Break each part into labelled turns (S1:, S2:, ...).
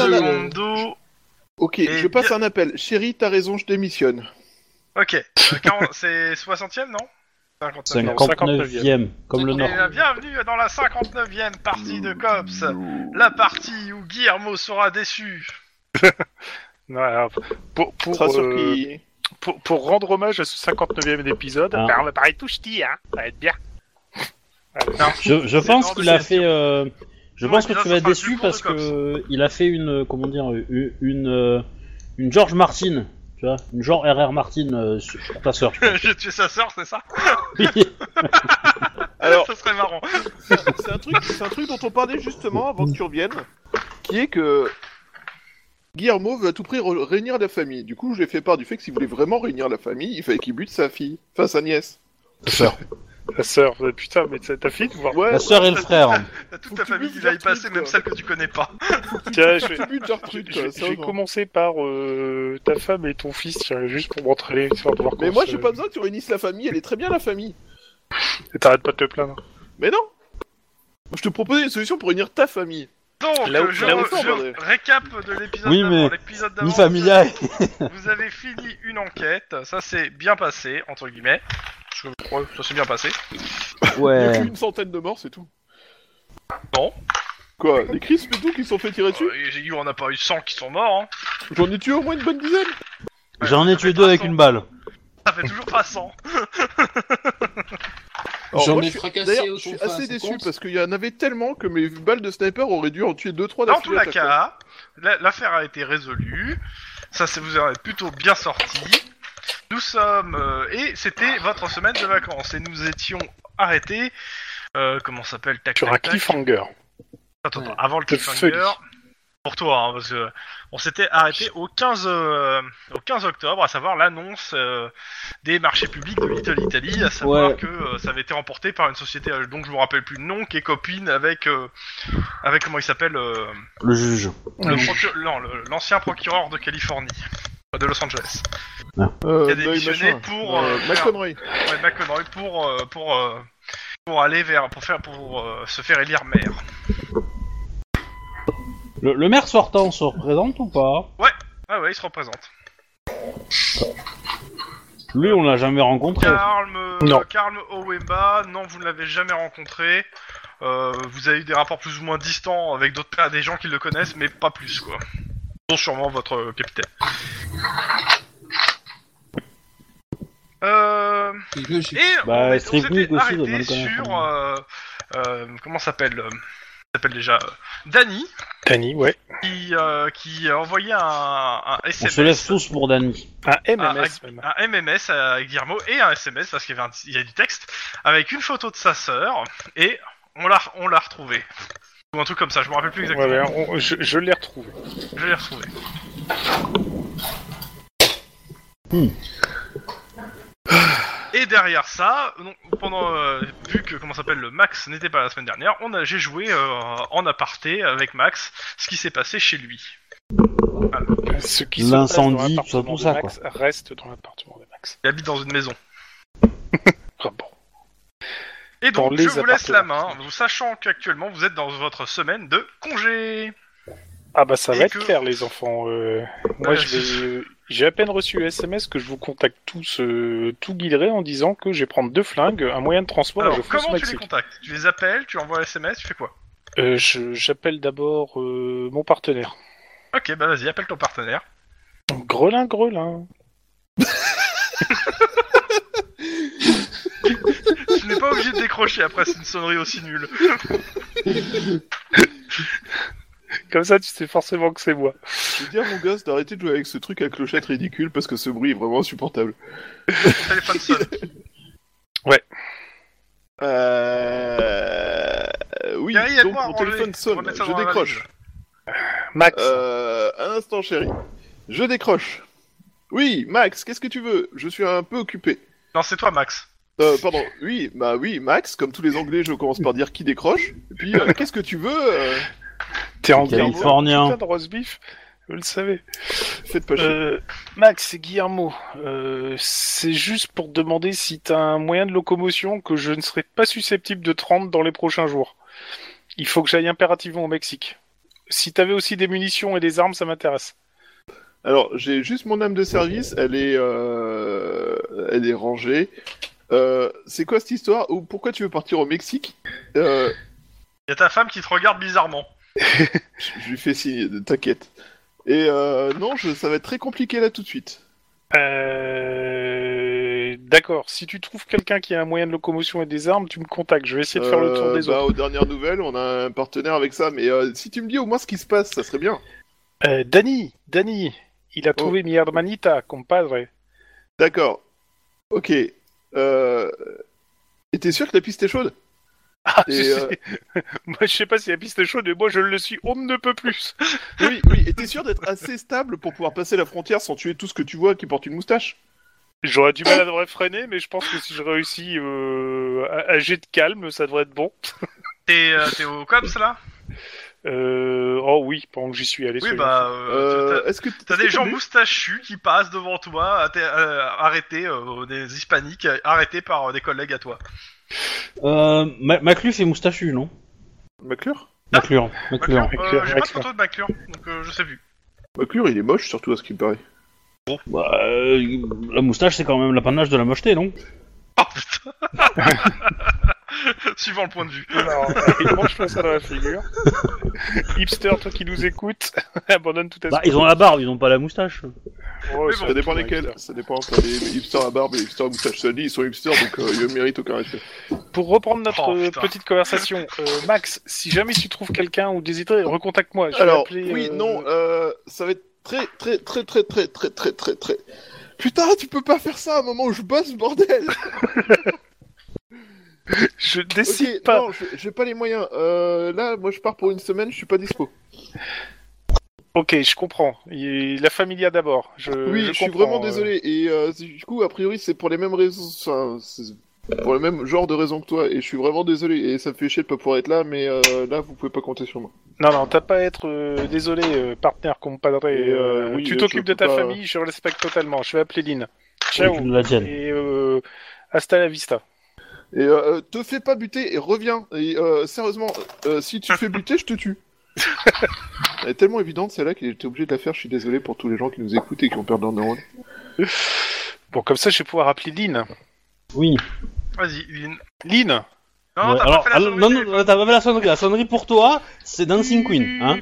S1: secondes.
S2: Secondo.
S1: Ok,
S2: Et
S1: je passe
S2: bien-
S1: un appel. Chérie, t'as raison, je démissionne.
S2: Ok. Euh, quarante- C'est 60ème, non 59e.
S3: 59e, comme le
S2: Et
S3: Nord.
S2: la bienvenue dans la 59e partie de Cops, la partie où Guillermo sera déçu.
S4: Non, alors, pour, pour,
S1: Sera sûr
S4: euh,
S1: qu'il-
S4: pour, pour rendre hommage à ce 59e épisode,
S3: Ah.
S4: bah, on va parler tout ch'ti, hein. Ça va être bien.
S3: Je, je
S2: C'est
S3: pense
S2: hors de
S3: qu'il a
S2: question.
S3: fait. euh, je
S2: Non,
S3: pense que
S2: déjà, ça
S3: tu vas être
S2: sera le
S3: déçu
S2: plus court de
S3: parce que il a fait une euh, comment dire une une, euh, une George Martin, tu vois, une genre RR Martin euh, sur sur ta sœur.
S2: J'ai tué sa sœur, c'est ça
S1: Alors,
S2: Ça serait marrant.
S1: c'est un, truc- c'est un truc dont on parlait justement avant que tu reviennes, qui est que Guillermo veut à tout prix re- réunir la famille. Du coup, je lui ai fait part du fait que s'il voulait vraiment réunir la famille, il fallait qu'il bute sa fille, enfin sa nièce.
S4: Ta sœur, euh, putain, mais t'as ta fille, tu vois.
S1: Ouais,
S3: La sœur et le frère. hein.
S2: T'as toute
S1: Faut
S2: ta
S1: que tu
S2: famille
S1: buves
S2: qui va y
S1: Gertrude,
S2: passer, même
S1: quoi.
S2: celle que tu connais pas.
S4: Tiens, je vais,
S1: tu butes Gertrude,
S4: je-
S1: quoi,
S4: je vais
S1: sérieusement.
S4: commencer par euh, ta femme et ton fils, tiens, juste pour m'entraîner. histoire de voir
S1: Mais
S4: comment
S1: moi,
S4: ça-
S1: j'ai pas besoin que tu réunisses la famille, elle est très bien la famille.
S4: Et T'arrêtes pas de te plaindre.
S1: Mais non Je te proposais une solution pour réunir ta famille.
S2: Donc,
S4: Là où-
S2: je,
S4: là où
S2: je
S1: ça, bordel.
S2: récap de l'épisode
S3: Oui,
S2: d'avant.
S3: mais
S2: L'épisode d'avant,
S3: Mi familia.
S2: Vous avez fini une enquête, ça s'est bien passé, entre guillemets. Je crois que ça s'est bien passé.
S1: Il y a
S3: Ouais.
S1: eu une centaine de morts, c'est tout.
S2: Non.
S1: Quoi Les crisps et tout qui se sont fait tirer dessus
S2: Euh, et j'ai eu, on n'a pas eu 100 qui sont morts, hein.
S1: J'en ai tué au moins une bonne dizaine
S3: J'en ai
S2: ça fait
S3: tué deux avec
S2: 300.
S3: une balle.
S2: Ça fait toujours pas 100.
S1: Alors,
S5: J'en
S1: moi,
S5: ai
S1: je suis-
S5: fracassé
S1: D'ailleurs,
S5: au
S1: je suis assez déçu parce qu'il y en avait tellement que mes balles de sniper auraient dû en tuer 2-3
S2: Dans tous les cas, la- l'affaire a été résolue. Ça, c'est- vous en êtes plutôt bien sorti. Nous sommes euh, et c'était votre semaine de vacances et nous étions arrêtés. Euh, comment ça s'appelle tac,
S4: Sur un
S2: tac, tac.
S4: cliffhanger.
S2: Attends, attends, avant le
S4: The
S2: cliffhanger.
S4: Funny.
S2: Pour toi, hein, parce que on s'était arrêté au 15, euh, au 15 octobre, à savoir l'annonce euh, des marchés publics de Little Italy, à savoir
S3: Ouais.
S2: que euh, ça avait été remporté par une société, euh, dont je me rappelle plus le nom, qui est copine avec, euh, avec comment il s'appelle, euh,
S3: Le juge.
S2: le procu- non, le- l'ancien procureur de Californie, euh, de Los Angeles.
S1: Euh,
S2: Il y a
S1: Noël
S2: démissionné
S1: machin.
S2: pour, euh,
S1: Euh, McConroy.
S2: Ouais, McConroy pour euh, pour euh, pour aller vers pour faire pour euh, se faire élire maire.
S3: Le, le maire sortant se représente ou pas
S2: Ah ouais, il se représente.
S3: Lui, on l'a jamais rencontré.
S2: Carl, euh,
S4: Non.
S2: Carl Owemba, non, vous ne l'avez jamais rencontré. Euh, vous avez eu des rapports plus ou moins distants avec d'autres des gens qui le connaissent, mais pas plus quoi. Dont sûrement votre euh, capitaine. Euh, Et
S3: Bah,
S2: on, est- on
S3: Steve
S2: s'était
S3: Nick aussi,
S2: arrêté
S3: doit mal connaître,
S2: sur
S3: hein.
S2: euh, euh, comment s'appelle euh, s'appelle déjà euh, Danny
S4: Tani, ouais.
S2: qui euh, qui a envoyé un, un
S3: On se lève
S2: SMS
S3: tous pour Danny.
S4: Un MMS,
S2: Ah,
S4: même.
S2: un MMS à Guillermo et un SMS parce qu'il y, avait un- il y a du texte avec une photo de sa sœur et on l'a on l'a retrouvé ou un truc comme ça je me rappelle plus exactement
S4: Voilà, on- je, je l'ai retrouvé.
S2: je l'ai retrouvé
S3: Hmm.
S2: Et derrière ça, non, pendant euh, vu que comment s'appelle le Max n'était pas la semaine dernière, on a j'ai joué euh, en aparté avec Max ce qui s'est passé chez lui.
S4: Ce qui se passe dans
S3: L'incendie,
S4: l'appartement
S3: tout
S4: de
S3: ça,
S4: Max reste dans l'appartement de Max.
S2: Il habite dans une maison.
S4: Ah bon.
S2: Et donc
S4: Dans les
S2: je vous laisse la main,
S4: appartements.
S2: vous sachant qu'actuellement vous êtes dans votre semaine de congé.
S4: Ah bah ça
S2: Et
S4: va être
S2: que-
S4: clair les enfants. Euh, moi
S2: Ouais,
S4: je
S2: c'est-
S4: vais, j'ai à peine reçu le SMS que je vous contacte tous, euh, tout guilleré en disant que je vais prendre deux flingues, un moyen de transport. et
S2: Alors
S4: je fonce
S2: comment tu les
S4: Mexique.
S2: contactes Tu les appelles, tu envoies un SMS, tu fais quoi
S4: Euh, je- J'appelle d'abord euh, mon partenaire.
S2: Ok bah vas-y appelle ton partenaire.
S4: Grelin, grelin.
S2: tu n'es pas obligé de décrocher après c'est une sonnerie aussi nulle.
S4: Comme ça tu sais forcément que c'est moi.
S1: Je vais dire à mon gosse d'arrêter de jouer avec ce truc à clochette ridicule parce que ce bruit est vraiment insupportable.
S2: Le téléphone sonne.
S1: Euh... Oui,
S2: Gary, aide-moi
S1: donc
S2: à
S1: mon
S2: ranger.
S1: téléphone
S2: On va
S1: sonne,
S2: mettre ça
S1: je
S2: dans la
S1: décroche.
S2: valise.
S4: Max,
S1: Euh... Un instant, chérie. Je décroche. Oui, Max, qu'est-ce que tu veux Je suis un peu occupé.
S2: Non c'est toi Max.
S1: Euh, pardon, oui, bah oui, Max, comme tous les Anglais, je commence par dire qui décroche. Et puis, euh, qu'est-ce que tu veux euh,
S4: t'es en
S3: Californien.
S4: Putain de roast beef, vous le savez.
S1: Faites pas chier.
S4: Euh, Max, c'est Guillermo. Euh, c'est juste pour te demander si t'as un moyen de locomotion que je ne serai pas susceptible de te rendre dans les prochains jours. Il faut que j'aille impérativement au Mexique. Si t'avais aussi des munitions et des armes, ça m'intéresse.
S1: Alors, j'ai juste mon âme de service, elle est, euh, elle est rangée. Euh, c'est quoi cette histoire Ou Pourquoi tu veux partir au Mexique Euh,
S2: Y a ta femme qui te regarde bizarrement.
S1: Je lui fais signe, de- t'inquiète. Et euh, non, je, ça va être très compliqué là tout de suite.
S4: Euh, D'accord, si tu trouves quelqu'un qui a un moyen de locomotion et des armes, tu me contactes. Je vais essayer de faire le tour
S1: Euh,
S4: des
S1: bah,
S4: autres.
S1: Aux dernières nouvelles, on a un partenaire avec ça, mais euh, si tu me dis au moins ce qui se passe, ça serait bien.
S4: Euh, Danny, Danny,
S1: Oh.
S4: il a trouvé mi hermanita, compadre.
S1: D'accord. Ok. Euh... Et t'es sûr que la piste est chaude
S4: Ah,
S1: Et,
S4: je,
S1: euh,
S4: sais. moi, je sais pas si la piste est chaude, mais moi je le suis, on ne peut plus.
S1: Oui, oui. Et t'es sûr d'être assez stable pour pouvoir passer la frontière sans tuer tout ce que tu vois qui porte une moustache
S4: J'aurais du mal à le réfréner, mais je pense que si je réussis euh, à, à jet de calme, ça devrait être bon.
S2: T'es euh, t'es au COPS là
S4: Euh, oh oui, pendant que j'y suis allé.
S2: Oui,
S4: soyons
S2: bah.
S4: fous.
S2: euh,
S1: euh,
S2: t'as-
S1: Est-ce que est-ce
S2: T'as
S1: que
S2: des gens
S1: vu
S2: moustachus qui passent devant toi, atta- euh, arrêtés, euh, des hispaniques, euh, arrêtés par euh, des collègues à toi.
S3: Euh, Ma- Macluf est moustachu, non
S1: McClure
S3: Maclure. Maclure.
S2: Maclure,
S4: Maclure,
S2: euh, j'ai pas de
S4: Maclure.
S2: photo de Maclure, donc euh, je sais plus.
S1: McClure, il est moche, surtout à ce qu'il paraît.
S3: Bah, euh, la moustache, c'est quand même l'apanage de la mocheté, non
S2: Oh putain Suivant le point de vue.
S4: Alors, Ah, il mange ça dans la figure. Hipster, toi qui nous écoutes, abandonne tout à
S3: Bah, ils ont la barbe, ils ont pas la moustache.
S4: Oh,
S2: mais
S4: ils sont
S2: bon,
S1: Ça
S4: tous
S1: dépend
S4: des
S1: lesquels.
S4: hipsters.
S1: Ça dépend. T'as des hipsters à barbe et des hipsters à moustache. Ça dit, ils sont hipsters, donc euh, ils méritent aucun respect.
S4: Pour reprendre notre
S2: Oh,
S4: euh,
S2: putain.
S4: petite conversation, euh, Max, si jamais tu trouves quelqu'un ou des idées, recontacte-moi. je vais
S1: Alors,
S4: appeler,
S1: oui,
S4: euh,
S1: non, euh, ça va être très, très, très, très, très, très, très, très, très. Putain, tu peux pas faire ça à un moment où je bosse, bordel
S4: Je
S1: Ok,
S4: décide pas.
S1: non, j'ai j'ai pas les moyens. Euh, là, moi, je pars pour une semaine, je suis pas dispo.
S4: Ok, je comprends. Il- La familia d'abord. Je,
S1: oui, je, suis
S4: comprends,
S1: vraiment
S4: euh,
S1: désolé. Et euh, c'est- du coup, a priori, c'est pour les mêmes raisons, enfin, c'est pour le même genre de raisons que toi. Et je suis vraiment désolé. Et ça me fait chier de pas pouvoir être là, mais euh, là, vous pouvez pas compter sur moi.
S4: Non, non, t'as pas à être euh, désolé, euh, partenaire, compadre.
S1: Et, euh,
S4: euh,
S1: oui,
S4: tu
S1: je
S4: t'occupes de
S1: peux
S4: ta
S1: pas-
S4: famille, je respecte totalement. Je vais appeler Lynn. Ciao.
S3: Et la tienne.
S4: Et euh, hasta la vista.
S1: Et euh, te fais pas buter et reviens. Et euh, sérieusement, euh, si tu te fais buter, je te tue. Elle est tellement évidente celle-là qu'il était obligé de la faire. Je suis désolé pour tous les gens qui nous écoutent et qui ont perdu leur neurone.
S4: Bon, comme ça, je vais pouvoir appeler Lynn.
S3: Oui.
S2: Vas-y, une.
S4: Lynn Ah,
S2: Non,
S3: Ouais,
S2: t'as
S3: alors,
S2: pas fait la
S3: alors,
S2: sonnerie
S3: non,
S2: du téléphone.
S3: non, t'as pas fait la sonnerie. La sonnerie pour toi, c'est Dancing Queen, hein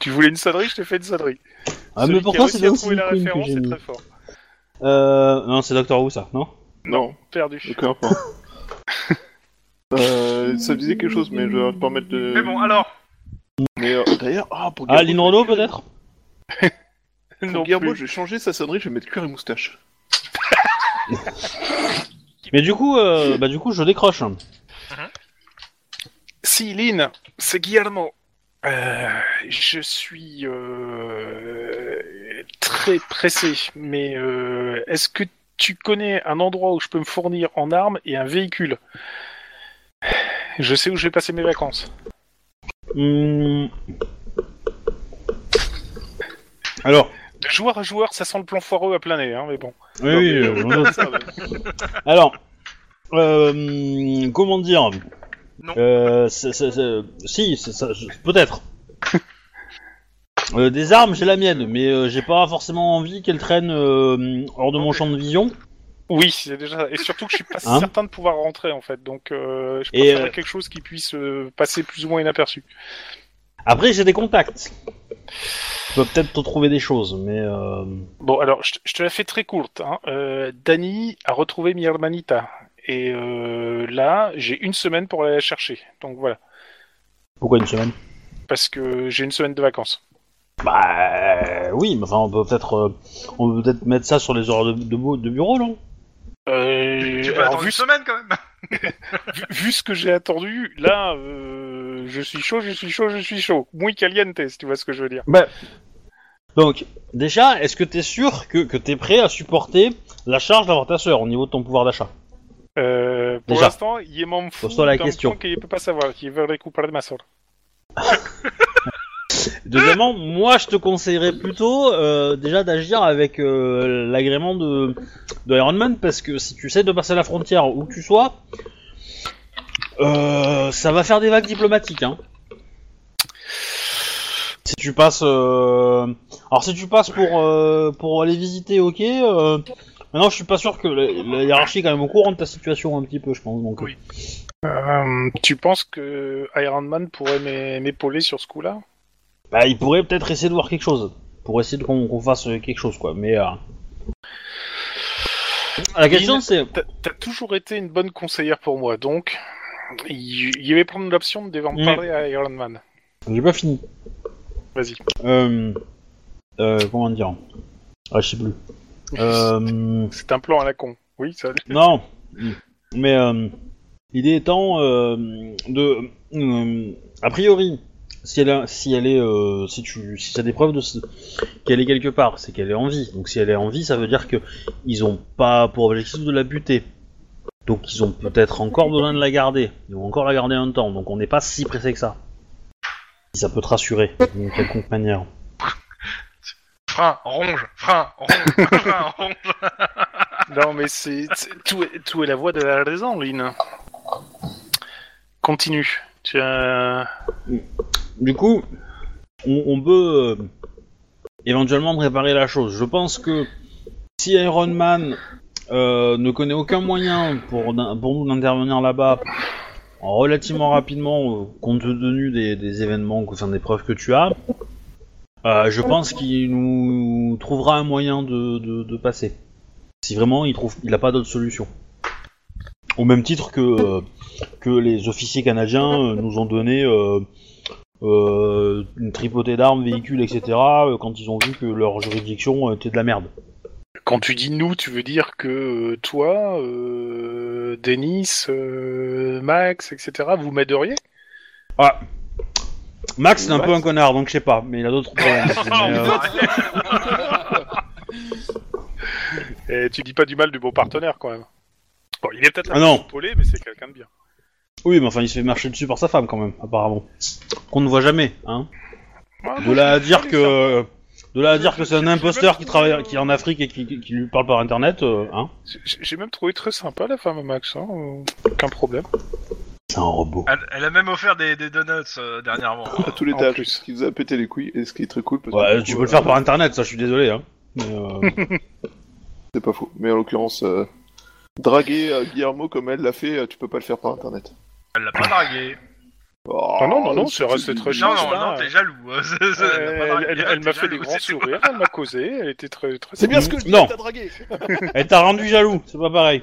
S4: Tu voulais une sonnerie, je te fais une sonnerie.
S3: Ah,
S4: Celui
S3: mais
S4: qui
S3: pourtant,
S4: a
S3: c'est
S4: réussi
S3: Dancing
S4: à trouver la
S3: Queen que
S4: référence,
S3: j'ai
S4: c'est
S3: mis.
S4: très fort.
S3: Euh, non, c'est Doctor Who, ça, non
S1: Non,
S4: Perdu.
S1: aucun point. euh, ça me disait quelque chose, mais je vais pas mettre de.
S2: Mais bon, alors,
S1: Mais, euh, d'ailleurs, ah, pour
S3: Ah,
S1: Guillermo,
S3: Lynn Renault, peut-être
S1: pour
S4: Non
S1: Guillermo,
S4: plus.
S1: je vais changer sa sonnerie, je vais mettre cuir et moustache.
S3: Mais du coup, euh, bah, du coup, je décroche.
S4: Si, Lynn, c'est Guillermo. Euh, je suis euh, très pressé, mais euh, est-ce que tu connais un endroit où je peux me fournir en armes et un véhicule Je sais où je vais passer mes vacances.
S3: Hum. Alors,
S4: De joueur à joueur, ça sent le plan foireux à plein nez, hein, mais bon.
S3: oui,
S1: Non,
S3: oui,
S1: mais,
S3: euh,
S1: euh,
S3: on doute.
S4: Ah,
S1: ça, ouais.
S3: Alors, euh, comment dire
S2: Non.
S3: Euh, c'est- c'est- c'est- si, c'est- ça- je- peut-être. Euh, des armes, j'ai la mienne, mais euh, j'ai pas forcément envie qu'elles traînent euh, hors de mon champ de vision.
S4: Oui, c'est déjà ça. Et surtout que je suis pas
S3: Hein
S4: certain de pouvoir rentrer, en fait. Donc, euh, je
S3: Et,
S4: préférerais
S3: euh,
S4: quelque chose qui puisse euh, passer plus ou moins inaperçu.
S3: Après, j'ai des contacts. Je peux peut-être te trouver des choses, mais euh,
S4: Bon, alors, je, te- je te la fais très courte. Hein. Euh, Dani a retrouvé mi hermanita. Et euh, là, j'ai une semaine pour aller la chercher. Donc voilà.
S3: pourquoi une semaine
S4: Parce que j'ai une semaine de vacances.
S3: Bah oui, mais enfin, on peut peut-être, euh, on peut peut-être mettre ça sur les horaires de, de bu- de bureau, non
S4: Euh,
S2: tu peux
S4: alors,
S2: attendre
S4: vu,
S2: une semaine quand même.
S4: vu- vu ce que j'ai attendu, là, euh, je suis chaud, je suis chaud, je suis chaud. Muy caliente, si tu vois ce que je veux dire.
S3: Donc, déjà, est-ce que t'es sûr que, que t'es prêt à supporter la charge d'avoir ta sœur au niveau de ton pouvoir d'achat
S4: Euh, pour
S3: Déjà.
S4: l'instant, il est m'en fou.
S3: Pose-toi la
S4: d'un
S3: question.
S4: point qu'il peut pas savoir, qu'il veut récupérer ma soeur.
S3: Deuxièmement, moi je te conseillerais plutôt euh, déjà d'agir avec euh, l'agrément de, de Iron Man parce que si tu sais de passer la frontière où que tu sois, Euh, ça va faire des vagues diplomatiques, hein. Si tu passes, euh... alors si tu passes pour euh, pour aller visiter, ok. Euh... Maintenant, je suis pas sûr que la, la hiérarchie est quand même au courant de ta situation un petit peu, je pense. Donc,
S2: Oui.
S4: Euh, tu penses que Iron Man pourrait m'é- m'épauler sur ce coup-là
S3: bah, il pourrait peut-être essayer de voir quelque chose pour essayer de qu'on qu'on fasse euh, quelque chose, quoi. Mais euh, la question, c'est
S4: T'as t'as toujours été une bonne conseillère pour moi, donc il il va prendre l'option de devoir me
S3: Mm.
S4: parler à Iron Man.
S3: j'ai pas fini.
S4: Vas-y.
S3: Euh, euh, comment dire Ah, je sais plus. Euh,
S4: C'est un plan à la con. Oui, ça.
S3: non, mais euh, l'idée étant euh, de, euh, a priori, si elle, a- si elle est, euh, si tu, si t'as des preuves de ce- qu'elle est quelque part, c'est qu'elle est en vie. Donc si elle est en vie, ça veut dire que ils ont pas pour objectif de la buter. Donc ils ont peut-être encore besoin de la garder. Ils vont encore la garder un temps. Donc on n'est pas si pressé que ça. Si ça peut te rassurer d'une quelconque manière.
S2: Frein, ronge, frein, ronge, frein, ronge.
S4: non, mais c'est c'est- tout, est, tout est la voie de la raison, Lynn. Continue. Tu as...
S3: Du coup, on, on peut euh, éventuellement préparer la chose. Je pense que si Iron Man euh, ne connaît aucun moyen pour, d'in- pour nous d'intervenir là-bas relativement rapidement, euh, compte tenu des, des événements, enfin des preuves que tu as, euh, je pense qu'il nous trouvera un moyen de, de- de passer. Si vraiment il trouve, il n'a pas d'autre solution. Au même titre que, euh, que les officiers canadiens euh, nous ont donné euh, euh, une tripotée d'armes, véhicules, etc. euh, quand ils ont vu que leur juridiction était de la merde.
S4: Quand tu dis nous, tu veux dire que euh, toi, euh, Denis, euh, Max, etc., vous m'aideriez
S3: Ah. Max c'est un
S1: Max
S3: peu un connard, donc je sais pas, mais il a d'autres problèmes. Mais, euh,
S4: Ah, Et tu dis pas du mal du beau partenaire quand même. Bon, il est peut-être
S3: Ah
S4: un
S3: non.
S4: peu polé, mais c'est quelqu'un de bien.
S3: Oui, mais enfin, il se fait marcher dessus par sa femme quand même, apparemment. Qu'on ne voit jamais, hein.
S4: Ouais,
S3: De
S4: moi,
S3: là à
S4: je-
S3: dire
S4: je-
S3: que, de là à dire que c'est un imposteur qui travaille, qui est en Afrique et qui, qui lui parle par Internet, euh, hein.
S4: je- je- J'ai même trouvé très sympa la femme à Max, hein, euh, aucun problème.
S3: C'est un robot.
S2: Elle, elle a même offert des, des donuts euh, dernièrement.
S1: à tous les
S4: En
S1: tâches,
S4: plus.
S1: ce qui vous a pété les couilles, et ce qui est très cool. Parce que
S3: Ouais,
S1: du
S3: tu
S1: coup,
S3: peux le
S1: euh,
S3: faire par Internet, ça, je suis désolé, hein. Mais, euh,
S1: C'est pas faux. Mais en l'occurrence, euh, draguer euh, Guillermo comme elle l'a fait, euh, tu peux pas le faire par internet.
S2: Elle l'a pas dragué.
S1: Oh,
S4: Ah non, non, non,
S1: si
S4: c'est
S1: tu-
S4: resté très
S2: Non,
S4: cher.
S2: non,
S4: pas,
S2: non,
S4: euh,
S2: t'es jaloux. hein. C'est- c'est-
S4: Euh,
S2: elle l'a
S4: Elle,
S2: pas dragué,
S4: elle- elle
S2: t'es
S4: m'a fait des
S2: jaloux,
S4: grands
S2: c'est tout.
S4: sourires, elle m'a causé, elle était très très.
S1: C'est bien ce que je dis,
S3: Non.
S1: t'as dragué.
S3: Elle t'a rendu jaloux, c'est pas pareil.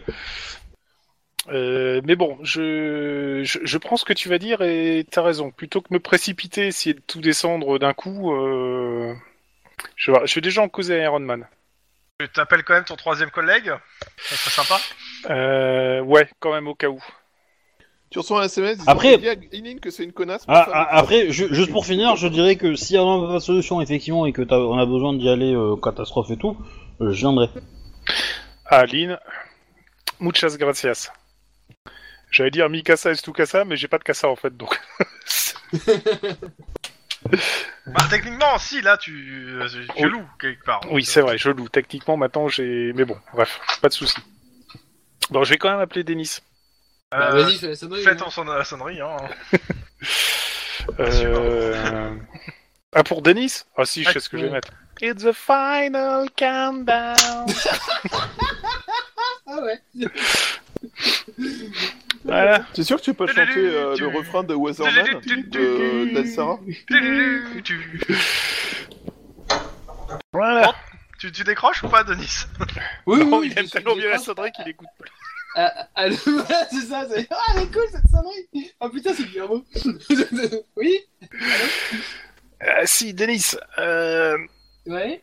S4: Euh, mais bon, je, je je prends ce que tu vas dire et t'as raison. Plutôt que me précipiter, essayer de tout descendre d'un coup, euh, je, vais- je vais déjà en causer à Iron Man.
S2: Tu t'appelles quand même ton troisième collègue Ça serait sympa.
S4: Euh, ouais, quand même au cas où.
S1: Tu reçois un SMS disant
S3: Après-
S1: Dis à Eileen que c'est une connasse. pour
S3: Ah,
S1: faire-
S3: ah, après, ju- juste pour finir, je dirais que si on n'a pas de solution, effectivement, et que t'as- on a besoin d'y aller, euh, catastrophe et tout, euh, je viendrai.
S4: Ah, Lynn, muchas gracias. J'allais dire mi casa es tu casa, mais j'ai pas de casa en fait, donc.
S2: Bah, techniquement, si, là, tu, euh, tu
S4: Oui.
S2: loues quelque part.
S4: oui, c'est vrai, je loue. Techniquement, maintenant, j'ai. Mais bon, bref, pas de souci. Bon, je vais quand même appeler Denis.
S5: Bah,
S2: Euh,
S5: Vas-y, fais la sonnerie.
S2: Faites
S5: hein.
S2: en son, la sonnerie. Hein.
S4: Euh... ah, pour Denis Ah, si, je sais ce que je vais
S5: Ouais.
S4: mettre. It's the final countdown.
S5: Ah ouais.
S4: voilà.
S1: T'es sûr que tu peux pas
S2: Tudu,
S1: chanter euh,
S2: tudu,
S1: le refrain de Weatherman
S2: tudu,
S4: euh,
S1: de Dan Sarah
S2: Tu- tu,
S4: voilà.
S2: tu, tu décroches ou pas, Denis
S5: Oui,
S4: Non,
S5: oui,
S4: il aime
S5: je-
S4: tellement
S5: je
S4: bien la
S5: crois-
S4: sonnerie qu'il écoute pas.
S5: Ah, ah, le- voilà, c'est ça, c'est... Ah, elle est cool cette sonnerie Ah putain, c'est Guillermo Oui
S4: Ah, si, Denis, euh,
S5: Ouais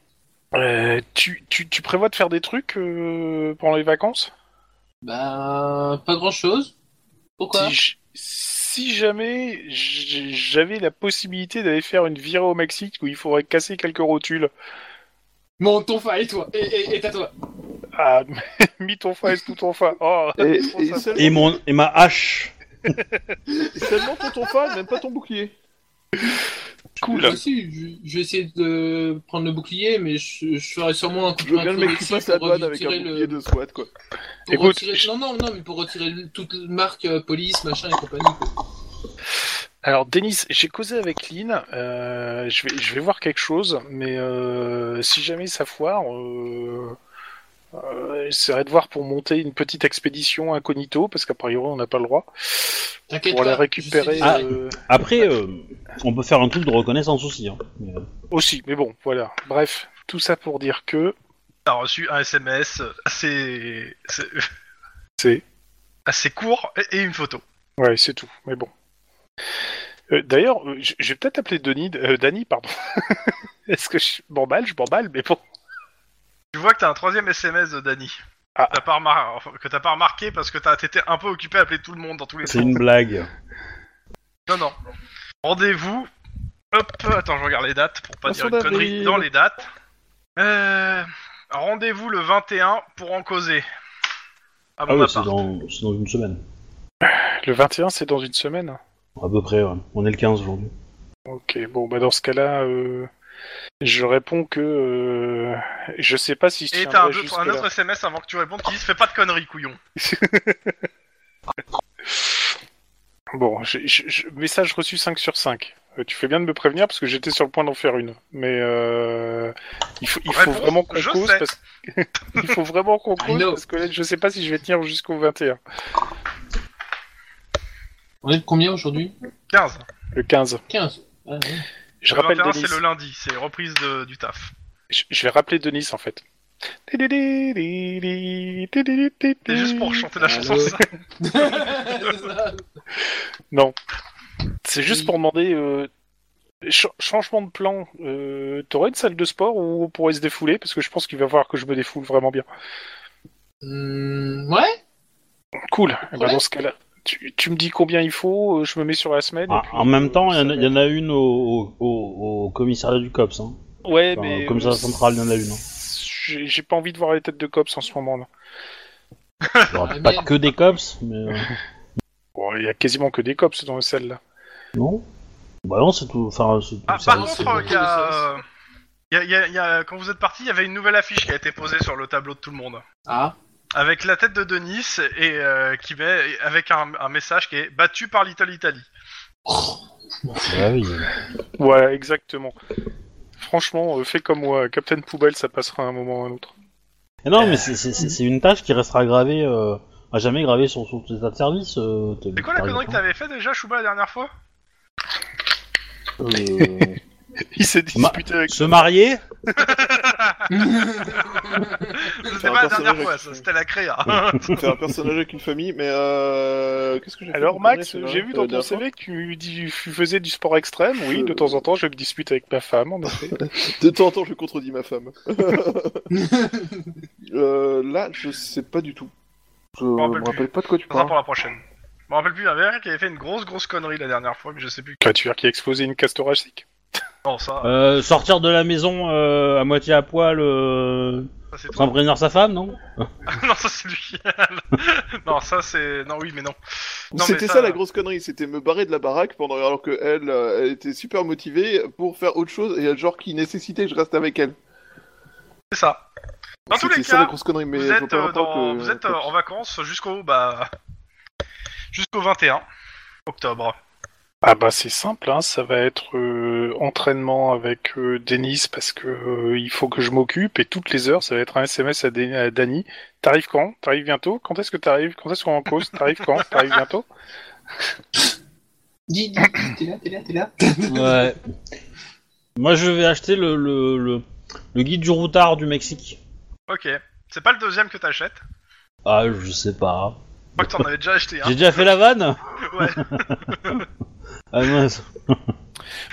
S4: euh, tu, tu, tu prévois de faire des trucs euh, pendant les vacances
S5: Ben, pas grand-chose. Pourquoi
S4: si, j- si jamais j- j'avais la possibilité d'aller faire une virée au Mexique où il faudrait casser quelques rotules,
S5: Mon ton fa et toi Et, et, et t'as toi
S4: ah, mis ton face, tout ton fa. Oh,
S1: Et, et
S4: trop sympa.
S1: seulement,
S3: Et, mon, et ma hache.
S1: et seulement pour ton fan, même pas ton bouclier.
S4: Cool.
S5: Moi aussi, bah, je, je vais essayer de prendre le bouclier, mais je, je ferai sûrement un coup
S1: Je veux
S5: un
S1: bien le
S5: coup
S1: mec qui
S5: d'essai
S1: passe la
S5: pour
S1: douane avec un
S5: retirer le-
S1: bouclier de SWAT, quoi.
S5: pour
S4: Écoute,
S5: retirer-
S4: je-
S5: Non, non, non, mais pour retirer le- toute marque euh, police, machin et compagnie. quoi.
S4: Alors, Denis, j'ai causé avec Lynn. euh, je, vais, je vais voir quelque chose, mais euh, si jamais ça foire, euh, euh, j'essaierai de voir pour monter une petite expédition incognito, parce qu'a priori, on n'a pas le droit.
S5: T'inquiète
S4: Pour
S5: pas,
S4: aller
S5: je sais
S4: récupérer
S5: déjà.
S3: Ah.
S4: euh,
S3: Après, euh, on peut faire un truc de reconnaissance aussi. Hein. Mais, euh,
S4: aussi, mais bon, voilà. Bref, tout ça pour dire que.
S2: T'as reçu un SMS assez. assez-
S4: C'est.
S2: assez court et, et une photo.
S4: Ouais, c'est tout, mais bon. Euh, D'ailleurs, euh, je je vais peut-être appeler Denis, euh, Dany, pardon. Est-ce que je m'emballe Je m'emballe, mais bon.
S2: Tu vois que t'as un troisième SMS de Dany.
S4: Ah.
S2: T'as pas remar- enfin, que t'as pas remarqué parce que t'as été un peu occupé à appeler tout le monde dans tous les
S3: C'est
S2: sens.
S3: une blague.
S2: Non, non. Rendez-vous. Hop, attends, je regarde les dates pour pas
S1: Poisson
S2: dire une
S1: d'avril.
S2: connerie dans les dates. Euh, Rendez-vous le 21 pour en causer. À
S3: Ah
S2: mon
S3: oui, c'est
S2: appart.
S3: dans, c'est dans une semaine.
S4: Le 21, c'est dans une semaine.
S3: À peu près, ouais. On est le 15 aujourd'hui.
S4: Ok, bon, bah dans ce cas-là, euh, je réponds que euh, je sais pas si je
S2: Et t'as un,
S4: tiendrai
S2: autre- un
S4: jusque-là.
S2: autre SMS avant que tu répondes qui dit Fais pas de conneries, couillon.
S4: Bon, j'ai- j'ai- j'ai- message reçu 5 sur 5. Euh, tu fais bien de me prévenir parce que j'étais sur le point d'en faire une. Mais euh, il faut, il faut
S2: Réponse,
S4: vraiment qu'on
S2: je
S4: cause
S2: sais.
S4: parce... il faut vraiment qu'on
S5: I
S4: cause
S5: know.
S4: parce que là, je sais pas si je vais tenir jusqu'au 21,
S5: On est de combien aujourd'hui
S2: 15.
S4: le 15.
S5: 15. Ah, ouais.
S4: Je
S2: le
S4: rappelle
S2: 21,
S4: Denis.
S2: c'est le lundi, c'est reprise de- du taf.
S4: Je, je vais rappeler Denis en fait.
S2: C'est
S4: C'est
S2: juste pour chanter la
S5: Allô
S2: chanson, c'est ça
S5: C'est ça.
S4: C'est juste pour demander euh, ch- changement de plan. Euh, T'aurais une salle de sport où on pourrait se défouler Parce que je pense qu'il va falloir que je me défoule vraiment bien.
S5: Hmm, ouais,
S4: Cool. Eh ben,
S5: Ouais.
S4: dans ce cas-là, tu, tu me dis combien il faut, euh, je me mets sur la semaine. et
S3: Ah,
S4: puis,
S3: en même temps, il y en a-
S4: ça
S3: il y, en a une au, au- au- au commissariat du COPS. Hein.
S4: va. Ouais,
S3: Enfin,
S4: mais.
S3: comme ça,
S4: euh,
S3: central, il y en a une, hein.
S4: J'ai j'ai pas envie de voir les têtes de cops en ce moment là.
S3: Il y aura
S5: Ah,
S3: pas
S5: merde.
S3: que des COPS, mais... euh,
S4: Bon, il y a quasiment que des cops dans celle là.
S3: non Bah non, c'est tout... Enfin, c'est tout
S2: Ah,
S3: ça
S2: Par
S5: c'est
S3: reste-
S2: contre,
S5: le-
S2: il y a, euh, il y a- il y a- il y a- quand vous êtes parti, il y avait une nouvelle affiche qui a été posée sur le tableau de tout le monde.
S5: Ah,
S2: Avec la tête de Denis et euh, qui met, avec un, un message qui est battu par Little Italy.
S3: Ouais, oui.
S4: Voilà, exactement. Franchement, euh, fais comme moi, Captain Poubelle, ça passera à un moment ou à un autre.
S3: Et
S4: Euh,
S3: non, mais c'est- c'est c'est- c'est une tâche qui restera gravée... euh, à jamais gravée sur son état de service. euh, t'es-
S2: C'est quoi la
S3: t'arrives
S2: connerie que
S3: pas.
S2: t'avais fait déjà, Chouba, la dernière fois
S3: Euh,
S4: Il s'est
S3: Ma-
S4: disputé avec.
S3: Se marier
S2: C'était
S1: Faire
S2: pas
S1: un
S2: la dernière
S1: personnage
S2: fois,
S1: avec-
S2: ça, c'était la créa.
S1: C'est un personnage avec une famille, mais euh... Qu'est-ce que j'ai fait
S4: Alors
S1: pour
S4: Max,
S1: terminer,
S4: j'ai vu dans
S1: euh,
S4: ton
S1: dernière fois
S4: CV que tu, dis- tu faisais du sport extrême, oui,
S1: Je-
S4: de temps en temps je me dispute avec ma femme, en effet.
S1: De temps en temps, je contredis ma femme. Euh, là, je sais pas du tout. Je me
S2: rappelle
S1: rappelle,
S2: plus.
S1: pas de quoi tu
S2: Ça sera
S1: parles.
S2: pour la prochaine. Je me rappelle plus, il y avait un qui avait fait une grosse grosse connerie la dernière fois, mais je sais plus.
S4: Quand tu qui a explosé une casse thoracique.
S2: Non, ça,
S3: Euh, Sortir de la maison euh, à moitié à poil euh,
S2: ça c'est
S3: sans
S2: toi.
S3: prévenir sa femme, non
S2: non, ça c'est lui. non, ça c'est. Non, oui, mais non. Non, mais
S1: C'était ça... la grosse connerie, c'était me barrer de la baraque pendant alors que elle, euh, elle était super motivée pour faire autre chose et genre qui nécessitait que je reste avec elle.
S2: C'est ça. Dans tous
S1: C'était
S2: les
S1: ça la
S2: cas,
S1: grosse connerie, mais
S2: vous
S1: je vois
S2: êtes,
S1: pas le
S2: euh,
S1: rapport
S2: dans-
S1: que-
S2: vous êtes, euh, en vacances jusqu'au. Bah. Jusqu'au 21 octobre.
S4: Ah bah c'est simple, hein, ça va être euh, entraînement avec euh, Denis parce que euh, il faut que je m'occupe et toutes les heures ça va être un SMS à, Dé- à Dany. T'arrives quand T'arrives bientôt Quand est-ce que t'arrives Quand est-ce qu'on est en cause T'arrives quand T'arrives bientôt
S5: dis, dis, t'es là, t'es là, t'es là.
S3: Ouais. Moi, je vais acheter le, le, le, le guide du routard du Mexique.
S2: Ok. C'est pas le deuxième que t'achètes. Je
S3: Ah, je sais pas.
S2: crois que t'en avais déjà acheté un.
S3: J'ai déjà fait la vanne
S2: Ouais.
S3: Ah mince.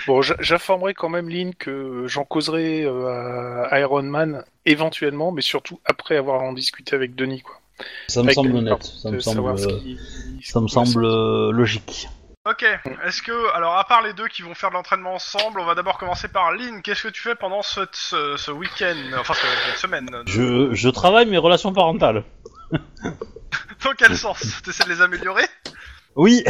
S4: Bon, j'a- j'informerai quand même Lynn que j'en causerai euh, à Iron Man éventuellement, mais surtout après avoir en discuté avec Denis quoi.
S3: Ça me
S4: Avec
S3: semble
S4: Denis,
S3: honnête.
S4: pardon,
S3: Ça me
S4: de savoir
S3: semble,
S4: ce
S3: euh,
S4: qui-
S3: ça me
S4: ce qui
S3: semble euh, logique.
S2: Ok. Est-ce que. Alors, à part les deux qui vont faire de l'entraînement ensemble, on va d'abord commencer par Lynn. Qu'est-ce que tu fais pendant ce, ce, ce week-end Enfin, ce- cette semaine.
S3: Je, je travaille mes relations parentales.
S2: Dans quel sens T'essaies de les améliorer
S3: Oui,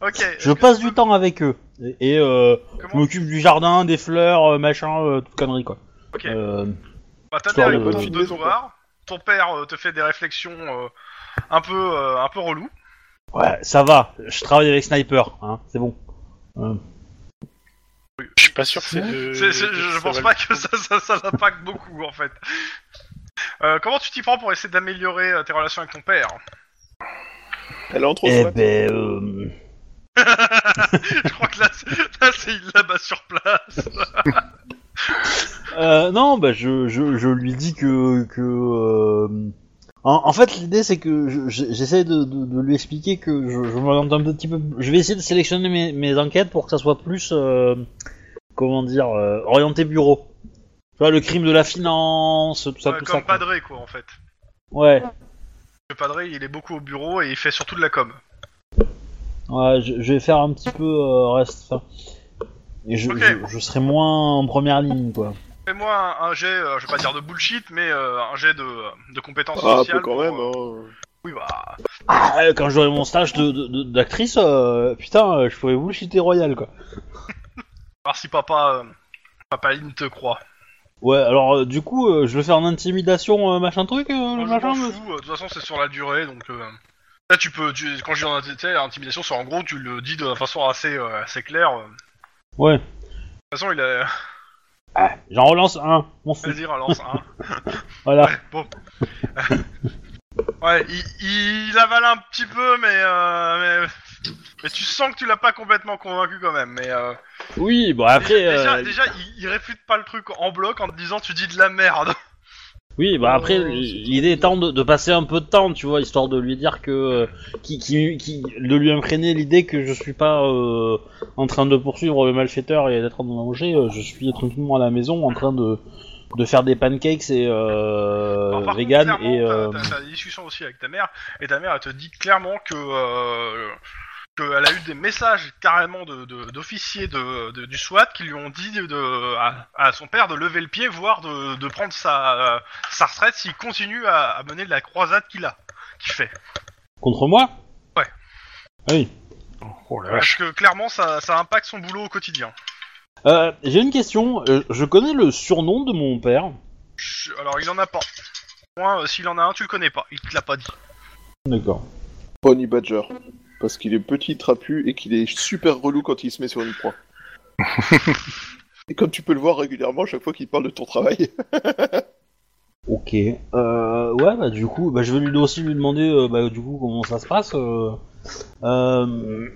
S2: Ok.
S3: je passe du temps avec eux. Et, et, euh, je
S2: Comment
S3: m'occupe du jardin, des fleurs, euh, machin, euh, toute connerie quoi.
S2: Ok.
S3: Euh,
S2: Bah, ta
S3: Histoire
S2: mère est
S3: de-
S2: contente de
S1: de-
S2: te voir. Ton père euh, te fait des réflexions euh, un peu euh, un peu relou.
S3: ouais, ça va. Je travaille avec Sniper, hein, c'est bon.
S4: Je suis pas sûr que c'est de...
S2: C'est- c'est- je je
S4: Euh, ça
S2: pense
S4: va
S2: pas
S4: le
S2: que ça ça, ça l'impacte beaucoup en fait. Euh, comment tu t'y prends pour essayer d'améliorer euh, tes relations avec ton père
S1: Elle entre
S3: Eh
S1: soi.
S3: ben, euh,
S2: Je crois que là, c'est- là, c'est il là-bas sur place.
S3: euh, non, bah je, je, je lui dis que que. euh, en, en fait, l'idée c'est que je- je- j'essaie de, de, de lui expliquer que je, je m'oriente un petit peu. Je vais essayer de sélectionner mes, mes enquêtes pour que ça soit plus euh, comment dire euh, orienté bureau. Tu vois, le crime de la finance, tout ça,
S2: Ouais,
S3: tout ça.
S2: comme
S3: quoi.
S2: Padré quoi en fait.
S3: Ouais.
S2: Le Padré il est beaucoup au bureau et il fait surtout de la com.
S3: Ouais, je, je vais faire un petit peu euh, reste. enfin, Et je,
S2: Ok.
S3: je, je serai moins en première ligne, quoi.
S2: Fais-moi un, un jet, euh, je vais pas dire de bullshit, mais euh, un jet de, de compétences
S1: Ah, un
S2: sociales.
S1: peu quand
S2: pour,
S1: même.
S2: euh,
S1: hein.
S2: Oui bah.
S3: Ah, euh, quand j'aurai mon stage de- de- de- d'actrice, euh, putain, euh, je pourrais vous chiter royal, quoi.
S2: Voir si papa, euh, papa Lynn te croit.
S3: Ouais, alors euh, du coup, euh, je le fais en intimidation, euh, machin truc, euh, le
S2: Moi, je
S3: machin.
S2: m'en
S3: le-
S2: fous, euh, de toute façon c'est sur la durée donc. euh, Là, tu peux, tu- quand je dis en intimidation, l'intimidation, c'est en gros, tu le dis de façon assez, euh, assez claire. euh. De toute
S3: Ouais.
S2: façon, il a.
S3: Ah, J'en relance un. Mon fou.
S2: Vas-y, relance un.
S3: Voilà.
S2: Ouais, bon. ouais, il, il avale un petit peu, mais, euh, mais, mais tu sens que tu l'as pas complètement convaincu quand même. Mais euh,
S3: Oui, bon après.
S2: déjà,
S3: euh,
S2: déjà, il, il réfute pas le truc en bloc en te disant tu dis de la merde.
S3: Oui, bah après,
S5: Euh,
S3: l'idée étant de, de passer un peu de temps, tu vois, histoire de lui dire que. euh, qui, qui, qui- de lui imprégner l'idée que je suis pas euh, en train de poursuivre le malfaiteur et d'être en danger, euh, je suis tranquillement à la maison en train de, de faire des pancakes et. euh,
S2: Alors, par contre,
S3: vegan
S2: clairement,
S3: et. euh,
S2: t'as- t'as- t'as des discussions aussi avec ta mère et ta mère elle te dit clairement que euh, qu'elle a eu des messages carrément de- de- d'officiers de, de- du SWAT qui lui ont dit de, de- à, à son père de lever le pied, voire de, de prendre sa, euh, sa retraite s'il continue à, à mener de la croisade qu'il a, qu'il fait.
S3: contre moi
S2: Ouais.
S3: Ah oui.
S4: coup. Oh la
S2: Parce
S4: vache.
S2: que clairement, ça, ça impacte son boulot au quotidien.
S3: Euh, J'ai une question. euh, je connais le surnom de mon père.
S2: Je- alors, il en a pas. Moi, euh, s'il en a un, tu le connais pas. Il te l'a pas dit.
S3: D'accord.
S1: Bonnie Badger. Parce qu'il est petit, trapu et qu'il est super relou quand il se met sur une proie. et comme tu peux le voir régulièrement, chaque fois qu'il parle de ton travail.
S3: Ok. Euh, ouais, bah du coup, bah, je vais lui aussi lui demander euh, bah, du coup comment ça se passe. euh. Euh,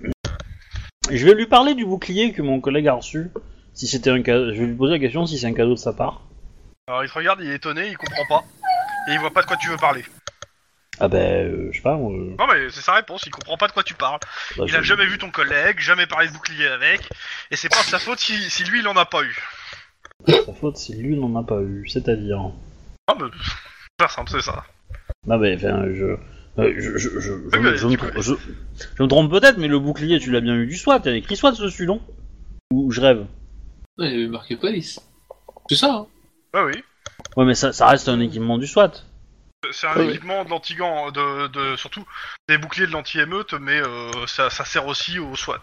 S3: Je vais lui parler du bouclier que mon collègue a reçu. Si c'était un cadeau, je vais lui poser la question si c'est un cadeau de sa part.
S2: Alors, il te regarde, il est étonné, il comprend pas. Et il voit pas de quoi tu veux parler.
S3: Ah bah, euh, je sais pas. euh,
S2: Non, mais c'est sa réponse, il comprend pas de quoi tu parles.
S3: bah,
S2: Il a
S3: je-
S2: jamais vu ton collègue, jamais parlé de bouclier avec, et c'est pas de sa faute si, si lui il en a pas eu.
S3: Sa faute, si lui n'en a pas eu, c'est-à-dire.
S2: Ah, mais pff, super simple, c'est ça.
S3: Non mais enfin, je. euh, Je, je, je, je,
S2: Oui, mais
S3: me- je me
S2: tu
S3: trompe-
S2: peux-
S3: je- je me trompe peut-être, mais le bouclier, tu l'as bien eu du SWAT. Il y a écrit SWAT dessus, non Ou je rêve
S5: Ouais, il y avait marqué police. C'est ça, hein
S2: Bah oui.
S3: Ouais, mais ça, ça reste un équipement du SWAT.
S2: C'est un
S1: Ah oui.
S2: équipement de l'antigan, de, de, surtout des boucliers de l'anti-émeute, mais euh, ça, ça sert aussi au SWAT.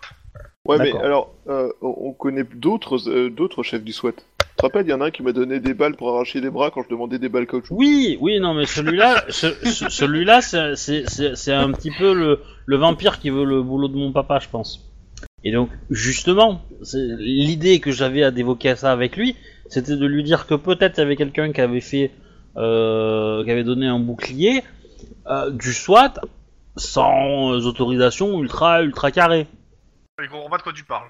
S1: Ouais, mais
S3: D'accord.
S1: alors, euh, on on connaît d'autres euh, d'autres chefs du SWAT. Tu te rappelles, il y en a un qui m'a donné des balles pour arracher des bras quand je demandais des balles caoutchouc.
S3: Oui, oui, non, mais celui-là, ce- ce- celui-là, c'est- c'est c'est- c'est un petit peu le, le vampire qui veut le boulot de mon papa, je pense. Et donc, justement, c'est- l'idée que j'avais à d'évoquer ça avec lui, c'était de lui dire que peut-être il y avait quelqu'un qui avait fait, euh, qui avait donné un bouclier euh, du SWAT sans euh, autorisation ultra ultra carré.
S2: Il comprend pas de quoi tu parles.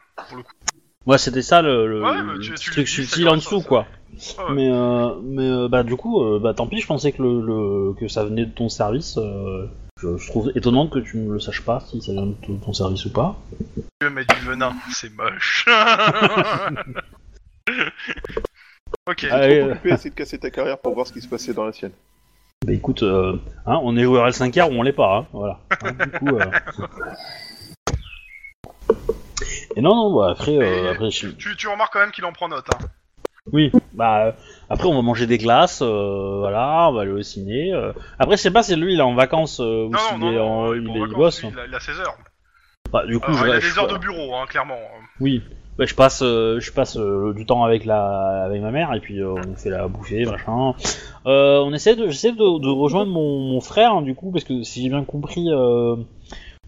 S3: Moi, c'était ça le, le-
S2: Ouais, mais
S3: le
S2: tu-
S3: petit
S2: tu lui
S3: truc
S2: dis, ça
S3: subtil en
S2: correspond,
S3: dessous,
S2: ça.
S3: quoi.
S2: Ah ouais.
S3: Mais, euh, mais euh, bah du coup, euh, bah tant pis, je pensais que, le, le- que ça venait de ton service. euh, je, je trouve étonnant que tu ne le saches pas si ça vient de ton- ton service ou pas.
S2: Je mets du venin, c'est moche. ok.
S1: J'ai
S3: Allez,
S1: trop
S3: euh.
S1: occupé à essayer de casser ta carrière pour voir ce qui se passait dans la sienne.
S3: Bah écoute, euh, hein, on est joueur L5R ou on l'est pas, hein, voilà. Hein, du coup, euh. Et non, non, bah après, euh,
S2: Et
S3: après je-
S2: Tu, tu remarques quand même qu'il en prend note. Hein.
S3: oui, bah euh, après on va manger des glaces, euh, voilà, on va aller au ciné. euh. Après, je sais pas si lui il est en vacances euh, ou
S2: Non,
S3: s'il
S2: non,
S3: est
S2: non,
S3: en-
S2: il est
S3: il,
S2: en
S3: est- il
S2: vacances,
S3: bosse.
S2: lui, il a- il a 16 heures.
S3: Bah, du coup,
S2: Euh,
S3: je,
S2: il a
S3: je-
S2: des heures de bureau, hein, clairement.
S3: Oui, Bah, je passe, euh, je passe euh, du temps avec la, avec ma mère et puis euh, on fait la bouffée, machin. Euh, on essaie de, j'essaie de, de rejoindre mon, mon frère hein, du coup parce que si j'ai bien compris, euh,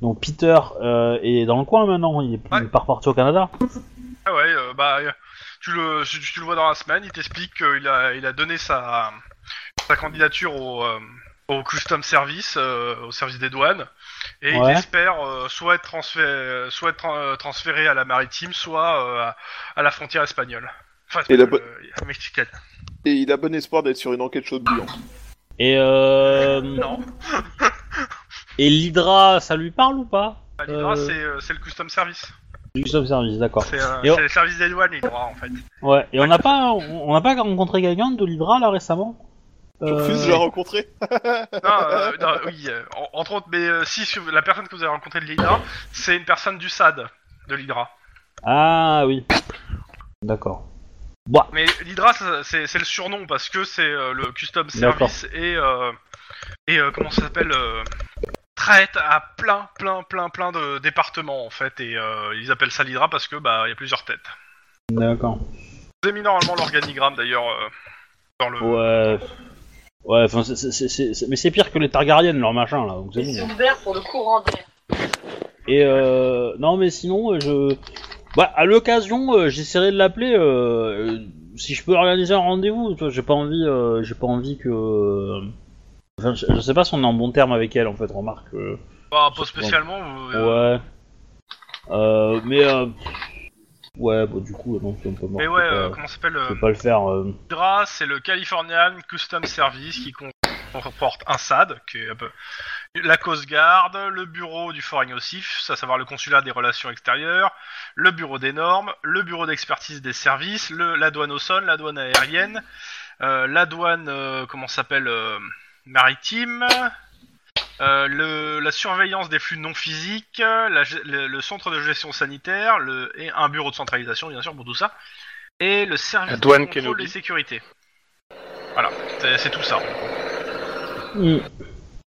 S3: donc Peter euh, est dans le coin maintenant, il est, il est pas reparti au Canada.
S2: Ah ouais, euh, bah, euh, tu le, tu, tu le vois dans la semaine, il t'explique qu'il a, il a donné sa, sa candidature au, euh, au Custom Service, euh, au service des douanes, et
S3: Ouais.
S2: il espère euh, soit être, transféré, soit être euh, transféré à la maritime, soit euh, à, à la frontière espagnole. Enfin,
S1: Et la
S2: espagnole, euh, mexicaine.
S1: Et il a bon espoir d'être sur une enquête chaude bouillante.
S3: Et euh,
S2: Non,
S3: et l'Hydra, ça lui parle ou pas
S2: bah, l'Hydra,
S3: Euh.
S2: c'est euh, c'est le Custom Service.
S3: Du service, d'accord.
S2: C'est euh,
S3: Et on-
S2: c'est le service des douanes, l'Hydra, en fait.
S3: Ouais. Et on n'a pas, on on n'a pas rencontré quelqu'un de l'Hydra là récemment.
S1: Tu
S3: Euh,
S1: refuses de la rencontrer
S2: Non, euh, non, oui, euh, en- entre autres, mais euh, si sur- la personne que vous avez rencontrée de l'Hydra, c'est une personne du SAD de l'Hydra.
S3: Ah oui. D'accord.
S2: Mais l'Hydra, ça, c'est c'est le surnom parce que c'est euh, le custom
S3: D'accord.
S2: service et euh, et euh, comment ça s'appelle euh, traite à plein plein plein plein de départements en fait et euh, ils appellent ça l'Hydra parce que bah il y a plusieurs têtes.
S3: D'accord.
S2: Vous avez mis normalement l'organigramme d'ailleurs euh, dans le.
S3: Ouais. Ouais, enfin, c'est- c'est- c'est- c'est- mais c'est pire que les Targaryens, leur machin, là, donc c'est
S6: C'est
S3: bon.
S6: ouvert pour le courant d'air.
S3: Et euh, non, mais sinon, euh, je. Bah, à l'occasion, euh, j'essaierai de l'appeler, euh, euh, si je peux organiser un rendez-vous, tu vois, j'ai pas envie, euh, j'ai pas envie que. euh, Enfin, je, je sais pas si on est en bon terme avec elle, en fait, remarque. euh,
S2: Bah, pas spécialement. vous- euh,
S3: Ouais. Euh, mais. euh, Ouais, bah, du coup, non, on peut,
S2: Mais ouais, euh, comment ça s'appelle
S3: on
S2: euh,
S3: peut pas le faire. euh,
S2: L'Hydra, c'est le Californian Custom Service qui com- comporte un SAD, qui est un peu- la Coast Guard, le bureau du Foreign OSIF, à savoir le consulat des relations extérieures, le bureau des normes, le bureau d'expertise des services, le, la douane au sol, la douane aérienne, euh, la douane, euh, comment ça s'appelle, euh, maritime, euh, le, la surveillance des flux non physiques, euh, la ge- le, le centre de gestion sanitaire, le, et un bureau de centralisation, bien sûr, pour tout ça, et le service
S4: La douane
S2: de contrôle
S4: Kenobi.
S2: des sécurités. Voilà, c'est c'est tout ça.
S3: hmm.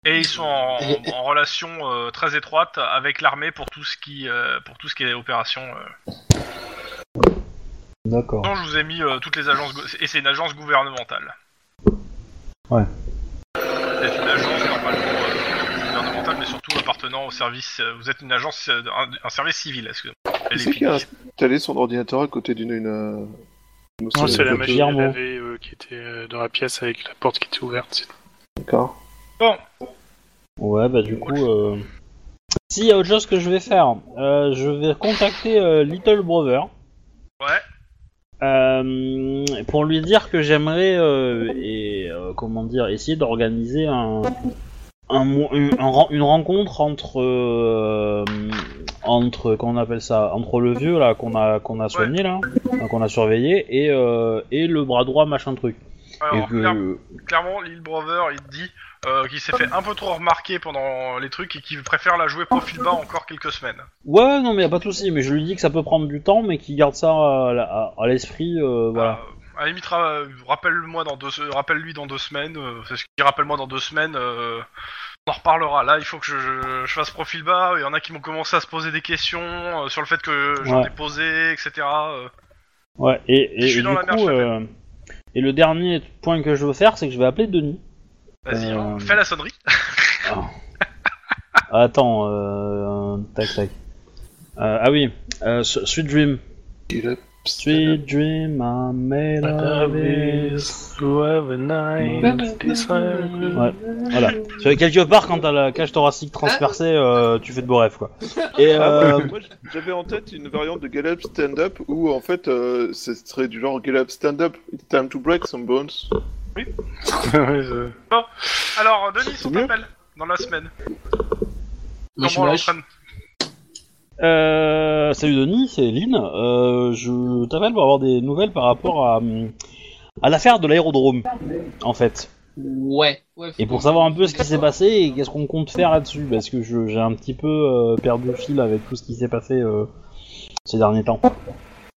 S2: Et ils sont en, en relation euh, très étroite avec l'armée pour tout ce qui euh, pour tout ce qui est opération. euh.
S3: D'accord.
S2: Non, je vous ai mis euh, toutes les agences gou- et c'est une agence gouvernementale.
S3: Ouais.
S2: C'est une agence normalement euh, gouvernementale, mais surtout appartenant au service. euh, vous êtes une agence euh, un, un service civil, excusez-moi. Elle
S1: Qui
S2: est
S1: c'est qui a
S2: finie.
S1: installé son ordinateur à côté d'une. Une, euh, une-
S4: Non, c'est la
S3: le
S4: magie
S3: Guillermo.
S4: avait, qui était euh, dans la pièce avec la porte qui était ouverte. c'est tout.
S1: D'accord.
S3: Ouais, bah du coup. Euh... Si, il y a autre chose que je vais faire. Euh, je vais contacter euh, Little Brother
S2: Ouais.
S3: euh, pour lui dire que j'aimerais euh, et euh, comment dire essayer d'organiser un, un, mo- un- un ren- une rencontre entre euh, entre qu'on appelle ça entre le vieux là qu'on a qu'on a soigné là enfin, qu'on a surveillé et euh, et le bras droit machin truc.
S2: Alors,
S3: et que-
S2: clair- clairement, Lil Brother, il dit euh, qu'il s'est fait un peu trop remarquer pendant les trucs et qu'il préfère la jouer profil bas encore quelques semaines.
S3: Ouais, ouais, non, mais y a pas de souci. Mais je lui dis que ça peut prendre du temps, mais qu'il garde ça à, la- à- à l'esprit, euh, voilà.
S2: Euh, à la limite, ra- rappelle-moi dans deux, rappelle-lui dans deux semaines. euh, c'est ce qu'il dit, rappelle-moi dans deux semaines. euh, on en reparlera. Là, il faut que je, je- je fasse profil bas. Il y en a qui m'ont commencé à se poser des questions euh, sur le fait que j'en
S3: Ouais.
S2: ai posé, etc. euh.
S3: Ouais. Et, et,
S2: Je suis
S3: et
S2: dans
S3: du
S2: la merde,
S3: coup,
S2: je
S3: euh, et le dernier point que je veux faire, c'est que je vais appeler Denis.
S2: vas-y,
S3: Euh.
S2: hein, fais la sonnerie.
S3: Attends, euh, tac, tac. Euh, ah oui, euh, Su- Sweet Dream.
S1: Il a-
S3: Sweet Dream, I made
S4: Ah,
S3: of it. Ouais, voilà. Tu vois, Quelque part, quand t'as la cage thoracique transpercée, euh, tu fais de beaux rêves, quoi. Et
S1: Ah,
S3: euh,
S1: bah, moi, j- j'avais en tête une variante de Get Up Stand Up où en fait euh, ce serait du genre Get Up Stand Up, it's time to break some bones.
S4: Ouais, ça-
S2: Alors, euh, Denis,
S1: C'est
S2: on
S1: mieux.
S2: t'appelle dans la
S3: bah,
S2: semaine.
S5: Moi, je suis
S2: Comment on
S5: moche.
S2: l'entraîne
S3: Euh, salut Denis, c'est Lynn. Euh, je t'appelle pour avoir des nouvelles par rapport à, hum, à l'affaire de l'aérodrome, en fait.
S5: Ouais. ouais
S3: Et pour savoir un peu ce qui s'est passé et qu'est-ce qu'on compte faire là-dessus, parce que je- j'ai un petit peu euh, perdu le fil avec tout ce qui s'est passé euh, ces derniers temps.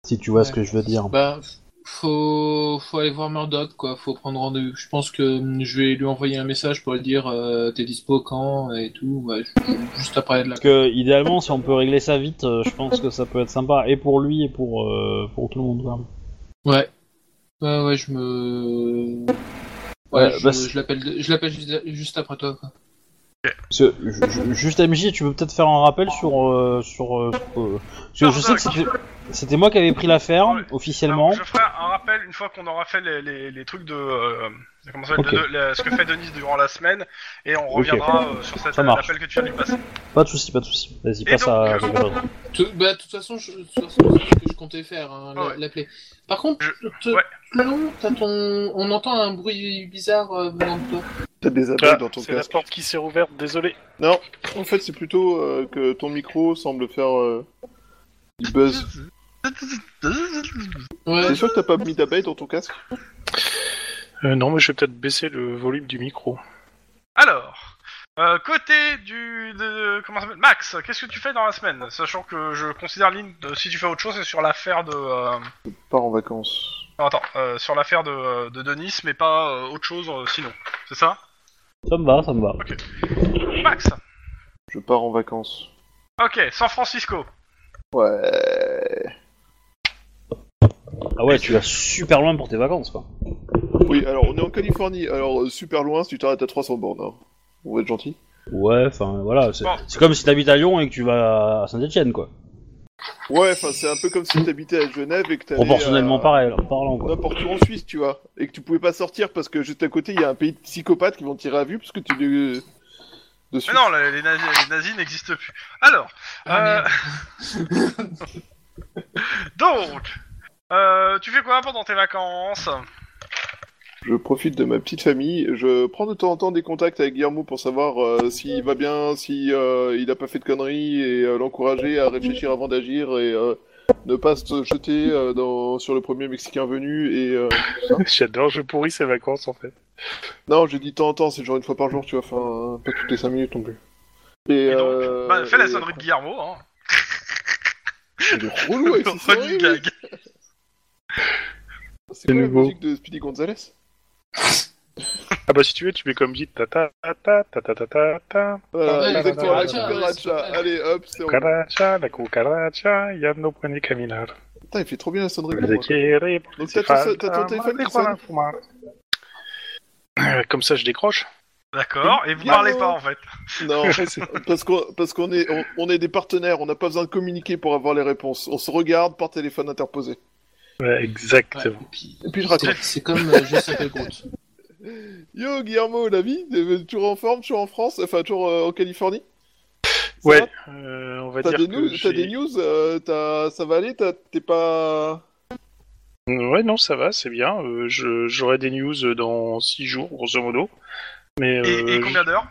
S3: Si tu vois ce que je veux dire.
S5: Bah, faut, faut aller voir Murdoch, quoi. Faut prendre rendez-vous. Je pense que hum, je vais lui envoyer un message pour lui dire euh, t'es dispo quand et tout. Ouais, je- juste après de la.
S3: Parce que idéalement, si on peut régler ça vite, euh, je pense que ça peut être sympa et pour lui et pour euh, pour tout le monde. quoi.
S5: Ouais. Ouais, ouais, je me. Ouais,
S3: Ouais,
S5: je,
S3: bah, c'est-
S5: je l'appelle, de- je l'appelle juste, juste après toi, quoi.
S3: Parce que, ju- ju- juste MJ, tu peux peut-être faire un rappel sur euh, sur. euh, euh, parce que je sais que c'était- c'était moi qui avais pris l'affaire
S2: Ouais.
S3: officiellement.
S2: Alors, je ferai un rappel une fois qu'on aura fait les, les- les trucs de. euh, comment ça, de-
S3: Ok.
S2: de- ce que fait Denis durant la semaine, et on reviendra euh, sur cet
S3: Ça marche.
S2: appel que tu viens de lui passer.
S3: Pas de souci, pas de souci. Vas-y,
S2: Et
S3: passe
S2: donc,
S3: à.
S2: euh,
S5: Tout- bah, de toute façon, je- de toute façon, c'est ce que je comptais faire, hein, la-
S2: Ouais.
S5: l'appeler. Par contre, te-
S2: ouais.
S5: tout le long, t'as ton... on entend un bruit bizarre euh, venant de toi.
S1: T'as des abeilles
S4: Ah,
S1: dans ton
S4: c'est la
S1: casque.
S4: porte qui s'est rouverte, désolé.
S1: Non, en fait, c'est plutôt euh, que ton micro semble faire euh, du buzz.
S5: Ouais,
S1: T'es sûr que t'as pas mis d'abeilles dans ton casque
S4: Euh, non, mais je vais peut-être baisser le volume du micro.
S2: Alors, euh, côté du. De, comment ça s'appelle Max, qu'est-ce que tu fais dans la semaine Sachant que je considère l'île, de- si tu fais autre chose, c'est sur l'affaire de. euh,
S1: Pars en vacances.
S2: non, attends, euh, sur l'affaire de, euh, de Denis, mais pas euh, autre chose euh, sinon. C'est ça
S3: Ça me va, ça me va.
S2: Max
S1: Je pars en vacances.
S2: Ok, San Francisco.
S1: Ouais.
S3: Ah ouais, tu vas super loin pour tes vacances, quoi.
S1: Oui, alors on est en Californie, alors euh, super loin si tu t'arrêtes à 300 bornes. hein. On va être gentil.
S3: Ouais, enfin voilà, c'est
S2: Bon.
S3: c'est comme si t'habites à Lyon et que tu vas à Saint-Etienne, quoi.
S1: Ouais, enfin, c'est un peu comme si t'habitais à Genève et que t'allais.
S3: Proportionnellement
S2: euh,
S1: à-
S3: pareil, en parlant, quoi.
S1: N'importe où en Suisse, tu vois. Et que tu pouvais pas sortir parce que juste à côté, il y a un pays de psychopathes qui vont tirer à vue parce que tu. euh, De, de
S2: Mais
S1: Suisse.
S2: non, les, les nazis, les nazis n'existent plus. Alors, euh,
S5: Ah,
S2: donc, euh, tu fais quoi pendant tes vacances
S1: Je profite de ma petite famille. Je prends de temps en temps des contacts avec Guillermo pour savoir euh, s'il va bien, si euh, il a pas fait de conneries et euh, l'encourager à réfléchir avant d'agir et euh, ne pas se jeter euh, dans, sur le premier Mexicain venu. Et euh,
S4: J'adore, je pourris ses vacances en fait.
S1: non, j'ai dit de temps en temps, c'est genre une fois par jour, tu vois, enfin pas toutes les cinq minutes non plus. Et,
S2: Et donc,
S1: euh,
S2: bah, Fais la
S1: et-
S2: sonnerie de Guillermo. Hein.
S1: Il est relou avec ses
S2: Running
S1: sonneries, lui.
S2: gag.
S1: C'est quoi la
S4: nouveau.
S1: musique de Speedy Gonzalez
S4: Ah bah si tu veux, tu mets comme dit ta ta ta ta ta ta ta ta ta
S1: Voilà,
S4: Ouais,
S1: Euh, exactement, la
S4: cucaracha,
S1: cucaracha.
S5: ouais, c'est-
S1: Allez, hop, c'est en...
S4: cucaracha, la cucaracha, y a no puede caminar.
S1: Putain, il fait trop bien la sonnerie. pour
S4: Le
S1: moi.
S4: quiere,
S1: Donc
S4: si
S1: t'as ton,
S4: falta
S1: t'as ton téléphone qui
S4: marihuana
S1: sonne
S4: fumar. Ah, Euh, Comme ça, je décroche.
S2: D'accord, et vous
S1: Guillermo.
S2: parlez pas en fait.
S1: Non,
S4: Ouais, c'est-
S1: Parce qu'on parce qu'on est on, on est des partenaires, on n'a pas besoin de communiquer pour avoir les réponses. On se regarde par téléphone interposé.
S4: ouais,
S5: ouais,
S4: exactement.
S5: et puis-
S1: Et puis je raccroche.
S5: c'est- C'est comme euh, je s'appelle Groot.
S1: Yo Guillermo, la vie, t'es toujours en forme, toujours en France, enfin toujours euh, en Californie. Ça
S4: Ouais,
S1: va
S4: euh, on va
S1: T'as
S4: dire
S1: des,
S4: que
S1: news- t'as
S4: j'ai-
S1: des news, euh, t'as- ça va aller, t'as- t'es pas.
S4: Ouais, non, ça va, c'est bien. Euh, je- J'aurai des news dans 6 jours, grosso modo. Mais,
S2: Et, et
S4: euh,
S2: combien d'heures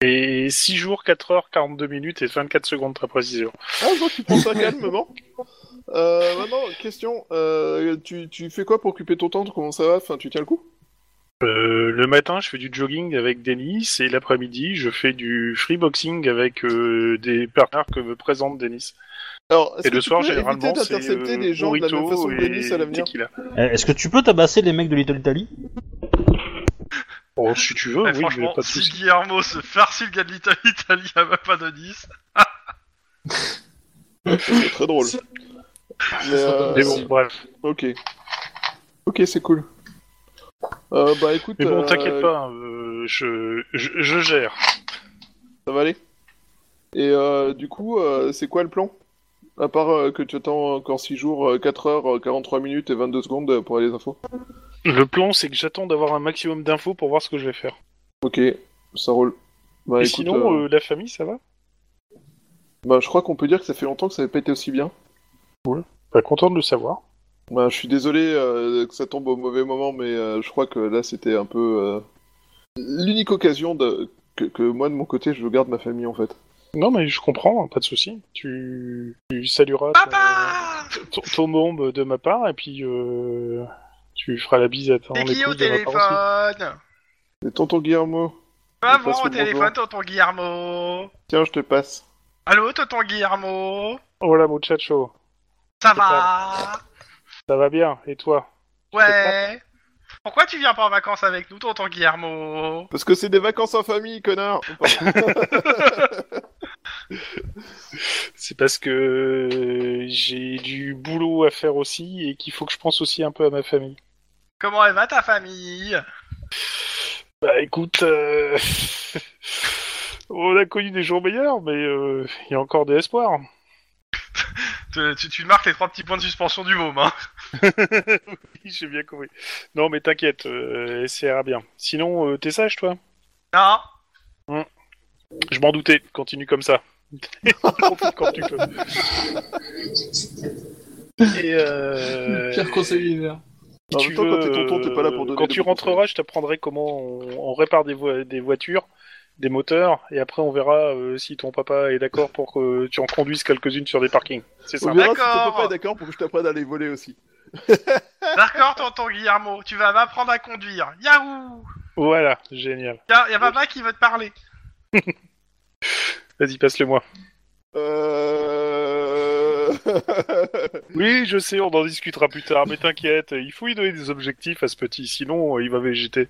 S4: et 6 jours, 4 heures, 42 minutes et 24 secondes, très précisément.
S1: Ah je vois que tu prends ça calmement. Euh, maintenant question, euh, tu, tu fais quoi pour occuper ton temps Comment ça va Enfin tu tiens le coup
S4: Euh, le matin, je fais du jogging avec Denis et l'après-midi, je fais du freeboxing avec euh, des partenaires que me présente Denis.
S1: Alors est-ce
S4: Et
S1: que
S4: le
S1: tu
S4: soir,
S1: peux éviter
S4: généralement, c'est
S1: d'intercepter
S4: euh,
S1: les gens de la même
S4: burrito
S1: façon que
S4: et
S1: Denis à l'avenir
S4: tequila.
S3: Euh, Est-ce que tu peux tabasser les mecs de Little Italy
S4: Oh, si tu veux,
S2: Eh,
S4: oui, mais
S2: Franchement,
S4: pas de
S2: si
S4: soucis.
S2: Guillermo se farcit le gars de l'Italie, l'Italie elle va pas de 10.
S1: C'est très drôle.
S5: C'est-
S1: Mais, euh,
S4: Mais bon, bref.
S1: Ok. Ok, c'est cool. Euh, bah écoute,
S4: Mais
S1: euh,
S4: bon, t'inquiète pas, euh, je, je, je gère.
S1: Ça va aller. Et euh, du coup, euh, c'est quoi le plan À part euh, que tu attends encore 6 jours, 4 heures, euh, 43 minutes et 22 secondes euh, pour aller les infos.
S4: Le plan, c'est que j'attends d'avoir un maximum d'infos pour voir ce que je vais faire.
S1: Ok, ça roule. Bah
S4: et
S1: écoute,
S4: sinon,
S1: euh,
S4: euh, la famille, ça va
S1: bah, je crois qu'on peut dire que ça fait longtemps que ça n'avait pas été aussi bien.
S4: Pas content de le savoir.
S1: Bah, je suis désolé euh, que ça tombe au mauvais moment, mais euh, je crois que là c'était un peu euh, l'unique occasion de... que, que moi de mon côté je garde ma famille en fait.
S4: Non, mais je comprends, hein, pas de souci. Tu, tu salueras ton-
S2: Papa
S4: ton, ton môme de ma part, et puis euh, tu feras la bise à ton
S2: T'es qui au
S4: épouse de ma part aussi.
S2: téléphone
S1: C'est tonton Guillermo.
S2: Va
S1: On
S2: voir
S1: passe
S2: au
S1: le
S2: téléphone, tonton Guillermo.
S1: Tiens, je te passe.
S2: Allô, tonton Guillermo
S4: Hola muchacho,
S2: Ça
S4: C'est
S2: va
S4: ça va bien, et toi
S2: Ouais. Pourquoi tu viens pas en vacances avec nous, tonton Guillermo
S1: Parce que c'est des vacances en famille, connard
S4: C'est parce que j'ai du boulot à faire aussi et qu'il faut que je pense aussi un peu à ma famille.
S2: Comment elle va ta famille
S4: Bah écoute, euh, on a connu des jours meilleurs, mais euh, il y a encore des espoirs.
S2: Te- tu, tu marques les trois petits points de suspension du môme, hein
S4: Oui, j'ai bien compris. Non, mais t'inquiète, euh, ça ira bien. Sinon, euh, t'es sage, toi
S2: Non
S4: Je m'en doutais, continue comme ça. Profite quand tu peux. Et euh,
S5: Pierre conseil d'hiver.
S4: si
S1: En
S4: tu
S1: même temps, quand
S4: veux,
S1: t'es tonton, t'es pas là pour
S4: euh,
S1: donner
S4: Quand
S1: des
S4: tu
S1: bons conseils.
S4: rentreras, je t'apprendrai comment on, on répare des, voi- des voitures, des moteurs, et après on verra euh, si ton papa est d'accord pour que tu en conduises quelques-unes sur des parkings. C'est
S1: On
S4: ça.
S1: verra si ton
S2: D'accord.
S1: papa est d'accord pour que je t'apprenne à les voler aussi.
S2: D'accord, tonton Guillermo, tu vas m'apprendre à conduire. Yahoo
S4: Voilà, génial.
S2: Y'a y a papa qui veut te parler.
S4: Vas-y, passe-le-moi.
S1: Euh...
S4: Oui, je sais, on en discutera plus tard, mais t'inquiète, il faut lui donner des objectifs à ce petit, sinon euh, il va végéter.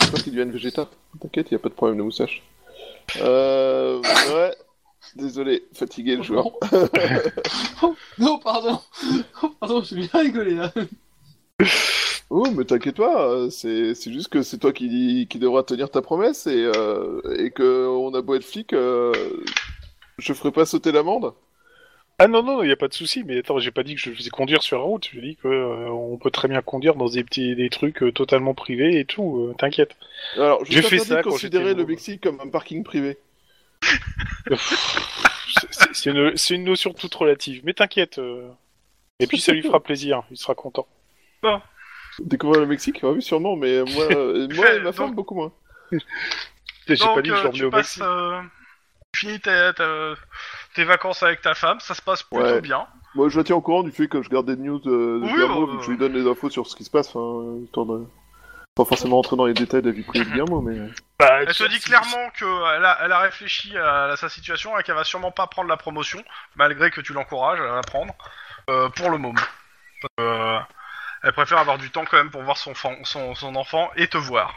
S1: Je pense qu'il devienne végéta. T'inquiète, y a pas de problème de moustache. Euh... Ouais. Désolé, fatigué le joueur.
S5: Oh, non, pardon. Oh, pardon, j'ai bien rigolé là.
S1: Oh, mais t'inquiète pas, euh, c'est c'est juste que c'est toi qui, qui devras tenir ta promesse et, euh, et que on a beau être flic, euh, je ferai pas sauter l'amende.
S4: Ah non, non, il n'y a pas de souci, mais attends, j'ai pas dit que je faisais conduire sur la route, je dis que euh, on peut très bien conduire dans des petits des trucs euh, totalement privés et tout, euh, t'inquiète.
S1: Alors, je
S4: J'ai
S1: suis
S4: fait
S1: interdit
S4: ça
S1: de
S4: quand
S1: considérer
S4: j'étais
S1: le
S4: môme.
S1: Mexique comme un parking privé.
S4: C'est- C'est une, c'est une notion toute relative, mais t'inquiète. euh. Et puis ça lui fera plaisir, il sera content.
S1: Découvrir le Mexique, ah oui, sûrement, mais moi, euh, moi et ma
S2: Donc-
S1: femme beaucoup moins.
S4: J'ai
S2: Donc,
S4: pas dit que
S2: euh,
S4: je l'emmenais
S2: tu
S4: au
S2: passes,
S4: Mexique.
S2: euh, tu finis ta- ta- tes vacances avec ta femme, ça se passe plutôt
S1: Ouais.
S2: bien.
S1: Moi, je la tiens au courant du fait que je garde des news euh, de
S2: Oui,
S1: Guillermo,
S2: bah,
S1: vu que je lui donne des infos sur ce qui se passe. Enfin, euh, histoire de- Pas forcément rentrer dans les détails de la vie privée de Guillermo, mais... euh,
S4: Bah,
S2: euh, Elle te
S4: tu-
S2: dit clairement qu'elle a, elle a réfléchi à, sa situation et qu'elle va sûrement pas prendre la promotion, malgré que tu l'encourages à la prendre, euh, pour le moment. Euh, elle préfère avoir du temps quand même pour voir son, fan- son, son enfant et te voir.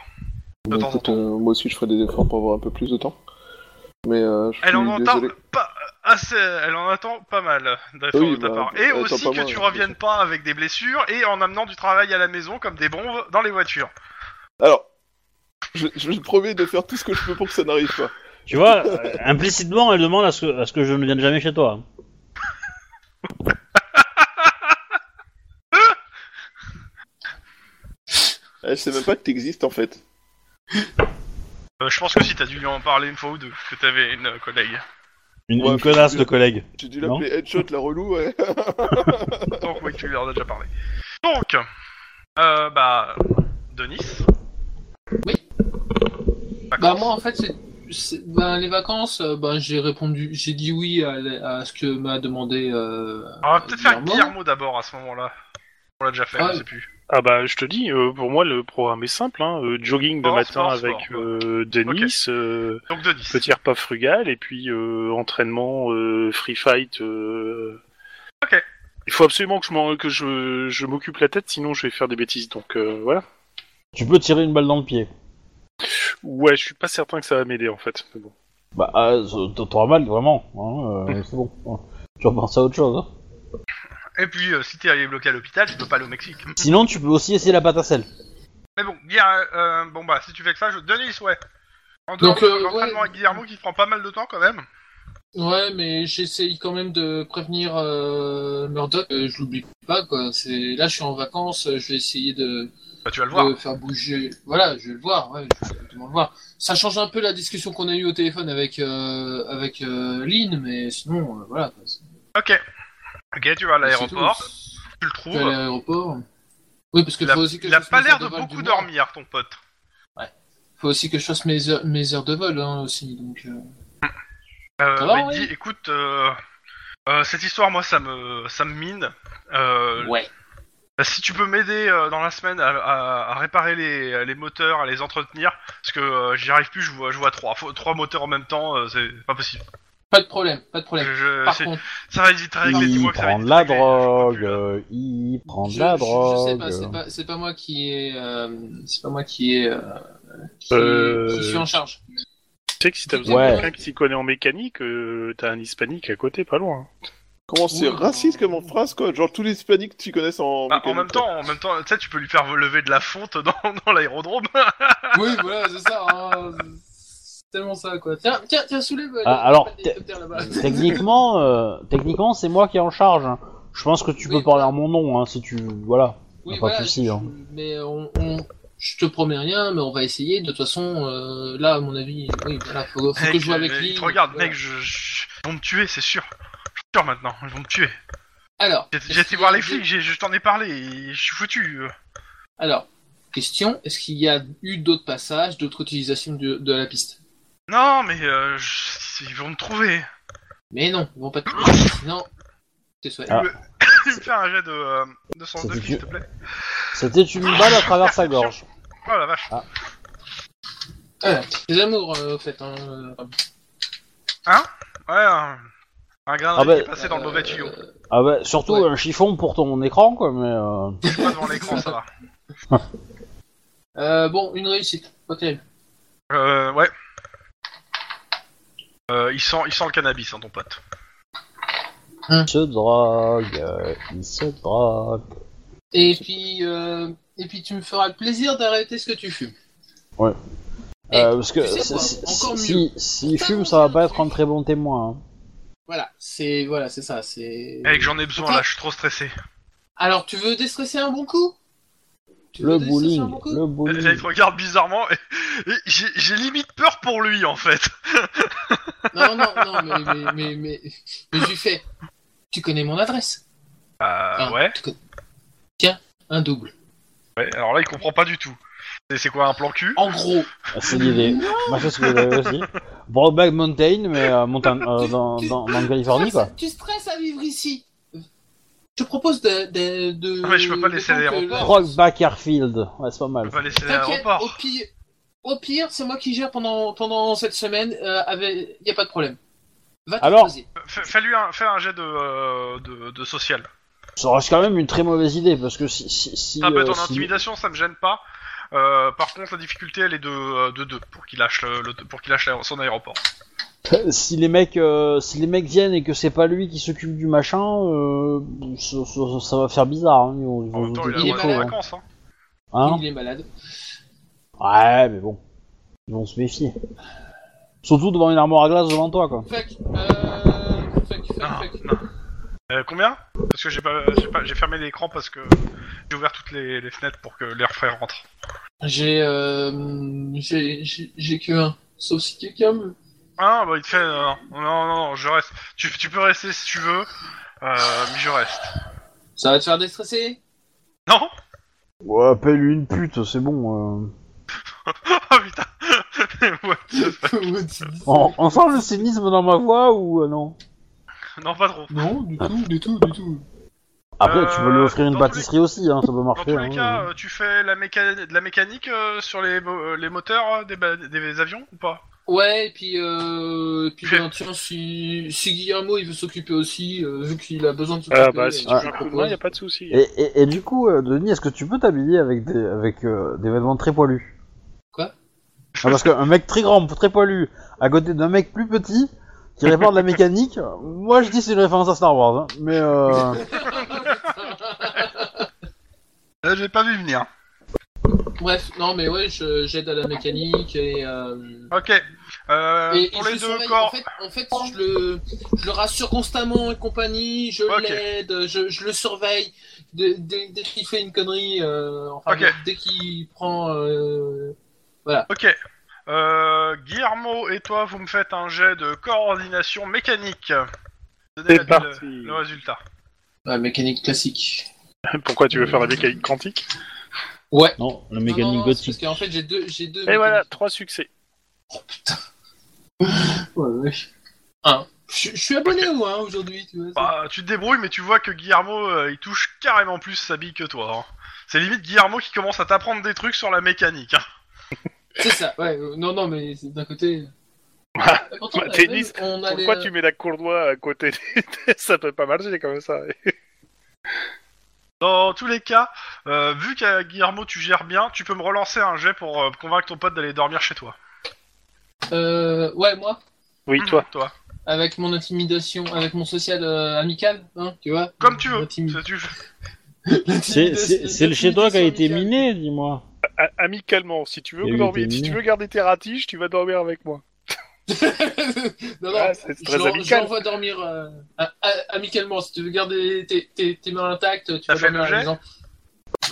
S2: De
S1: Bon,
S2: temps en
S1: écoute,
S2: temps.
S1: euh, moi aussi, je ferai des efforts pour avoir un peu plus de temps. Mais euh, je suis
S2: Elle en entend
S1: désolé.
S2: pas assez, elle en attend pas mal d'efforts
S1: Oui,
S2: de ta
S1: bah,
S2: part.
S1: elle
S2: Et
S1: attend
S2: aussi
S1: pas
S2: que
S1: moi,
S2: tu
S1: hein,
S2: reviennes pas avec des blessures et en amenant du travail à la maison comme des bombes dans les voitures.
S1: Alors, je, je promets de faire tout ce que je peux pour que ça n'arrive pas.
S3: Tu vois, euh, implicitement, elle demande à ce, que, à ce que je ne vienne jamais chez toi. hein.
S1: Elle sait Eh, même pas que t'existes en fait.
S2: Euh, je pense que si t'as dû lui en parler une fois ou deux, que t'avais une euh, collègue.
S3: Une,
S1: Ouais,
S3: une
S1: je-
S3: connasse de collègue.
S1: J'ai dû
S3: Non.
S1: l'appeler Headshot la relou, ouais.
S2: Donc oui, tu lui en as déjà parlé. Donc, euh, bah, Denis,
S5: Bah moi en fait c'est- c'est- ben, les vacances, euh, ben j'ai répondu, j'ai dit oui à, la- à ce que m'a demandé. euh,
S2: on va peut-être faire
S5: Guillermo.
S2: Guillermo d'abord à ce moment-là. On l'a déjà fait,
S5: Ah.
S2: je sais plus.
S4: Ah bah je te dis, euh, pour moi le programme est simple, hein, euh, jogging le
S2: Sport,
S4: matin
S2: sport,
S4: avec
S2: sport,
S4: euh, Denis, euh,
S2: Donc Denis,
S4: petit repas frugal et puis euh, entraînement euh, free fight. euh.
S2: Ok.
S4: Il faut absolument que je m'en- que je, je m'occupe la tête, sinon je vais faire des bêtises. Donc euh, voilà.
S3: Tu peux tirer une balle dans le pied.
S4: Ouais, je suis pas certain que ça va m'aider en fait. Mais bon.
S3: Bah, euh, c'est- t'auras mal, vraiment. hein, euh, c'est bon. hein. Tu repenses à autre chose. hein.
S2: et puis euh, si t'es bloqué à l'hôpital, tu peux pas aller au Mexique.
S3: Sinon, tu peux aussi essayer la pâte à sel.
S2: Mais bon, Guillermo, euh, bon bah, si tu fais que ça, je... Denis, ouais. En dehors
S5: Donc,
S2: de
S5: euh,
S2: l'entraînement
S5: ouais.
S2: avec Guillermo qui prend pas mal de temps quand même.
S5: Ouais, mais j'essaye quand même de prévenir euh, Murdoch. euh, je l'oublie pas quoi. C'est là je suis en vacances, euh, je vais essayer de,
S2: Bah, tu vas le voir.
S5: de faire bouger. Voilà, je vais le voir. Ouais, je vais complètement le voir. Ça change un peu la discussion qu'on a eue au téléphone avec euh, avec euh, Lynn, mais sinon euh, voilà. quoi, c'est-
S2: Ok. Ok, tu vas à l'aéroport,
S5: c'est tout.
S2: tu le
S5: Je vais à
S2: trouves.
S5: l'aéroport. Oui, parce que
S2: Il a,
S5: faut aussi que
S2: il
S5: je
S2: a
S5: fasse
S2: pas
S5: mes
S2: l'air
S5: heures
S2: de
S5: vol
S2: beaucoup
S5: du mois.
S2: dormir, ton pote.
S5: Faut aussi que je fasse mes heures, mes heures de vol hein, aussi. Donc, euh.
S2: Euh,
S5: Ça va,
S2: bah, il
S5: ouais
S2: dit, écoute, euh, euh, cette histoire, moi, ça me, ça me mine. Euh,
S5: Ouais.
S2: Bah, Si tu peux m'aider euh, dans la semaine à, à- à réparer les, les moteurs, à les entretenir, parce que euh, j'y arrive plus, je vois, je vois trois, faut- trois moteurs en même temps, euh, c'est pas possible.
S5: Pas de problème, pas de problème.
S2: Je-
S5: Par
S2: Euh, c'est-
S5: contre,
S2: ça rééditera Ah, avec les 10
S3: Il
S2: mois que ça va
S3: prend de la
S2: éditer, je peux
S3: drogue,
S2: plus, là.
S3: euh, il prend de
S5: je,
S3: la
S5: je- je sais
S3: drogue.
S5: pas, c'est pas, c'est pas moi qui est, c'est pas moi qui est, qui,
S4: Euh,
S5: qui suis en charge.
S4: Tu sais que si t'as besoin
S3: Ouais.
S4: de quelqu'un qui s'y connaît en mécanique, euh, t'as un hispanique à côté, pas loin. hein.
S1: Comment c'est
S5: Oui.
S1: raciste comme en phrase, quoi Genre, tous les hispaniques que tu connais en...
S2: Bah, en
S1: mécanique,
S2: même
S1: quoi.
S2: temps, en même temps, tu sais, tu peux lui faire lever de la fonte dans, dans l'aérodrome.
S5: Oui, voilà, c'est ça. hein. C'est tellement ça, quoi. Tiens, tiens, tiens, soulève. euh,
S3: Ah,
S5: le-
S3: alors,
S5: l'hélicoptère là-bas.
S3: Techniquement, euh, techniquement, c'est moi qui est en charge. hein. Je pense que tu
S5: Oui,
S3: peux parler en mon nom, hein, si tu, voilà.
S5: Oui,
S3: pas de
S5: voilà,
S3: souci,
S5: je-
S3: hein.
S5: Mais on, on- je te promets rien, mais on va essayer. De toute façon, euh, là, à mon avis, oui, voilà, faut, faut que
S2: Mec,
S5: je joue avec
S2: euh,
S5: lui.
S2: il te regarde,
S5: voilà.
S2: mec, je, je- ils vont me tuer, c'est sûr. Je suis sûr maintenant, ils vont me tuer.
S5: Alors,
S2: J'ai-
S5: est-ce
S2: J'ai été
S5: qu'il y
S2: voir
S5: a
S2: les
S5: des-
S2: flics, j'ai- je t'en ai parlé, et je suis foutu. euh.
S5: Alors, question est-ce qu'il y a eu d'autres passages, d'autres utilisations de, de la piste
S2: Non, mais euh, je- ils vont me trouver.
S5: Mais non, ils vont pas. non, c'est souhait.
S3: Ah.
S2: Tu me fais un jet de, euh, de sens de
S3: C'était
S2: flic, s'il
S3: Dieu.
S2: te plaît.
S3: C'était une
S5: Ah,
S3: balle à travers sa gorge.
S2: Oh la vache.
S5: Voilà, les amours, euh, au fait. Hein, euh,
S2: Ouais, un, un grain de
S3: Ah
S2: riz qui
S3: bah-
S2: est passé dans le mauvais tuyau.
S5: euh,
S3: Ah bah, surtout
S5: Ouais.
S3: un chiffon pour ton écran, quoi, mais euh,
S2: Je suis pas devant l'écran, ça va.
S5: euh, bon, une réussite, pas terrible.
S2: Euh, ouais. Euh, il, sent, il sent le cannabis, hein, ton pote.
S3: il se drogue, euh, il se drogue.
S5: Et puis, euh, et puis tu me feras le plaisir d'arrêter ce que tu fumes.
S3: Ouais.
S5: Eh,
S3: Euh, parce que
S5: tu sais quoi,
S3: si-
S5: encore
S3: si,
S5: mieux.
S3: si, s'il fume, ça va pas être un très bon témoin. hein.
S5: Voilà, c'est voilà, c'est ça, c'est.
S2: Mec, j'en ai besoin
S5: Ok.
S2: là, je suis trop stressé.
S5: Alors, tu veux déstresser un bon coup Tu
S3: Le
S5: veux déstresser un
S3: bowling,
S5: bon coup
S3: le
S2: Euh, Là, il te
S3: bowling.
S2: regarde bizarrement et, et j'ai j'ai limite peur pour lui en fait.
S5: Non, non, non, mais, mais, mais, mais, mais je lui fais. Tu connais mon adresse
S2: Euh,
S5: Hein,
S2: ouais.
S5: tu connais- Tiens, un double.
S2: ouais. Alors là, il comprend pas du tout. C'est- C'est quoi un plan cul
S5: En gros,
S3: Ah, C'est l'idée. Moi, je sais ce que j'avais aussi. Brokeback Mountain, mais euh, montagne, euh, dans, dans, dans le Californie, quoi.
S5: tu stresses à vivre ici. Je te propose de. de, de
S2: Ah, mais je peux pas laisser
S5: de-
S2: l'aéroport.
S3: Brokeback Airfield. Ouais, c'est pas mal.
S2: On va laisser
S5: T'inquiète, au
S2: l'aéroport.
S5: pire, au pire c'est moi qui gère pendant, pendant cette semaine. Euh, avec... Y a pas de problème. Va te
S3: Alors
S5: poser.
S2: Fais- Fais-lui un, fais un jet de, euh, de, de social.
S3: Ça reste quand même une très mauvaise idée, parce que si... si, si,
S2: Ça peut
S3: euh,
S2: être en
S3: si-
S2: intimidation, ça me gêne pas. Euh, par contre, la difficulté, elle est de euh, de deux pour qu'il lâche le, le- pour qu'il lâche l'aé- son aéroport.
S3: si les mecs euh, si les mecs viennent et que c'est pas lui qui s'occupe du machin, euh, ça, ça- ça va faire bizarre. Hein, ils vont- ils
S2: En
S3: vont
S2: même temps,
S3: se
S2: il a
S5: Il
S2: le
S5: est
S2: droit
S3: dégoûter,
S2: d'être en
S5: malade.
S2: vacances. Hein.
S3: hein.
S5: Il est malade.
S3: Ouais, mais bon, ils vont se méfier. Surtout devant une armoire à glace devant toi, quoi.
S5: Fuck. Euh... Fuck, fuck,
S2: Non,
S5: fuck.
S2: non. Ah. Euh, combien Parce que j'ai pas, j'ai pas- j'ai fermé l'écran parce que j'ai ouvert toutes les, les fenêtres pour que l'air frais rentre.
S5: J'ai euh, j'ai j'ai- j'ai que un. Sauf si quelqu'un me.
S2: Ah bah il te fait euh, non non non je reste tu, tu peux rester si tu veux euh, mais je reste
S5: Ça va te faire déstresser
S2: non
S3: Ouais, appelle-lui une pute, c'est bon. euh.
S2: oh putain Ouais.
S3: Enfin, le cynisme dans ma voix ou euh, non
S2: non pas trop
S5: Non, du tout, du tout, du tout.
S3: Après,
S2: Euh,
S3: tu peux lui offrir une
S2: dans tous les-
S3: pâtisserie aussi, hein, ça peut
S2: dans
S3: marcher.
S2: tous les
S3: hein.
S2: cas euh, tu fais la méca... de la mécanique euh, sur les, mo- euh, les moteurs euh, des, ba- des avions ou pas
S5: Ouais, et puis, euh, et puis
S2: J'ai-
S5: ben, tiens, si, si Guillermo il veut s'occuper aussi, euh, vu qu'il a besoin de s'occuper.
S4: Ah bah, si tu
S5: euh,
S4: veux un coup de main, y a pas de souci.
S3: Et, et- et du coup, euh, Denis, est-ce que tu peux t'habiller avec des, avec, euh, des vêtements très poilus
S5: Quoi
S3: Ah, Parce qu'un mec très grand, très poilu, à côté d'un mec plus petit, qui répare de la mécanique, euh, moi je dis c'est une référence à Star Wars. hein. Mais euh,
S2: euh, j'ai pas vu venir
S5: Bref, non, mais ouais, je- j'aide à la mécanique et. euh,
S2: ok euh,
S5: et-
S2: pour
S5: et je
S2: les deux
S5: surveille. En
S2: corps
S5: fait, en fait, je, le, je le rassure constamment et compagnie, je
S2: Ok.
S5: l'aide, je, je le surveille. Dès, dès- dès qu'il fait une connerie, euh, enfin,
S2: Ok.
S5: dès qu'il prend. euh, Voilà.
S2: ok euh, Guillermo et toi vous me faites un jet de coordination mécanique Donnez-moi
S4: C'est
S2: le-
S4: parti.
S2: euh, le résultat
S5: Ouais, mécanique classique.
S4: Pourquoi tu veux faire la mécanique quantique
S5: Ouais.
S3: non, la
S5: Non, non,
S3: mécanique
S5: non, c'est
S3: gothique.
S5: Parce qu'en fait, j'ai deux. J'ai deux
S4: Et voilà,
S5: mécaniques.
S4: trois succès.
S5: Ouais, ouais. Un. Ah. Je je suis abonné ou un aujourd'hui, tu vois c'est-
S2: Bah, tu te débrouilles, mais tu vois que Guillermo, euh, il touche carrément plus sa bille que toi. hein. C'est limite Guillermo qui commence à t'apprendre des trucs sur la mécanique. hein.
S5: C'est ça, ouais. euh, Non, non, mais c'est- d'un côté. Pourtant,
S4: Bah,
S5: la
S4: tennis,
S5: veille, on a
S4: Pourquoi
S3: euh.
S5: les-
S4: tu mets la courdoie à côté des- Ça peut pas marcher comme ça.
S2: Dans tous les cas, euh, vu qu'à Guillermo tu gères bien, tu peux me relancer un jet pour euh, convaincre ton pote d'aller dormir chez toi.
S5: Euh, ouais, moi,
S4: Oui, toi.
S2: Mmh, Toi.
S5: avec mon intimidation, avec mon social euh, amical, hein, tu vois.
S2: Comme tu veux.
S5: L'intimi-
S2: C'est- tu-
S3: C'est- C'est c'est le chez toi qui a été
S5: L'intimidation amicale.
S3: miné, dis-moi.
S4: A- Ah, amicalement, si tu veux
S3: Il y a eu
S4: dormir,
S3: des
S4: si tu
S3: mineurs.
S4: veux garder tes ratiges, tu vas dormir avec moi.
S5: non, non,
S4: Ah, c'est très
S5: je, l'en- je
S4: amical.
S5: l'envoie dormir euh, a- a- amicalement. Si tu veux garder tes, tes, tes mains intactes, tu
S2: T'as
S5: vas
S2: fait
S5: dormir à
S2: le
S5: la maison.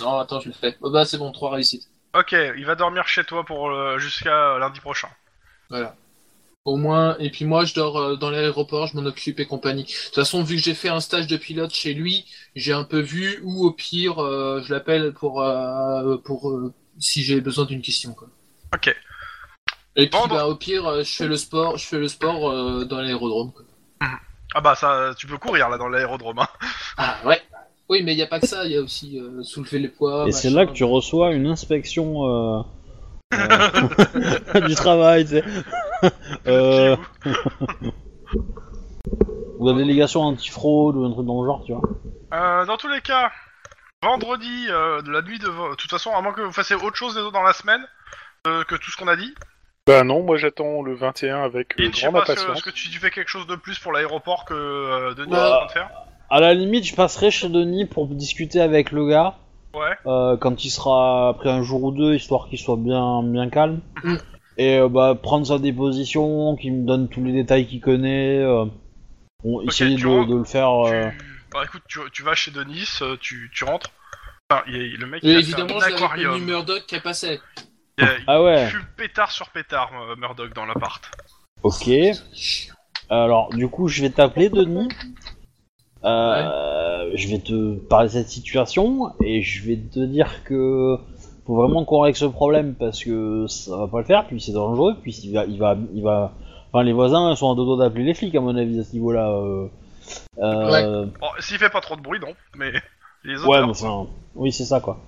S5: Non, attends, je le fais. Oh, bah, c'est bon, trois réussites.
S2: Ok, il va dormir chez toi pour euh, jusqu'à lundi prochain.
S5: Au moins, et puis moi, je dors euh, dans l'aéroport, je m'en occupe et compagnie. De toute façon, vu que j'ai fait un stage de pilote chez lui, j'ai un peu vu, ou au pire, euh, je l'appelle pour, euh, pour euh, si j'ai besoin d'une question. Quoi.
S2: Ok.
S5: Et puis,
S2: Bon, bon.
S5: bah, au pire, euh, je fais le sport, je fais le sport euh, dans l'aérodrome. quoi.
S2: Ah bah ça, tu peux courir là dans l'aérodrome. hein.
S5: Ah ouais. Oui, mais il n'y a pas que ça, il y a aussi euh, soulever les poids.
S2: bah,
S3: Et c'est là que tu reçois une inspection euh, euh, du travail, tu sais. Euh, ou la délégation antifraude ou un truc dans le genre, tu vois.
S2: Euh, dans tous les cas, vendredi, euh, de la nuit de... vo- De toute façon, à moins que vous fassiez autre chose des autres dans la semaine euh, que tout ce qu'on a dit.
S4: Bah non, moi j'attends le 21 avec euh,
S2: Et je sais
S4: grande
S2: pas ce-
S4: impatience.
S2: est-ce que tu fais quelque chose de plus pour l'aéroport que euh, Denis
S5: Bah.
S2: est en train de faire.
S3: À la limite, je passerai chez Denis pour discuter avec le gars.
S2: Ouais.
S3: Euh, quand il sera après un jour ou deux, histoire qu'il soit bien, bien calme.
S5: Mm.
S3: Et euh, bah, prendre sa déposition, qu'il me donne tous les détails qu'il connaît. euh, on essayer
S2: tu
S3: de,
S2: rentres,
S3: de le faire.
S2: Tu-
S3: euh,
S2: Bah écoute, tu, tu vas chez Denis, euh, tu, tu rentres. Enfin, il est- le mec,
S5: Et
S2: il a
S5: évidemment,
S2: fait un
S5: j'avais
S2: aquarium.
S5: le Murdoch qui a passé.
S2: Il, a- il
S3: Ah ouais,
S2: fume pétard sur pétard, euh, Murdoch, dans l'appart.
S3: ok. Alors, du coup, je vais t'appeler, Denis. Euh, Je vais te parler de cette situation et je vais te dire que faut vraiment qu'on règle ce problème parce que ça va pas le faire, puis c'est dangereux, puis il va, il va, il va. Enfin, les voisins sont à deux doigts d'appeler les flics à mon avis à ce niveau-là. euh. Euh,
S2: Bon, s'il fait pas trop de bruit, non, mais les autres.
S3: ouais, mais enfin, oui, c'est ça quoi.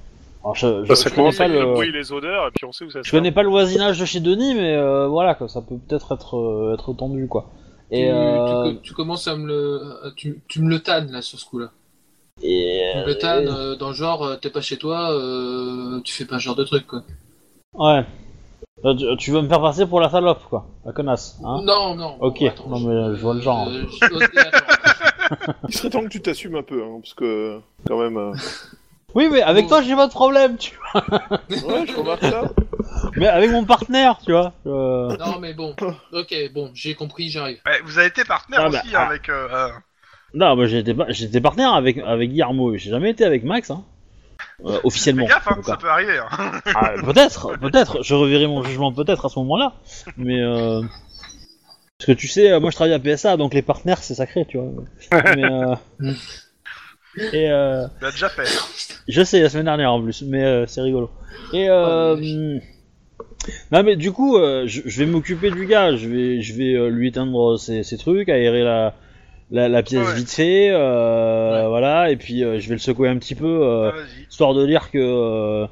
S3: Alors, je, je-
S4: Bah,
S3: je
S4: ça
S3: connais
S4: commence
S3: pas
S4: avec le
S3: le,
S4: bruit, les odeurs, et puis on sait où ça
S3: je
S4: sert.
S3: connais pas le voisinage de chez Denis, mais euh, voilà, quoi, ça peut peut-être être, euh, être tendu quoi.
S5: tu,
S3: Et, euh,
S5: tu co- tu commences à me le. à- Tu, tu me le tannes là sur ce coup-là.
S3: et,
S5: Tu me le tannes euh, dans le genre, euh, t'es pas chez toi, euh, tu fais pas ce genre de truc quoi.
S3: Ouais. Euh, tu, tu veux me faire passer pour la salope, quoi. La connasse, hein
S5: non, non.
S3: Ok, non, mais, euh, je vois le genre.
S5: euh, je- attends.
S1: Il serait temps que tu t'assumes un peu, hein, parce que quand même. euh,
S3: Oui, mais avec
S5: Bon.
S3: toi, j'ai pas de problème, tu vois.
S1: Ouais, je remarque ça.
S3: Mais avec mon partenaire, tu vois. euh,
S5: non, mais bon.
S1: Oh.
S5: Ok, bon, j'ai compris, j'arrive.
S2: Ouais, Eh, vous avez été partenaire
S3: Ah, bah,
S2: aussi
S3: ah.
S2: avec. euh, euh,
S3: Non, bah, j'étais pas- j'étais partenaire avec, avec Guillermo. J'ai jamais été avec Max, hein. Euh, officiellement.
S2: Fais gaffe, hein,
S3: en tout
S2: ça
S3: cas.
S2: peut arriver. hein.
S3: Ah, peut-être, peut-être. Je reverrai mon jugement peut-être à ce moment-là. Mais. Euh... Parce que tu sais, euh, moi je travaille à PSA, donc les partenaires c'est sacré, tu vois. Mais, euh, Et. Euh...
S2: Il a déjà fait.
S3: Je sais, la semaine dernière en plus, mais euh, c'est rigolo. Et euh,
S5: Oh,
S3: hum, non mais du coup, euh, je, je vais m'occuper du gars, je vais, je vais euh, lui éteindre ses, ses trucs, aérer la, la, la pièce
S2: Ouais.
S3: vite fait, euh,
S5: Ouais.
S3: voilà, et puis euh, je vais le secouer un petit peu,
S2: Ah,
S3: euh,
S2: vas-y.
S3: histoire de dire que euh,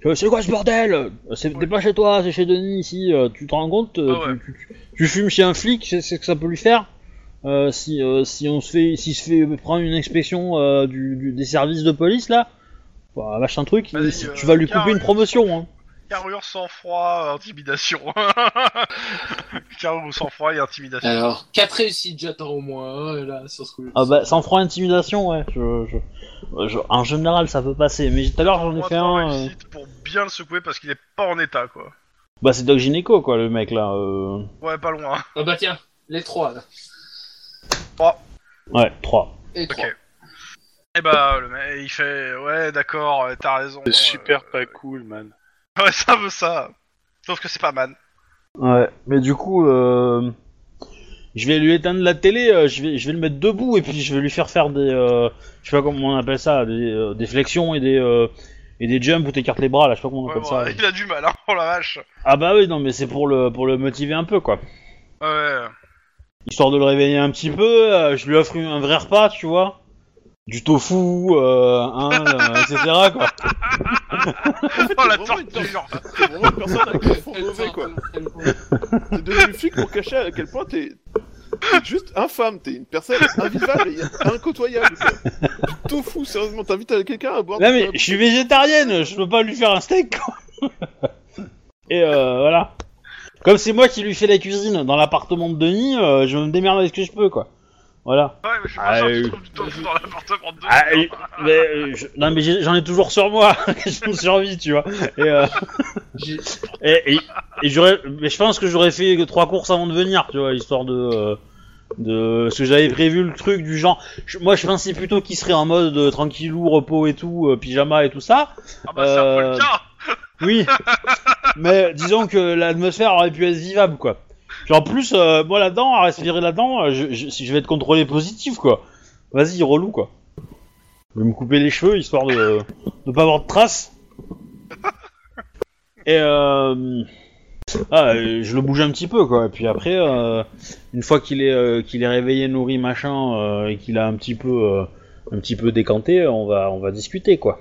S3: que c'est quoi ce bordel C'est t'es
S2: Ouais.
S3: pas chez toi, c'est chez Denis ici. euh, tu te rends compte euh,
S2: Ah ouais.
S3: tu, tu- tu fumes chez un flic, c'est c'est ce que ça peut lui faire. Euh, si euh, si on se fait, s'il se fait prendre une inspection euh, du, du- des services de police là, bah, lâche un truc.
S2: Vas-y,
S3: si-
S2: euh,
S3: tu vas lui
S2: carrément.
S3: couper une promotion. Hein.
S2: Carrure, sang-froid, intimidation. Carrure, sang-froid et intimidation.
S5: Alors, quatre réussites, j'attends au moins, hein, là, sur ce coup-là.
S3: Ah bah sans froid intimidation ouais. Je, je- euh, je- en général ça peut passer. Mais tout à l'heure j'en ai
S2: Trois,
S3: fait
S2: trois
S3: un. euh,
S2: réussites pour bien le secouer parce qu'il est pas en état, quoi.
S3: bah c'est Doc Gynéco quoi le mec là. euh.
S2: Ouais, pas loin.
S5: Ah bah tiens, les trois, là.
S3: Ouais 3
S5: Et
S2: Ok.
S5: trois.
S2: Et bah, le mec, il fait Ouais, d'accord, euh, t'as raison.
S4: C'est super
S2: euh,
S4: pas cool, man.
S2: Ouais, ça veut ça. Sauf que c'est pas man.
S3: Ouais, mais du coup, euh, je vais lui éteindre la télé, euh, je, vais, je vais le mettre debout et puis je vais lui faire faire des. euh, je sais pas comment on appelle ça, des, euh, des flexions et des, euh, et des jumps où t'écartes les bras là, je sais pas comment on
S2: Ouais,
S3: appelle
S2: bon,
S3: ça.
S2: Il a du mal, hein, oh la vache.
S3: Ah bah oui, non, mais c'est pour le, pour le motiver un peu quoi.
S2: Ouais.
S3: Histoire de le réveiller un petit peu, euh, je lui offre un vrai repas, tu vois. du tofu, euh, hein, euh, etc. Quoi.
S2: Oh la
S1: C'est vraiment une
S2: torture
S1: C'est vraiment une personne avec un fond
S5: Elle-
S1: mauvais, quoi.
S5: elle-
S1: T'es devenu flic pour cacher à quel point t'es t'es juste infâme, t'es une personne invivable et incotoyable. quoi. Du tofu, sérieusement, t'invites à quelqu'un à boire
S3: Non
S1: du-
S3: mais je suis végétarienne, je peux pas lui faire un steak quoi. Et euh, voilà. Comme c'est moi qui lui fais la cuisine dans l'appartement de Denis, euh, je me démerde avec ce que je peux quoi. Voilà.
S2: Ouais, mais je suis
S3: Ah,
S2: pas sûr que
S3: oui.
S2: tu trouves du tofu dans l'appartement de Denis.
S3: Ah, et- mais, euh, je- non mais j'ai- j'en ai toujours sur moi, je me survie tu vois. Et, euh,
S5: J'ai-
S3: et, et- et j'aurais, mais je pense que j'aurais fait que trois courses avant de venir, tu vois, histoire de, euh, de, parce que j'avais prévu le truc du genre. je- moi, je pensais plutôt qu'il serait en mode euh, tranquillou, repos et tout, euh, pyjama et tout ça.
S2: Ah bah c'est un peu
S3: euh,
S2: le cas
S3: Oui, mais disons que l'atmosphère aurait pu être vivable, quoi. Puis en plus, euh, moi là-dedans, à respirer là-dedans, euh, je, je- si je vais être contrôlé positif, quoi. Vas-y, relou, quoi. Je vais me couper les cheveux, histoire de, de pas avoir de traces. Et euh... Ah, euh, je le bouge un petit peu, quoi. Et puis après, euh, une fois qu'il est, euh, qu'il est réveillé, nourri, machin, euh, et qu'il a un petit peu... euh, un petit peu décanté, on va, on va discuter quoi.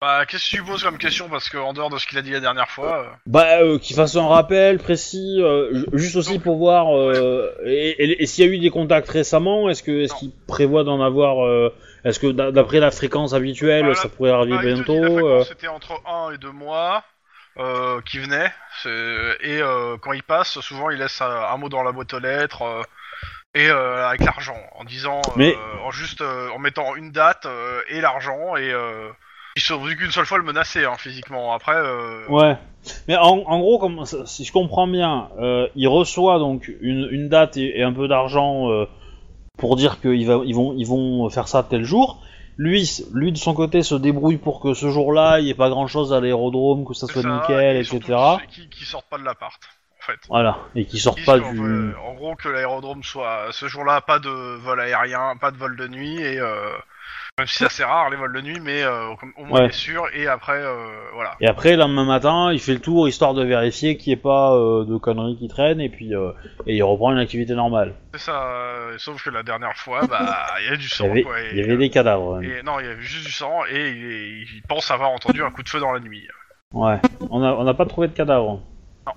S2: Bah qu'est-ce que tu poses comme question Parce qu'en dehors de ce qu'il a dit la dernière fois... euh,
S3: Bah, euh, qu'il fasse un rappel précis, euh, ju- juste aussi pour voir. euh, et et- et s'il y a eu des contacts récemment, est-ce que est-ce
S2: Non.
S3: qu'il prévoit d'en avoir euh, Est-ce que d'a- d'après la fréquence habituelle,
S2: Voilà.
S3: ça pourrait arriver
S2: bah, il te dit
S3: bientôt
S2: la
S3: euh,
S2: fréquence, C'était entre 1 et 2 mois euh, qui venait. c'est- Et euh, quand il passe, souvent il laisse un, un mot dans la boîte aux lettres... euh, et euh, avec l'argent, en disant, euh,
S3: Mais-
S2: en juste euh, en mettant une date euh, et l'argent et euh, ils sont venus qu'une seule fois le menacer hein, physiquement. Après, euh,
S3: Ouais. Mais en, en gros, comme, ça- si je comprends bien, euh, il reçoit donc une, une date et, et un peu d'argent euh, pour dire qu'ils va, ils vont, ils vont faire ça tel jour. Lui, s- lui de son côté, se débrouille pour que ce jour-là, il n'y ait pas grand-chose à l'aérodrome, que ça
S2: c'est
S3: soit
S2: ça,
S3: nickel,
S2: et
S3: etc.
S2: surtout, Qui, qui sortent pas de l'appart, en fait.
S3: Voilà, et qui sortent
S2: Ils
S3: pas
S2: disent
S3: du.
S2: qu'en vrai, En gros, que l'aérodrome soit ce jour-là, pas de vol aérien, pas de vol de nuit, et euh, même si c'est assez rare les vols de nuit, mais euh, au moins
S3: Ouais.
S2: il est sûr. Et après, euh, voilà.
S3: Et après, le lendemain matin, il fait le tour histoire de vérifier qu'il n'y ait pas euh, de conneries qui traînent et puis euh, et il reprend une activité normale.
S2: C'est ça. euh, sauf que la dernière fois, bah, il y a du
S3: Il
S2: sang,
S3: y avait,
S2: quoi. Et, euh,
S3: il y avait des cadavres. hein.
S2: et- non, il y avait juste du sang, et il, est- il pense avoir entendu un coup de feu dans la nuit.
S3: Ouais. On n'a on a pas trouvé de cadavres.
S2: Non.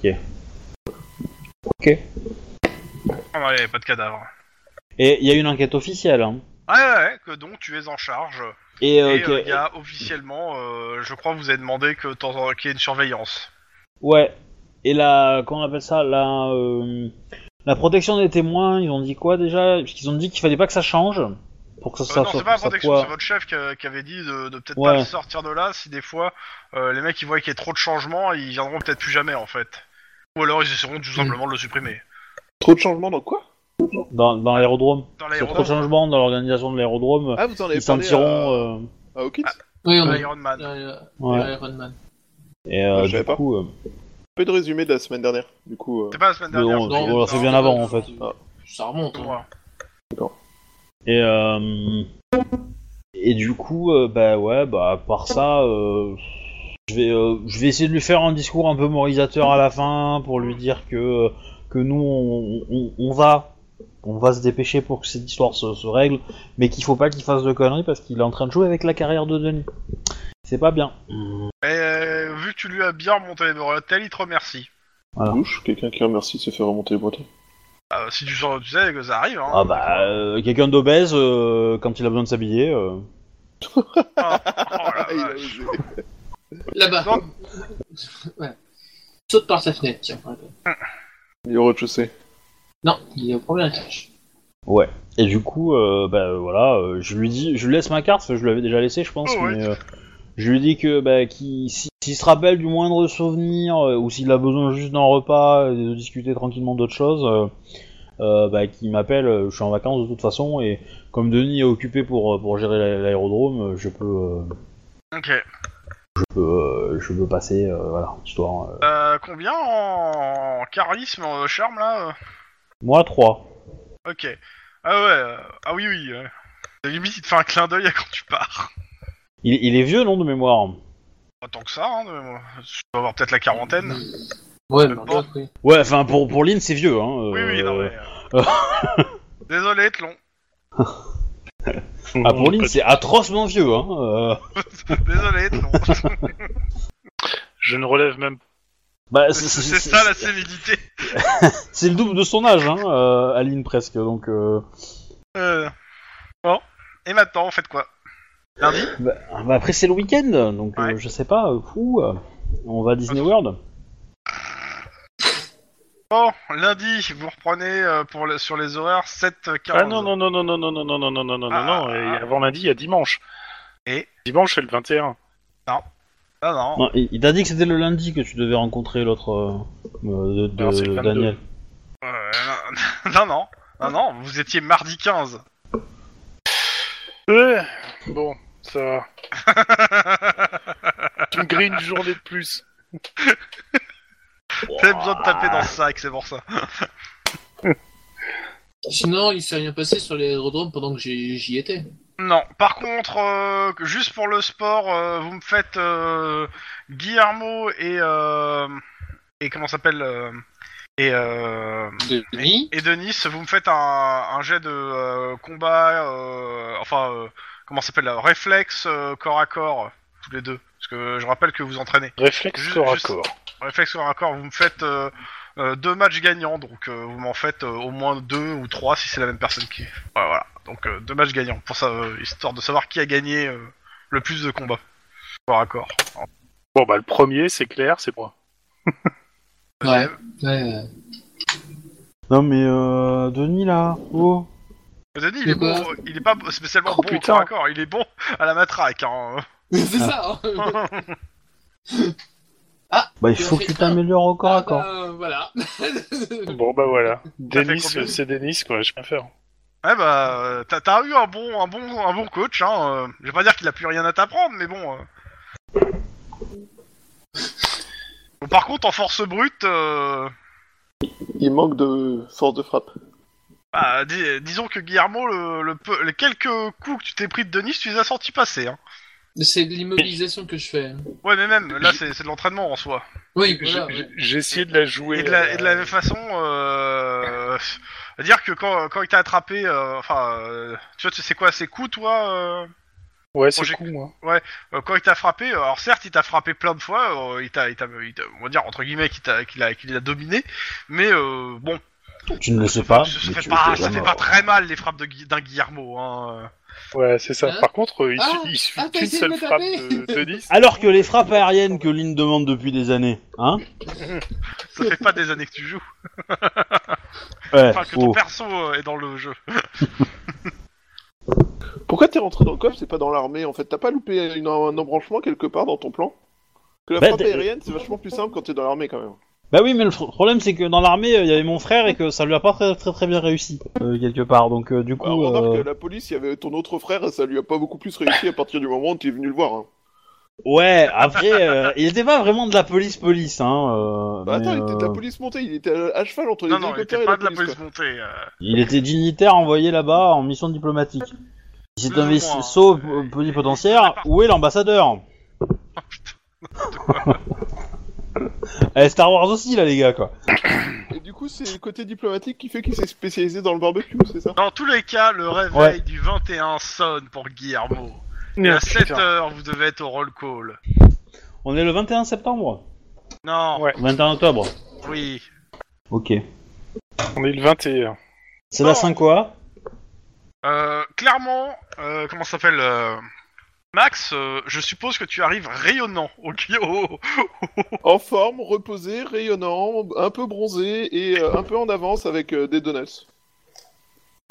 S3: Ok.
S2: Ah, ouais, il n'y avait pas de cadavre.
S3: Et il y a une enquête officielle. Hein.
S2: Ouais, ouais, ouais, que donc tu es en charge.
S3: Et, euh,
S2: et
S3: que-
S2: euh, il y a officiellement, euh, je crois, que vous avez demandé que de temps en- qu'il y ait une surveillance.
S3: ouais. Et la comment on appelle ça la euh, la protection des témoins. Ils ont dit quoi déjà Parce qu'ils ont dit qu'il fallait pas que ça change pour que ça,
S2: Euh,
S3: ça,
S2: non,
S3: pour
S2: c'est pas la
S3: que ça
S2: protection,
S3: soit-
S2: c'est votre chef qui, a- qui avait dit de, de peut-être
S3: Ouais.
S2: pas sortir de là si des fois euh, les mecs ils voient qu'il y a trop de changements, ils viendront peut-être plus jamais en fait. Ou alors ils essaieront
S3: Hmm.
S2: tout simplement de le supprimer.
S1: Trop de changements dans quoi
S3: dans, dans l'aérodrome.
S2: Dans
S3: Il y a trop de
S2: l'aérodrome,
S3: changements dans l'organisation de l'aérodrome.
S1: Ah, vous en avez
S3: ils s'en
S1: parlé
S3: tireront.
S1: à...
S3: euh,
S1: à Hawkins
S5: Oui, on
S2: dans
S5: est.
S2: Iron Man.
S5: euh,
S3: ouais.
S5: Iron Man.
S3: Et euh,
S1: Je
S3: du
S1: savais pas.
S3: coup, euh,
S1: Peu de résumé de la semaine dernière, du coup. euh,
S2: C'est pas la semaine dernière.
S3: Non,
S2: je crois.
S3: voilà, c'est
S2: Non,
S3: bien
S2: non,
S3: avant,
S2: non,
S3: en fait.
S1: Ah.
S5: Ça remonte.
S2: non,
S5: hein.
S2: moi.
S3: et euh, et du coup, euh, bah ouais, bah à part ça, euh, je vais euh, je vais essayer de lui faire un discours un peu moralisateur à la fin pour lui dire que euh, que nous on, on- on va on va se dépêcher pour que cette histoire se, se règle, mais qu'il faut pas qu'il fasse de conneries parce qu'il est en train de jouer avec la carrière de Denis. C'est pas bien.
S2: Et, euh, vu que tu lui as bien remonté les bretelles, il te remercie.
S3: Ah.
S1: Bouche, quelqu'un qui remercie de se faire remonter les boîtiers.
S2: Euh, si tu, sors- tu sais que ça arrive, hein.
S3: Ah bah euh, quelqu'un d'obèse euh, quand il a besoin de s'habiller. euh. Ah.
S2: Oh la
S1: Ah, il a
S2: vache.
S1: osé.
S5: Là-bas.
S2: Non.
S5: ouais. Saute par sa fenêtre, tiens. ouais.
S1: Il est au rez-de-chaussée.
S5: Non, il est au premier étage.
S3: Ouais. Et du coup, euh, bah euh, voilà, euh, je lui dis, je lui laisse ma carte, parce que je lui avais déjà laissé, je pense,
S2: Oh, ouais.
S3: mais euh, je lui dis que bah, qu'il- si- s'il se rappelle du moindre souvenir euh, ou s'il a besoin juste d'un repas et de discuter tranquillement d'autres choses, euh, euh, bah, qu'il m'appelle. euh, Je suis en vacances de toute façon et comme Denis est occupé pour euh, pour gérer l'a- l'aérodrome, euh, je peux euh,
S2: Ok.
S3: je peux euh, je peux passer, euh, voilà, histoire. euh.
S2: Euh, combien en, en charisme, en charme là euh
S3: Moi 3
S2: Ok. Ah ouais, euh, ah oui, oui. euh. Limite, il te fait un clin d'œil à quand tu pars.
S3: Il, il est vieux non de mémoire.
S2: Pas tant que ça, hein, de mémoire. Je dois avoir peut-être la quarantaine.
S5: Ouais,
S2: Euh,
S5: mais
S2: bon.
S5: oui.
S3: Ouais, enfin pour pour Lynn c'est vieux hein.
S2: Oui,
S3: euh,
S2: oui, non, mais... euh, Désolé, Tlon.
S4: Ah,
S3: Apolline, ah, c'est atrocement vieux, hein. euh.
S2: Désolé, non.
S4: Je ne relève même
S3: Bah, c'est- c'est-
S2: C'est
S3: c'est-
S2: ça la sénilité.
S3: C'est le double de son âge, hein, euh, Aline presque. Donc, euh,
S2: Euh, Bon. Et maintenant, vous faites quoi Lundi
S3: bah, bah, après c'est le week-end, donc euh,
S2: Ouais.
S3: je sais pas. euh, fou, euh, on va à Disney World.
S2: Bon, lundi, vous reprenez euh, pour le- sur les horaires 7h40.
S4: Ah non, non, non, non, non, non, non, non, non, non, non, non,
S2: Ah,
S4: non, non,
S2: ah,
S4: et
S2: ah.
S4: avant lundi, il y a dimanche.
S2: Et
S4: Dimanche, c'est le 21.
S2: Non, Ah, non.
S3: Non, il il t'a dit que c'était le lundi que tu devais rencontrer l'autre euh, euh, de, de-
S4: Alors, c'est le 22.
S3: Daniel.
S2: Euh, non, non, non, non, non, vous étiez mardi 15.
S4: Euh, bon, ça va. tu me grilles une journée de plus.
S3: Oh.
S2: T'avais besoin de taper
S3: Ah.
S2: dans ce sac, c'est pour ça.
S5: Sinon, il s'est rien passé sur l'aérodrome pendant que j'ai- j'y étais.
S2: Non, par contre, euh, que- juste pour le sport, euh, vous me faites euh, Guillermo et. euh, et comment s'appelle euh, Et. euh,
S5: Denis
S2: et Denis, vous me faites un, un jet de euh, combat, euh, enfin, euh, comment ça s'appelle là, Réflexe euh, corps à corps, tous les deux. Parce que je rappelle que vous entraînez.
S4: Réflexe
S2: Juste-
S4: corps à
S2: juste-
S4: corps.
S2: Réflexe corps à corps, vous me faites euh, euh, deux matchs gagnants, donc euh, vous m'en faites euh, au moins deux ou trois si c'est la même personne qui. Voilà, voilà. donc euh, deux matchs gagnants, pour ça, euh, histoire de savoir qui a gagné euh, le plus de combats. Corps à corps.
S4: Bon, bah, le premier, c'est clair, c'est moi.
S5: Ouais. ouais.
S3: Non mais euh, Denis là, oh.
S2: Denis, il est,
S5: Mais quoi
S2: bon, euh, il est pas spécialement
S4: bah- Oh,
S2: bon
S4: putain.
S2: au corps à corps, il est bon à la matraque. Hein.
S5: C'est ça, hein
S3: Bah il faut que tu t'améliores au corps à corps.
S5: Euh, Voilà.
S4: Bon, bah, voilà.
S2: fait
S4: Denis,
S2: combien
S4: euh, c'est Denis, quoi, je peux faire.
S2: Ouais bah euh, t'as, t'as eu un bon un bon un bon coach hein. euh, je vais pas dire qu'il a plus rien à t'apprendre mais bon. euh. Bon, par contre en force brute, euh,
S1: Il manque de force de frappe.
S2: bah, dis- disons que Guillermo le, le peu- les quelques coups que tu t'es pris de Denis tu les as sentis passer hein.
S5: C'est de l'immobilisation que je fais.
S2: Ouais mais même là c'est, c'est de l'entraînement en soi.
S5: Oui,
S4: J'ai
S5: voilà. ouais.
S4: j'ai- j'ai essayé de la jouer.
S2: Et de la, et de la
S4: euh,
S2: même façon euh, à dire que quand, quand il t'a attrapé euh, enfin euh, tu vois tu sais quoi c'est coups toi euh,
S4: Ouais,
S2: Moi, j'ai-
S4: c'est cool, moi.
S2: Euh, quand il t'a frappé, euh, alors certes il t'a frappé plein de fois, euh, il t'a, il t'a- il t'a- on va dire entre guillemets qu'il t'a, qu'il a, qu'il a dominé, mais euh, bon,
S3: Tu ne le sais pas.
S2: ça,
S3: Ah, mais
S2: fait
S3: tu
S2: pas,
S3: le sais
S2: ça fait
S3: jamais.
S2: pas très mal les frappes de Gui- d'un Guillermo. Hein.
S4: Ouais, c'est ça.
S5: Hein
S4: Par contre, euh, il,
S5: Ah,
S4: su- il suffit
S5: ah, t'as
S4: qu'une
S5: essayé de
S4: seule
S5: me
S4: frappe
S5: taper
S4: de Denis.
S3: Alors que les frappes aériennes que Lynn demande depuis des années, hein
S2: Ça fait pas des années que tu joues,
S3: Ouais.
S2: enfin que ton
S3: faut-
S2: perso euh, est dans le jeu.
S1: Pourquoi t'es rentré dans le coffre C'est pas dans l'armée en fait. T'as pas loupé une- un embranchement quelque part dans ton plan Que la
S3: Bah,
S1: frappe
S3: t'es-
S1: aérienne, c'est vachement plus simple quand t'es dans l'armée quand même.
S3: Bah oui, mais le fr- problème c'est que dans l'armée euh, il y avait mon frère et que ça lui a pas très très, très bien réussi euh, quelque part. Donc euh, du coup.
S1: Bah, remarque
S3: euh,
S1: que la police, il y avait ton autre frère, et ça lui a pas beaucoup plus réussi à partir du moment où t'es venu le voir. hein.
S3: Ouais, après, euh, il était pas vraiment de la police-police, hein. euh,
S1: Bah,
S3: mais,
S1: attends, il était de la
S3: euh,
S1: police montée, il était à, à cheval entre les
S2: non non, il
S1: hélicoptères
S2: était
S1: et
S2: pas
S1: la
S2: de la
S1: police.
S2: police
S1: quoi.
S2: montée. euh.
S3: il était dignitaire envoyé là-bas en mission diplomatique. Il s'est
S2: Plus ou
S3: investi
S2: moins.
S3: saut
S1: hein,
S3: p- plénipotentiaire, où est l'ambassadeur
S2: Oh, putain.
S3: Eh, Star Wars aussi, là, les gars, quoi.
S1: Et du coup, c'est le côté diplomatique qui fait qu'il s'est spécialisé dans le barbecue, c'est ça
S2: Dans tous les cas, le réveil
S3: Ouais.
S2: du 21 sonne pour Guillermo. Et
S4: Ah,
S2: à hein.
S4: putain.
S2: 7 h vous devez être au roll call.
S3: On est le 21 septembre
S2: Non,
S4: Ouais.
S3: 21 octobre.
S2: oui.
S3: Ok.
S4: On est le 21.
S3: C'est
S2: Non.
S3: la 5 quoi
S2: Euh, clairement, euh, comment ça s'appelle euh, Max, euh, je suppose que tu arrives rayonnant au au-
S1: En forme, reposé, rayonnant, un peu bronzé et euh, un peu en avance avec euh, des donuts.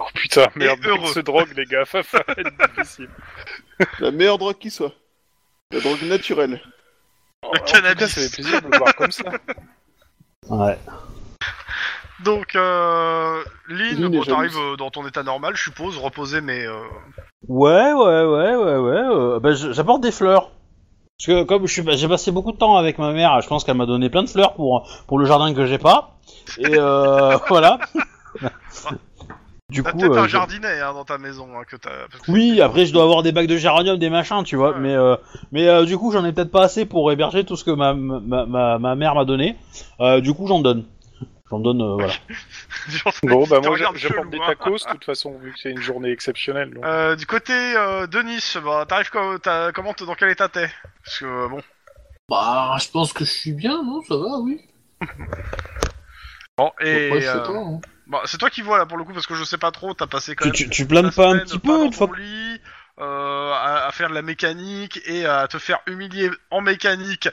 S4: Oh putain, merde,
S2: heureux.
S4: se drogue, les gars. Ça va être difficile.
S1: La meilleure drogue qui soit. La drogue naturelle.
S4: Oh, en tout
S2: cannabis.
S4: cas, ça fait plaisir de le voir comme ça.
S3: Ouais.
S2: Donc, euh, Lynn,
S1: Lynn est
S2: bon, t'arrives
S1: jalouse.
S2: euh, dans ton état normal, je suppose, reposé, mais euh,
S3: Ouais, ouais, ouais, ouais, ouais. euh, bah, je- j'apporte des fleurs. Parce que comme je suis, bah, j'ai passé beaucoup de temps avec ma mère, je pense qu'elle m'a donné plein de fleurs pour pour le jardin que j'ai pas. Et euh, voilà. Du
S2: t'as
S3: coup,
S2: peut-être
S3: euh,
S2: un
S3: je-
S2: jardinet hein, dans ta maison hein, que t'as. parce que-
S3: oui. Après, je dois avoir des bacs de géranium, des machins, tu vois.
S2: Ouais.
S3: Mais euh, mais euh, du coup, j'en ai peut-être pas assez pour héberger tout ce que ma ma, ma, ma mère m'a donné. Euh, du coup, j'en donne. J'en donne, euh, voilà.
S2: Genre,
S4: Bon, bah
S2: te
S4: moi, je-
S2: regarde
S4: je
S2: chelou,
S4: porte des
S2: hein.
S4: tacos, de toute façon, vu que c'est une journée exceptionnelle.
S5: Ah,
S4: donc.
S2: Euh, du côté euh, de Nice, bah, t'arrives quoi, t'as- comment, t- dans quel état t'es Parce que euh, bon,
S5: Bah, je pense que je suis bien, non Ça va, oui.
S2: bon et
S5: Après, je sais
S2: euh,
S5: pas, hein.
S2: bah, c'est toi qui vois là pour le coup parce que je sais pas trop. T'as passé quand
S3: Tu,
S2: même
S3: tu, tu
S2: la
S3: planes pas un
S2: semaine,
S3: petit
S2: pas dans
S3: peu une fois
S2: ton lit, euh, à, à faire de la mécanique et à te faire humilier en mécanique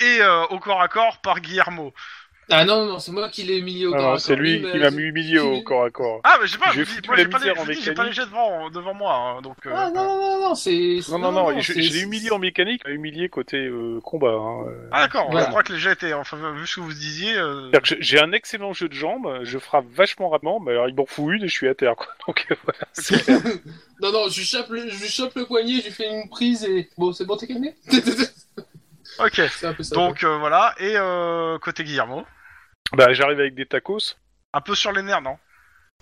S2: et euh, au corps à corps par Guillermo.
S5: Ah non, non, c'est moi qui l'ai humilié au
S4: Ah,
S5: corps à
S4: c'est
S5: corps.
S4: lui
S5: Oui,
S4: qui
S5: bah,
S4: m'a humilié au corps à corps.
S2: Ah mais j'ai pas,
S4: J'ai
S2: je vous
S4: foutu
S2: dis- moi,
S4: la
S2: j'ai pas, les-
S4: misère
S2: je
S4: en
S2: vous dis, j'ai pas les
S4: mécanique.
S2: jets devant devant moi, hein, donc. euh,
S5: Ah non, non, non, non, c'est.
S4: Non, non, non, je,
S5: c'est-
S4: je l'ai humilié en mécanique, je l'ai humilié côté euh, combat. hein.
S2: Ah d'accord,
S5: Voilà.
S2: je crois que les jets étaient, enfin vu ce que vous disiez, euh,
S4: C'est-à-dire que j'ai- J'ai un excellent jeu de jambes, je frappe vachement rapidement, mais alors il m'en fout une et je suis à terre. Quoi. Donc, euh, voilà.
S5: Non, non, je lui chope le, je lui chope le poignet, je lui fais une prise et. Bon, c'est bon, t'es calmé
S2: ok.
S5: C'est un peu ça.
S2: Donc euh, voilà, et euh, côté Guillermo,
S4: Bah, j'arrive avec des tacos.
S2: un peu sur les nerfs, non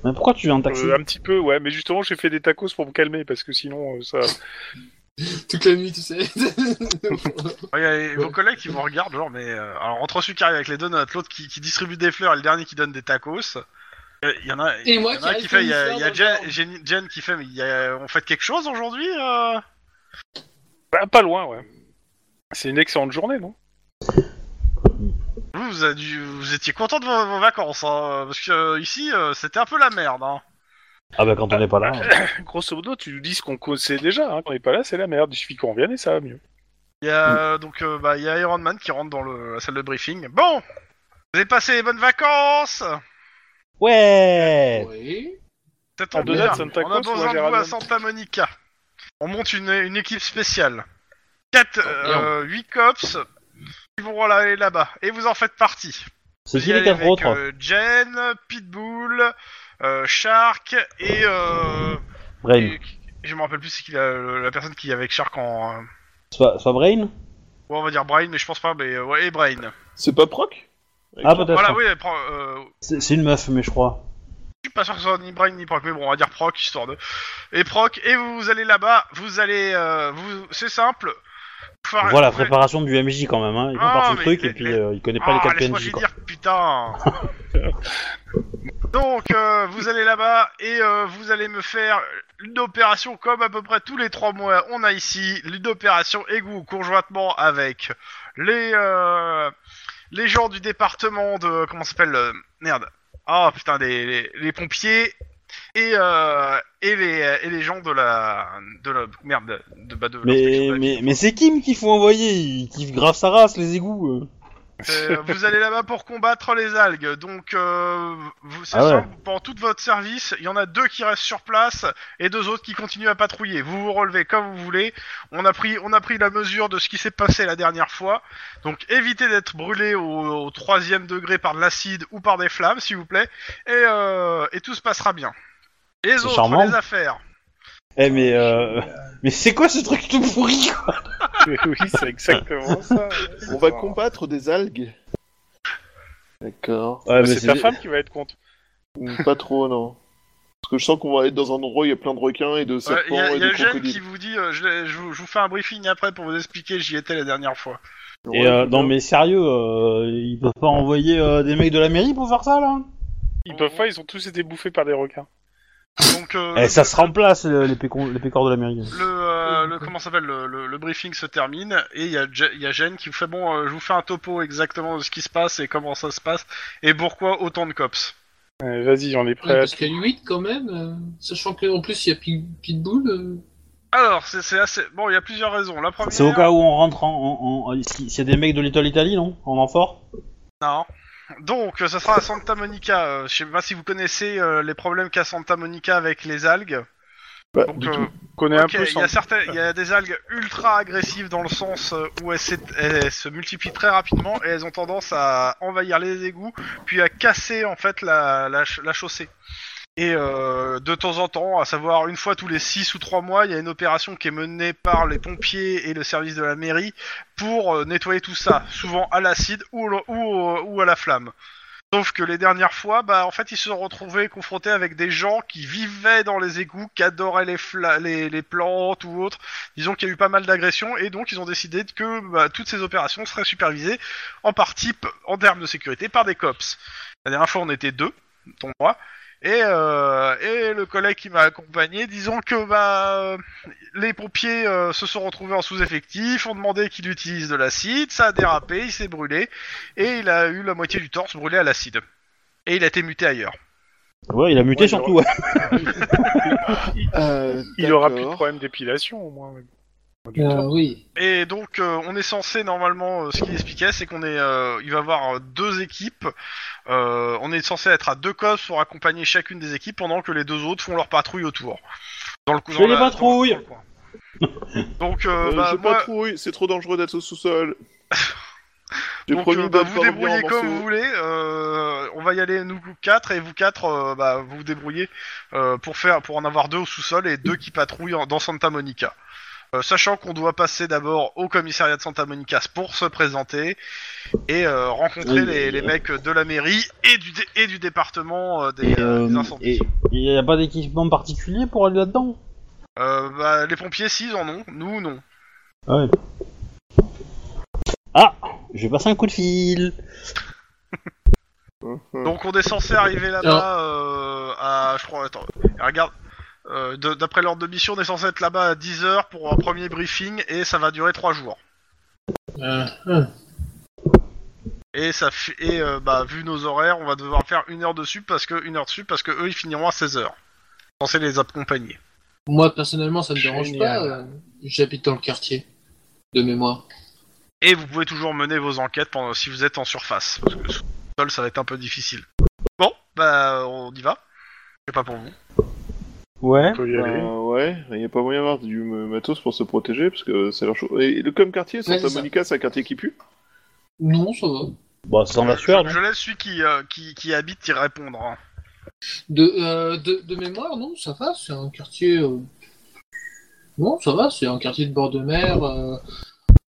S3: Mais pourquoi tu viens en taxi
S4: Euh, un petit peu, ouais, mais justement j'ai fait des tacos pour me calmer parce que sinon euh, ça.
S5: Toute la nuit, tu sais.
S2: Ah, Il y a les- vos
S5: Ouais.
S2: collègues qui vous regardent, genre, mais euh, alors entre celui qui arrive avec les donuts, l'autre qui, qui distribue des fleurs et le dernier qui donne des tacos, euh, il y en a, il
S5: et moi
S2: y en
S5: qui
S2: a un
S5: arrive
S2: qui fait, il y a,
S5: comme
S2: il y a
S5: une fleur dans
S2: Jen,
S5: le
S2: Jen- Jen qui fait, mais il y a- on fait quelque chose aujourd'hui euh
S4: Bah, pas loin, ouais. C'est une excellente journée, non
S2: Vous, vous, avez dû- vous étiez content de vos, vos vacances, hein, parce que euh, ici euh, c'était un peu la merde. Hein.
S3: Ah bah quand on n'est pas là. euh.
S4: Grosso modo, tu nous dis ce qu'on sait déjà, hein, qu'on n'est pas là, c'est la merde, il suffit qu'on revienne et ça va mieux.
S2: Il y a euh, donc euh, bah, il y a Iron Man qui rentre dans le, la salle de briefing. Bon, vous avez passé les bonnes vacances.
S3: Ouais.
S5: jardin. Oui.
S2: Peut-être
S4: Un
S2: en
S4: donut,
S2: hiver.
S4: Santa
S2: On a
S4: Claus ou un
S2: besoin de vous à
S4: géranium
S2: Santa Monica. On monte une, une équipe spéciale. 4, euh, 8 cops qui vont aller là-bas. Et vous en faites partie.
S3: C'est
S2: Vous
S3: qui
S2: y
S3: les
S2: allez
S3: quatre
S2: avec,
S3: autres
S2: euh, Jen, Pitbull, euh, Shark et... Euh,
S3: Brain.
S2: et- je me rappelle plus c'est qui la, la personne qui est avec Shark en... euh,
S3: C'est pas, c'est pas Brain
S2: ouais, on va dire Brain, mais je pense pas, mais euh, ouais, et Brain.
S1: C'est pas proc
S3: Ah peut-être.
S2: Voilà, oui, elle prend, euh,
S3: C'est c'est une meuf, mais je crois.
S2: Je suis pas sûr que ce soit ni Brian ni Proc, mais bon, on va dire Proc, histoire de. Et Proc, et vous allez là-bas, vous allez. euh, vous... C'est simple. Vous faire-
S3: voilà,
S2: vous-
S3: préparation du MJ quand même. Hein. Il
S2: Ah,
S3: prend par son
S2: mais
S3: truc
S2: les-
S3: et puis
S2: les-
S3: euh, il connaît
S2: Ah,
S3: pas les 4
S2: laisse-moi
S3: PNJ.
S2: lui
S3: Quoi.
S2: dire, putain Donc, euh, vous allez là-bas et euh, vous allez me faire une opération comme à peu près tous les trois mois, on a ici une opération égout conjointement avec les euh, les gens du département de comment ça s'appelle euh, merde ah putain les, les, les pompiers et euh, et les et les gens de la de la merde de bah, de
S3: Mais,
S2: l'inspection de la-
S3: mais, mais c'est Kim qu'il faut envoyer. Il kiffe grave sa race, les égouts. euh.
S2: Euh, vous allez là-bas pour combattre les algues. Donc, euh, vous, c'est
S3: Ah ouais.
S2: simple, pendant tout votre service, il y en a deux qui restent sur place et deux autres qui continuent à patrouiller. Vous vous relevez comme vous voulez. On a pris, on a pris la mesure de ce qui s'est passé la dernière fois. Donc, évitez d'être brûlé au, au troisième degré par de l'acide ou par des flammes, s'il vous plaît. Et, euh, et tout se passera bien. Les
S3: C'est
S2: autres,
S3: charmant.
S2: les affaires.
S3: Eh mais euh... mais c'est quoi ce truc tout pourri quoi
S4: oui, c'est exactement ça.
S1: On va
S4: Wow.
S1: combattre des algues. D'accord.
S3: ouais, mais
S4: c'est ta femme qui va être contre.
S1: Mm, Pas trop, non. Parce que je sens qu'on va être dans un endroit où il y a plein de requins et de
S2: Il
S1: serpents
S2: y a,
S1: et
S2: y a
S1: de
S2: Eugène qui
S1: crocodiles.
S2: vous dit, euh, je, je vous- je vous fais un briefing après pour vous expliquer, j'y étais la dernière fois.
S1: Ouais,
S3: Et euh,
S1: putain.
S3: non mais sérieux, euh, ils peuvent pas envoyer euh, des mecs de la mairie pour faire ça là
S4: Ils
S2: Oh.
S4: peuvent pas, ils ont tous été bouffés par des requins.
S2: Donc, euh,
S3: Eh ça se remplace euh, les, pécons- les pécores de la mairie.
S2: le, euh, le- comment ça s'appelle le, le- le briefing se termine et il y a Je- il y a Jen qui vous fait bon euh, je vous fais un topo exactement de ce qui se passe et comment ça se passe et pourquoi autant de cops.
S4: Euh, Vas-y, on est
S5: Ouais,
S4: prêt. à-
S5: parce qu'il y a 8 quand même, euh, sachant qu'en plus il y a Pit- Pitbull. euh.
S2: Alors c'est c'est assez bon il y a plusieurs raisons la première
S3: C'est au cas où on rentre en... en, en- si- S'il y a des mecs de Little Italy non En renfort
S2: non donc euh, ça sera à Santa Monica Euh, je sais pas si vous connaissez euh, les problèmes qu'a Santa Monica avec les algues
S1: Bah,
S2: donc
S1: du
S2: euh,
S1: tout.
S4: On connaît
S2: Ok,
S4: un peu
S2: il y
S4: sans.
S2: a certaines, il y a des algues ultra agressives dans le sens euh, où elles, s'é- elles se multiplient très rapidement et elles ont tendance à envahir les égouts, puis à casser en fait la, la, ch- la chaussée. Et euh, de temps en temps, à savoir une fois tous les 6 ou 3 mois, il y a une opération qui est menée par les pompiers et le service de la mairie pour euh, nettoyer tout ça, souvent à l'acide ou, au- ou, au- ou à la flamme. Sauf que les dernières fois, bah, en fait, ils se sont retrouvés confrontés avec des gens qui vivaient dans les égouts, qui adoraient les, fla- les, les plantes ou autres. Disons qu'il y a eu pas mal d'agressions et donc ils ont décidé que bah, toutes ces opérations seraient supervisées en partie p- en termes de sécurité par des cops. La dernière fois, on était deux, ton moi. Et, euh, et le collègue qui m'a accompagné, disons que bah, les pompiers euh, se sont retrouvés en sous-effectif, ont demandé qu'il utilise de l'acide, ça a dérapé, il s'est brûlé, et il a eu la moitié du torse brûlé à l'acide. Et il a été muté ailleurs.
S3: Ouais, il a muté
S4: Ouais,
S3: surtout. ouais.
S1: Euh,
S4: Il aura plus de
S1: d'accord.
S4: problème d'épilation au moins. Pas du
S5: Euh,
S4: tout.
S5: oui.
S2: Et donc euh, on est censé normalement, euh, ce qu'il expliquait, c'est qu'on est, euh, il va y avoir euh, deux équipes. Euh, on est censé être à deux cops pour accompagner chacune des équipes pendant que les deux autres font leur patrouille autour. Dans le cou-
S3: Fais les
S2: dans
S3: patrouilles
S2: dans le coin. Donc euh,
S1: Euh,
S2: bah,
S1: je
S2: moi,
S1: patrouille, c'est trop dangereux d'être au sous-sol. J'ai
S2: Donc,
S1: promis
S2: euh,
S1: de
S2: bah,
S1: pas
S2: vous
S1: revenir en
S2: débrouillez comme
S1: morceaux.
S2: vous voulez. euh, on va y aller nous quatre et vous quatre, euh, bah, vous vous débrouillez euh, pour faire, pour en avoir deux au sous-sol et deux qui patrouillent en- dans Santa Monica. Euh, sachant qu'on doit passer d'abord au commissariat de Santa Monica pour se présenter et euh, rencontrer
S3: Oui,
S2: les,
S3: mais-
S2: les mecs de la mairie et du dé- et du département euh, des,
S3: Et,
S2: euh,
S3: euh,
S2: des incendies.
S3: et- il y a pas d'équipement particulier pour aller là-dedans
S2: Euh, bah, les pompiers, s'ils en ont, nous non.
S3: Ah Je vais passer un coup de fil
S1: Hein,
S2: Donc on est censé arriver là-bas euh, à, je crois, attends, regarde, euh, de- d'après l'ordre de mission, on est censé être là-bas à 10h pour un premier briefing et ça va durer 3 jours.
S5: Euh, euh.
S2: Et ça fi- et euh, bah vu nos horaires, on va devoir faire une heure dessus parce que une heure dessus parce que eux ils finiront à 16h. Censé les accompagner.
S5: Moi, personnellement, ça me dérange
S4: Génial.
S5: pas. euh, J'habite dans le quartier, de mémoire.
S2: Et vous pouvez toujours mener vos enquêtes pendant si vous êtes en surface parce que sous le sol ça va être un peu difficile. Bon, bah on y va. C'est pas pour vous.
S3: Ouais.
S4: On peut y aller.
S2: Bah.
S1: Euh, ouais, il n'y a pas moyen d'avoir du m- matos pour se protéger parce que c'est leur chaud. Et le comme quartier, Santa
S5: c'est ça.
S1: Monica, c'est un quartier qui pue.
S5: Non, ça va.
S3: Bah, ça en va se faire,
S2: je,
S3: non
S2: je laisse celui qui, euh, qui qui habite y répondre. hein.
S5: De, euh, de, de mémoire, non, ça va, c'est un quartier. euh, Non, ça va, c'est un quartier de bord de mer. euh,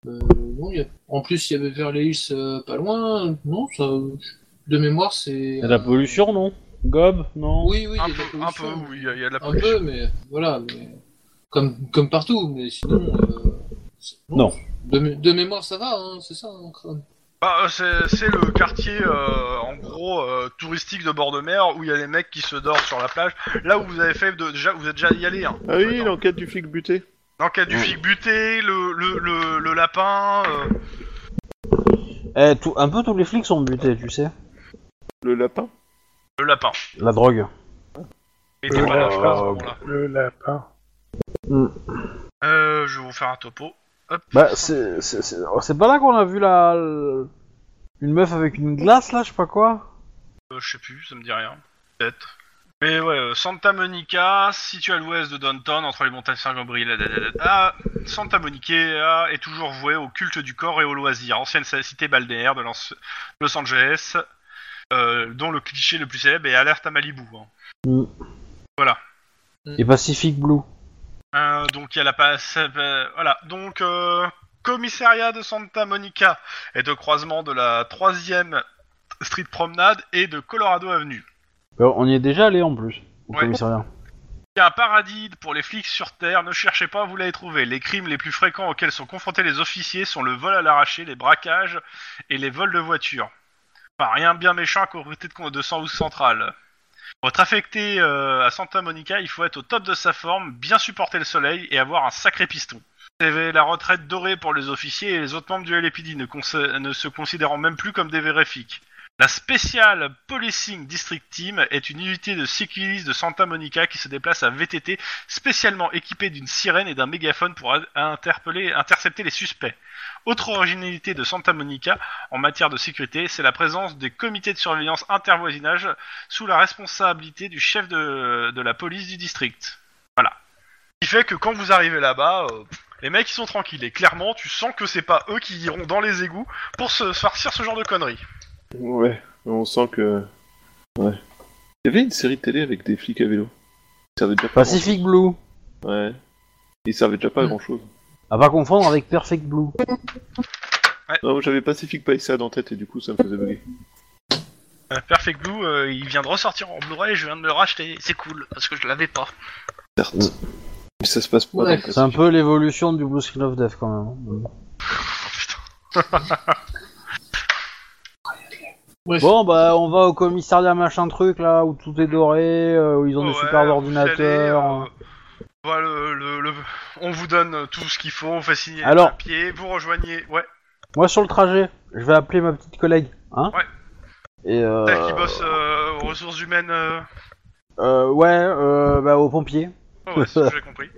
S5: euh, non, y a- En plus, il y avait Beverly Hills euh, pas loin. Non, ça. De mémoire, c'est.
S3: Il y a de la
S5: euh,
S3: pollution, non Gob, non
S5: Oui, oui,
S2: Un
S5: il y a de la
S2: peu, un peu,
S5: pollution.
S2: oui, il y a- il y a de la
S5: Un
S2: pollution.
S5: peu, mais voilà, mais comme, comme partout, mais sinon. euh, c'est-
S3: Non.
S5: De, mé- de mémoire, ça va, hein, c'est ça, hein, crâne.
S2: Bah, euh, c'est c'est le quartier, euh, en gros, euh, touristique de bord de mer où il y a des mecs qui se dorment sur la plage. Là où vous avez fait, de, déjà, vous êtes déjà y allé. Hein,
S1: Ah oui,
S2: non.
S1: l'enquête du flic buté.
S2: L'enquête du flic buté, le, le, le, le lapin. euh,
S3: Eh, tout, un peu tous les flics sont butés, tu sais.
S1: Le lapin.
S2: le lapin.
S3: La drogue.
S2: Il était pas là, je crois, à ce
S4: Euh,
S2: moment-là.
S4: Le lapin.
S2: Euh, je vais vous faire un topo. Hop.
S3: Bah, c'est c'est- c'est- c'est pas là qu'on a vu la... le- Une meuf avec une glace, là, je sais pas quoi
S2: Euh, je sais plus, ça me dit rien. Peut-être. Mais ouais, euh, Santa Monica, située à l'ouest de Downtown, entre les montagnes Saint-Gabriel et dadadada, Santa Monica euh, est toujours vouée au culte du corps et au loisir, ancienne cité balnéaire de Los, Los Angeles, euh, dont le cliché le plus célèbre est Alerte à Malibu. hein.
S3: Mm. Et Pacific Blue.
S2: Euh, donc il y a la passe. euh, voilà. Donc euh, commissariat de Santa Monica est au croisement de la troisième Street Promenade et de Colorado Avenue.
S3: Alors, Euh, on y est déjà allé, en plus, au
S2: Ouais.
S3: commissariat.
S2: Il y a un paradis pour les flics sur Terre, ne cherchez pas, vous l'avez trouvé. Les crimes les plus fréquents auxquels sont confrontés les officiers sont le vol à l'arraché, les braquages et les vols de voitures. Enfin, rien de bien méchant à côté de, de San Luis Central. Pour être affecté euh, à Santa Monica, il faut être au top de sa forme, bien supporter le soleil et avoir un sacré piston. C'est la retraite dorée pour les officiers et les autres membres du LAPD, ne, cons- ne se considérant même plus comme des vérifiques. La spéciale Policing District Team est une unité de cyclistes de Santa Monica qui se déplace à VTT spécialement équipée d'une sirène et d'un mégaphone pour a- interpeller, intercepter les suspects. Autre originalité de Santa Monica en matière de sécurité, c'est la présence des comités de surveillance intervoisinage sous la responsabilité du chef de, de la police du district. Voilà. Ce qui fait que quand vous arrivez là-bas, euh, les mecs ils sont tranquilles et clairement tu sens que c'est pas eux qui iront dans les égouts pour se farcir ce genre de conneries.
S1: Ouais, on sent que. Ouais. Il y avait une série de télé avec des flics à vélo. Ils servaient déjà pas. à
S3: Pacific Blue.
S1: grand- Ouais. Ils servaient déjà pas à grand chose.
S3: À pas confondre avec Perfect Blue.
S1: Mm. Non, j'avais Pacific Paysade en tête et du coup ça me faisait bugger.
S2: Euh, Perfect Blue, euh, il vient de ressortir en Blu-ray, je viens de le racheter, c'est cool, parce que je l'avais pas.
S1: Mais ça se passe pas.
S5: Ouais.
S1: donc,
S3: C'est un peu l'évolution du Blue Screen of Death quand même.
S5: Bref.
S3: Bon, bah, on va au commissariat machin truc là où tout est doré, euh, où ils ont des
S2: Ouais,
S3: super
S2: vous
S3: ordinateurs. hein.
S2: allez, euh, bah, le- le- le- on vous donne tout ce qu'il faut, on fait signer
S3: Alors.
S2: le papier, vous rejoignez. Ouais,
S3: Moi sur le trajet, je vais appeler ma petite collègue, hein
S2: Ouais.
S3: Et euh,
S2: celle qui bosse euh, aux ressources humaines. euh,
S3: euh, ouais, euh, bah, aux pompiers.
S2: oh ouais, c'est ce que j'ai compris.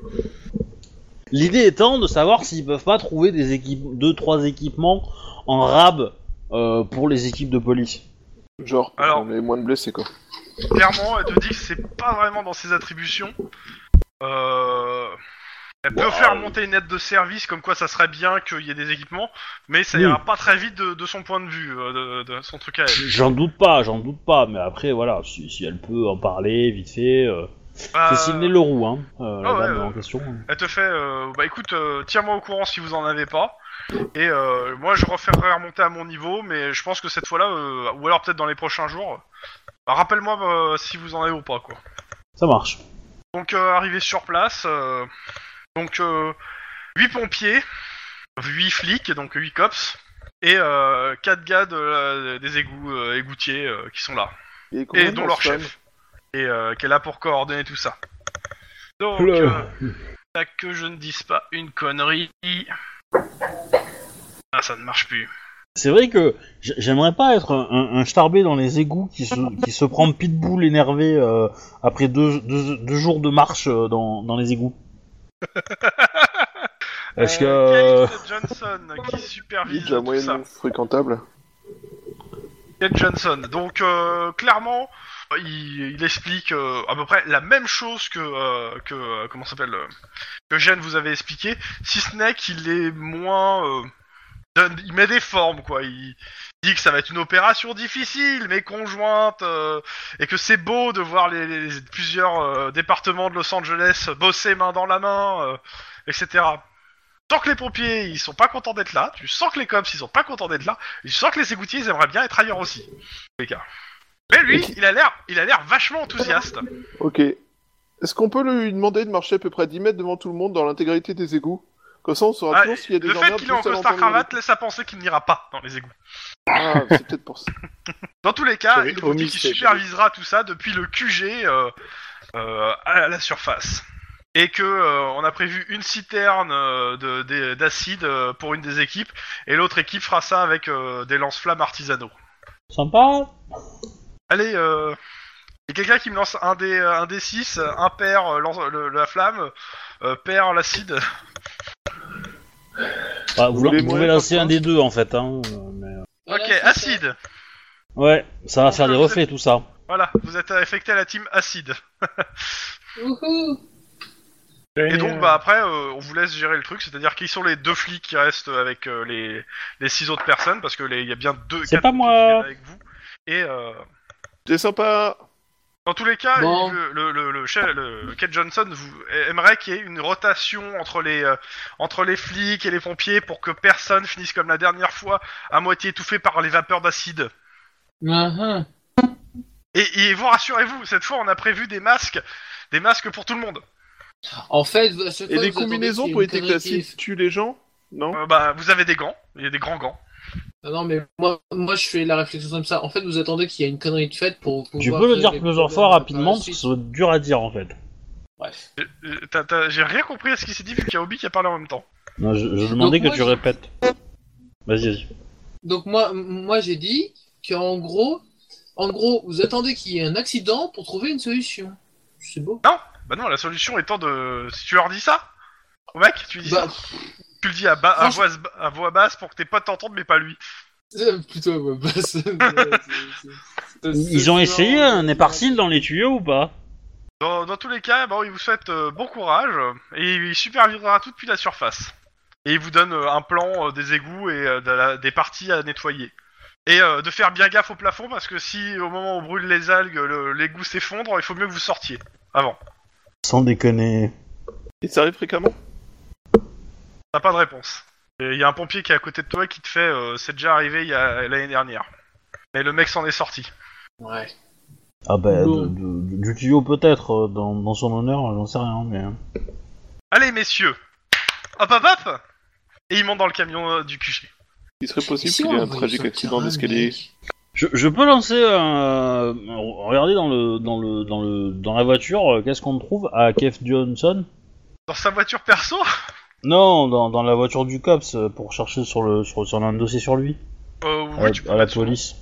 S3: L'idée étant de savoir s'ils peuvent pas trouver des équipes, deux trois équipements en rab euh, pour les équipes de police.
S1: Genre,
S2: Alors-
S1: on est moins de blessés quoi.
S2: Clairement, elle te dit que c'est pas vraiment dans ses attributions. Euh, elle peut
S3: Wow.
S2: faire monter une aide de service, comme quoi ça serait bien qu'il y ait des équipements, mais ça
S3: Oui.
S2: ira pas très vite de, de son point de vue, euh, de, de son truc à elle.
S3: J'en doute pas, j'en doute pas, mais après voilà, si, si elle peut en parler vite fait. euh,
S2: Bah,
S3: C'est Sydney Leroux, hein, euh, la
S2: ah ouais,
S3: dame
S2: ouais.
S3: en question.
S2: Elle te fait, euh, bah écoute, euh, tiens-moi au courant si vous en avez pas. Et euh, moi, je referai remonter à mon niveau, mais je pense que cette fois-là, euh, ou alors peut-être dans les prochains jours, bah, rappelle-moi euh, si vous en avez ou pas, quoi.
S3: Ça marche.
S2: Donc, euh, arrivé sur place, euh, donc euh, 8 pompiers, 8 flics, donc 8 cops, et euh, 4 gars de la- des égouts, euh, égoutiers euh, qui sont là, et dont leur chef, et euh, qui est là pour coordonner tout ça. Donc,
S3: Oula.
S2: euh, Tac, que je ne dise pas une connerie. Ah, ça ne marche plus.
S3: C'est vrai que j- j'aimerais pas être un, un, un starbé dans les égouts qui se, qui se prend pitbull énervé euh, après deux, deux, deux jours de marche euh, dans, dans les égouts. Parce que...
S2: Euh,
S3: euh,
S2: Kate Johnson qui supervise
S1: Vite la
S2: tout
S1: moyenne
S2: ça.
S1: fréquentable.
S2: Kate Johnson. Donc euh, clairement, il, il explique euh, à peu près la même chose que euh, que euh, comment ça s'appelle euh, que Jeanne vous avait expliqué, si ce n'est qu'il est moins euh, donne- il met des formes quoi. Il dit que ça va être une opération difficile mais conjointe euh, et que c'est beau de voir les, les- plusieurs euh, départements de Los Angeles bosser main dans la main, euh, etc. Tant que les pompiers ils sont pas contents d'être là, tu sens que les cops ils sont pas contents d'être là, je sens que les égoutiers, ils aimeraient bien être ailleurs aussi, les gars. Mais lui, il a l'air, il a l'air vachement enthousiaste.
S1: Ok. Est-ce qu'on peut lui demander de marcher à peu près 10 mètres devant tout le monde dans l'intégralité des égouts Comme ça, on saura
S2: Ah,
S1: toujours s'il y a des
S2: le fait
S1: emmerdes
S2: qu'il est en
S1: plus à
S2: costard
S1: l'intérieur
S2: cravate laisse à penser qu'il n'ira pas dans les égouts.
S1: des- Ah, c'est peut-être pour ça.
S2: Dans tous les cas,
S4: J'avais
S2: il vous dit
S4: omis
S2: qu'il
S4: ces-
S2: supervisera tout ça depuis le QG euh, euh, à la surface. Et que euh, on a prévu une citerne euh, de- des- d'acide euh, pour une des équipes, et l'autre équipe fera ça avec euh, des lance-flammes artisanaux.
S3: Sympa
S2: Allez, euh... y a quelqu'un qui me lance un des, un des 6, un père euh, lance le- la flamme, euh, père l'acide.
S3: Bah, Vous,
S1: Vous voulez
S3: vous pouvez
S1: mourir,
S3: lancer
S1: papa
S3: un des deux en fait. Hein, euh, mais-
S5: Voilà,
S2: ok,
S5: c'est ça.
S2: acide.
S3: Ouais, ça
S5: Ah,
S3: va faire des reflets tout ça.
S2: Voilà, vous êtes affecté à la team acide.
S5: Wouhou.
S2: Et donc, bah après, euh, on vous laisse gérer le truc, c'est-à-dire qui sont les deux flics qui restent avec euh, les, les six autres personnes, parce que les- il y a bien deux.
S3: C'est
S2: quatre
S3: pas
S2: flics
S3: moi.
S2: qui viennent Avec vous. Et euh,
S1: C'est sympa hein.
S2: dans tous les cas,
S5: Bon.
S2: il- le, le, le, chef- le Kate Johnson vous, aimerait qu'il y ait une rotation entre les euh, entre les flics et les pompiers pour que personne finisse comme la dernière fois à moitié étouffé par les vapeurs d'acide.
S5: Mhm.
S2: Et, et vous rassurez-vous, cette fois, on a prévu des masques, des masques pour tout le monde.
S5: En fait, à chaque
S1: Et
S5: fois,
S1: les
S5: vous attendez qu'il y
S1: combinaisons
S5: ait
S1: pour
S5: une
S1: être
S5: connerie qui-
S1: classiques tuent les gens Non
S2: Euh, bah, vous avez des gants, il y a des grands gants.
S5: Ah non, mais moi, moi, je fais la réflexion comme ça. En fait, vous attendez qu'il y ait une connerie de fête pour pouvoir...
S3: Tu peux le dire
S5: régler
S3: plusieurs
S5: les
S3: fois
S5: problèmes euh,
S3: rapidement
S5: par la
S3: parce que
S5: suite.
S3: ça va être dur à dire en fait.
S5: Bref.
S2: Euh, euh, t'as- t'as- J'ai rien compris à ce qui s'est dit vu qu'il y a Obi qui a parlé en même temps.
S3: Non, je, je demandais
S5: Donc,
S3: que
S5: moi,
S3: tu
S5: je-
S3: répètes. Vas-y, vas-y.
S5: Donc moi, moi j'ai dit qu'en gros, en gros, vous attendez qu'il y ait un accident pour trouver une solution. C'est beau.
S2: Bah non, la solution étant de... Si tu leur dis ça au mec, tu lui dis
S5: Bah,
S2: ça. Tu le dis à, ba- à
S5: franchement-
S2: voix, à voix basse pour que tes potes t'entendent mais pas lui.
S5: Euh, plutôt à voix basse. Ouais, c'est- c'est- c'est-
S3: Ils ont
S5: c'est
S3: essayé hein,
S5: marrant.
S3: un éparcile dans les tuyaux ou pas
S2: Dans, dans tous les cas, bon, il vous souhaite euh, bon courage euh, et il supervisera tout depuis la surface. Et il vous donne euh, un plan euh, des égouts et euh, de la- des parties à nettoyer. Et euh, de faire bien gaffe au plafond parce que si au moment où on brûle les algues, le- l'égout s'effondre, il faut mieux que vous sortiez avant.
S3: Sans déconner.
S1: Et ça arrive fréquemment
S2: T'as pas de réponse. Il y a un pompier qui est à côté de toi qui te fait euh, c'est déjà arrivé il y a- l'année dernière. Mais le mec s'en est sorti.
S5: Ouais.
S3: Ah bah,
S5: Bon.
S3: de- de- du- du tuyau peut-être, euh, dans, dans son honneur, j'en sais rien, mais... euh.
S2: Allez, messieurs Hop, hop, hop Et ils montent dans le camion euh, du QG.
S1: Il serait possible
S5: Si
S1: qu'il y
S5: on
S1: ait un
S5: envoyait
S1: tragique
S5: sur le
S1: accident
S5: terrain,
S1: d'escalier.
S5: mec
S3: Je, je peux lancer un... euh, Regardez dans, le, dans, le, dans, le, dans la voiture, euh, qu'est-ce qu'on trouve à Kev Johnson
S2: Dans sa voiture perso
S3: Non, dans, dans la voiture du COPS, euh, pour chercher sur le sur, sur un dossier sur lui,
S2: euh, oui,
S3: à, la-
S2: tu peux
S3: à la
S2: mettre son-
S3: police.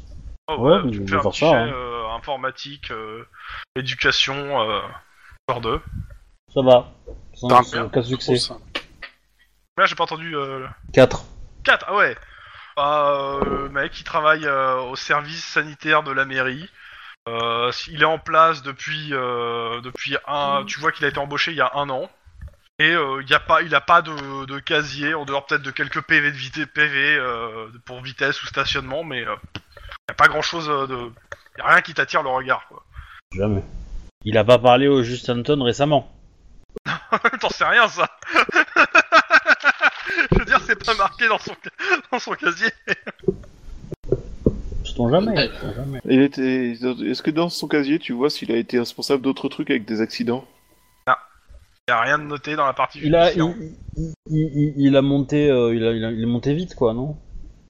S2: Oh,
S3: Ouais,
S2: euh,
S3: mais
S2: tu
S3: je
S2: peux
S3: vais
S2: faire un
S3: faire
S2: petit
S3: ça,
S2: jet,
S3: hein.
S2: euh, informatique, euh, éducation, euh, genre de.
S3: Ça va. Sans-
S4: Putain,
S3: sans- Quatre
S4: Trop
S3: succès.
S4: simple.
S2: Là, j'ai pas entendu. Euh,
S3: 4.
S2: 4, ah ouais Bah, euh, Le mec, il travaille euh, au service sanitaire de la mairie. Euh, il est en place depuis, euh, depuis un. Tu vois qu'il a été embauché il y a un an. Et euh, il y a pas, il a pas de, de casier, en dehors peut-être de quelques PV de vite, PV euh, pour vitesse ou stationnement, mais euh, il y a pas grand chose de. Il y a rien qui t'attire le regard, quoi.
S3: Jamais. Il a pas parlé au Juste Anton récemment.
S2: T'en sais rien, ça Je veux dire, c'est pas marqué dans son, dans son casier.
S3: Sait-on jamais.
S5: Ouais.
S3: sait-on jamais.
S1: Il était... Est-ce que dans son casier, tu vois s'il a été responsable d'autres trucs avec des accidents
S2: Il y a rien de noté dans la partie
S3: Il a,
S2: judiciaire.
S3: il, il- il- il a monté, euh, il, a, il a- il est monté vite quoi, non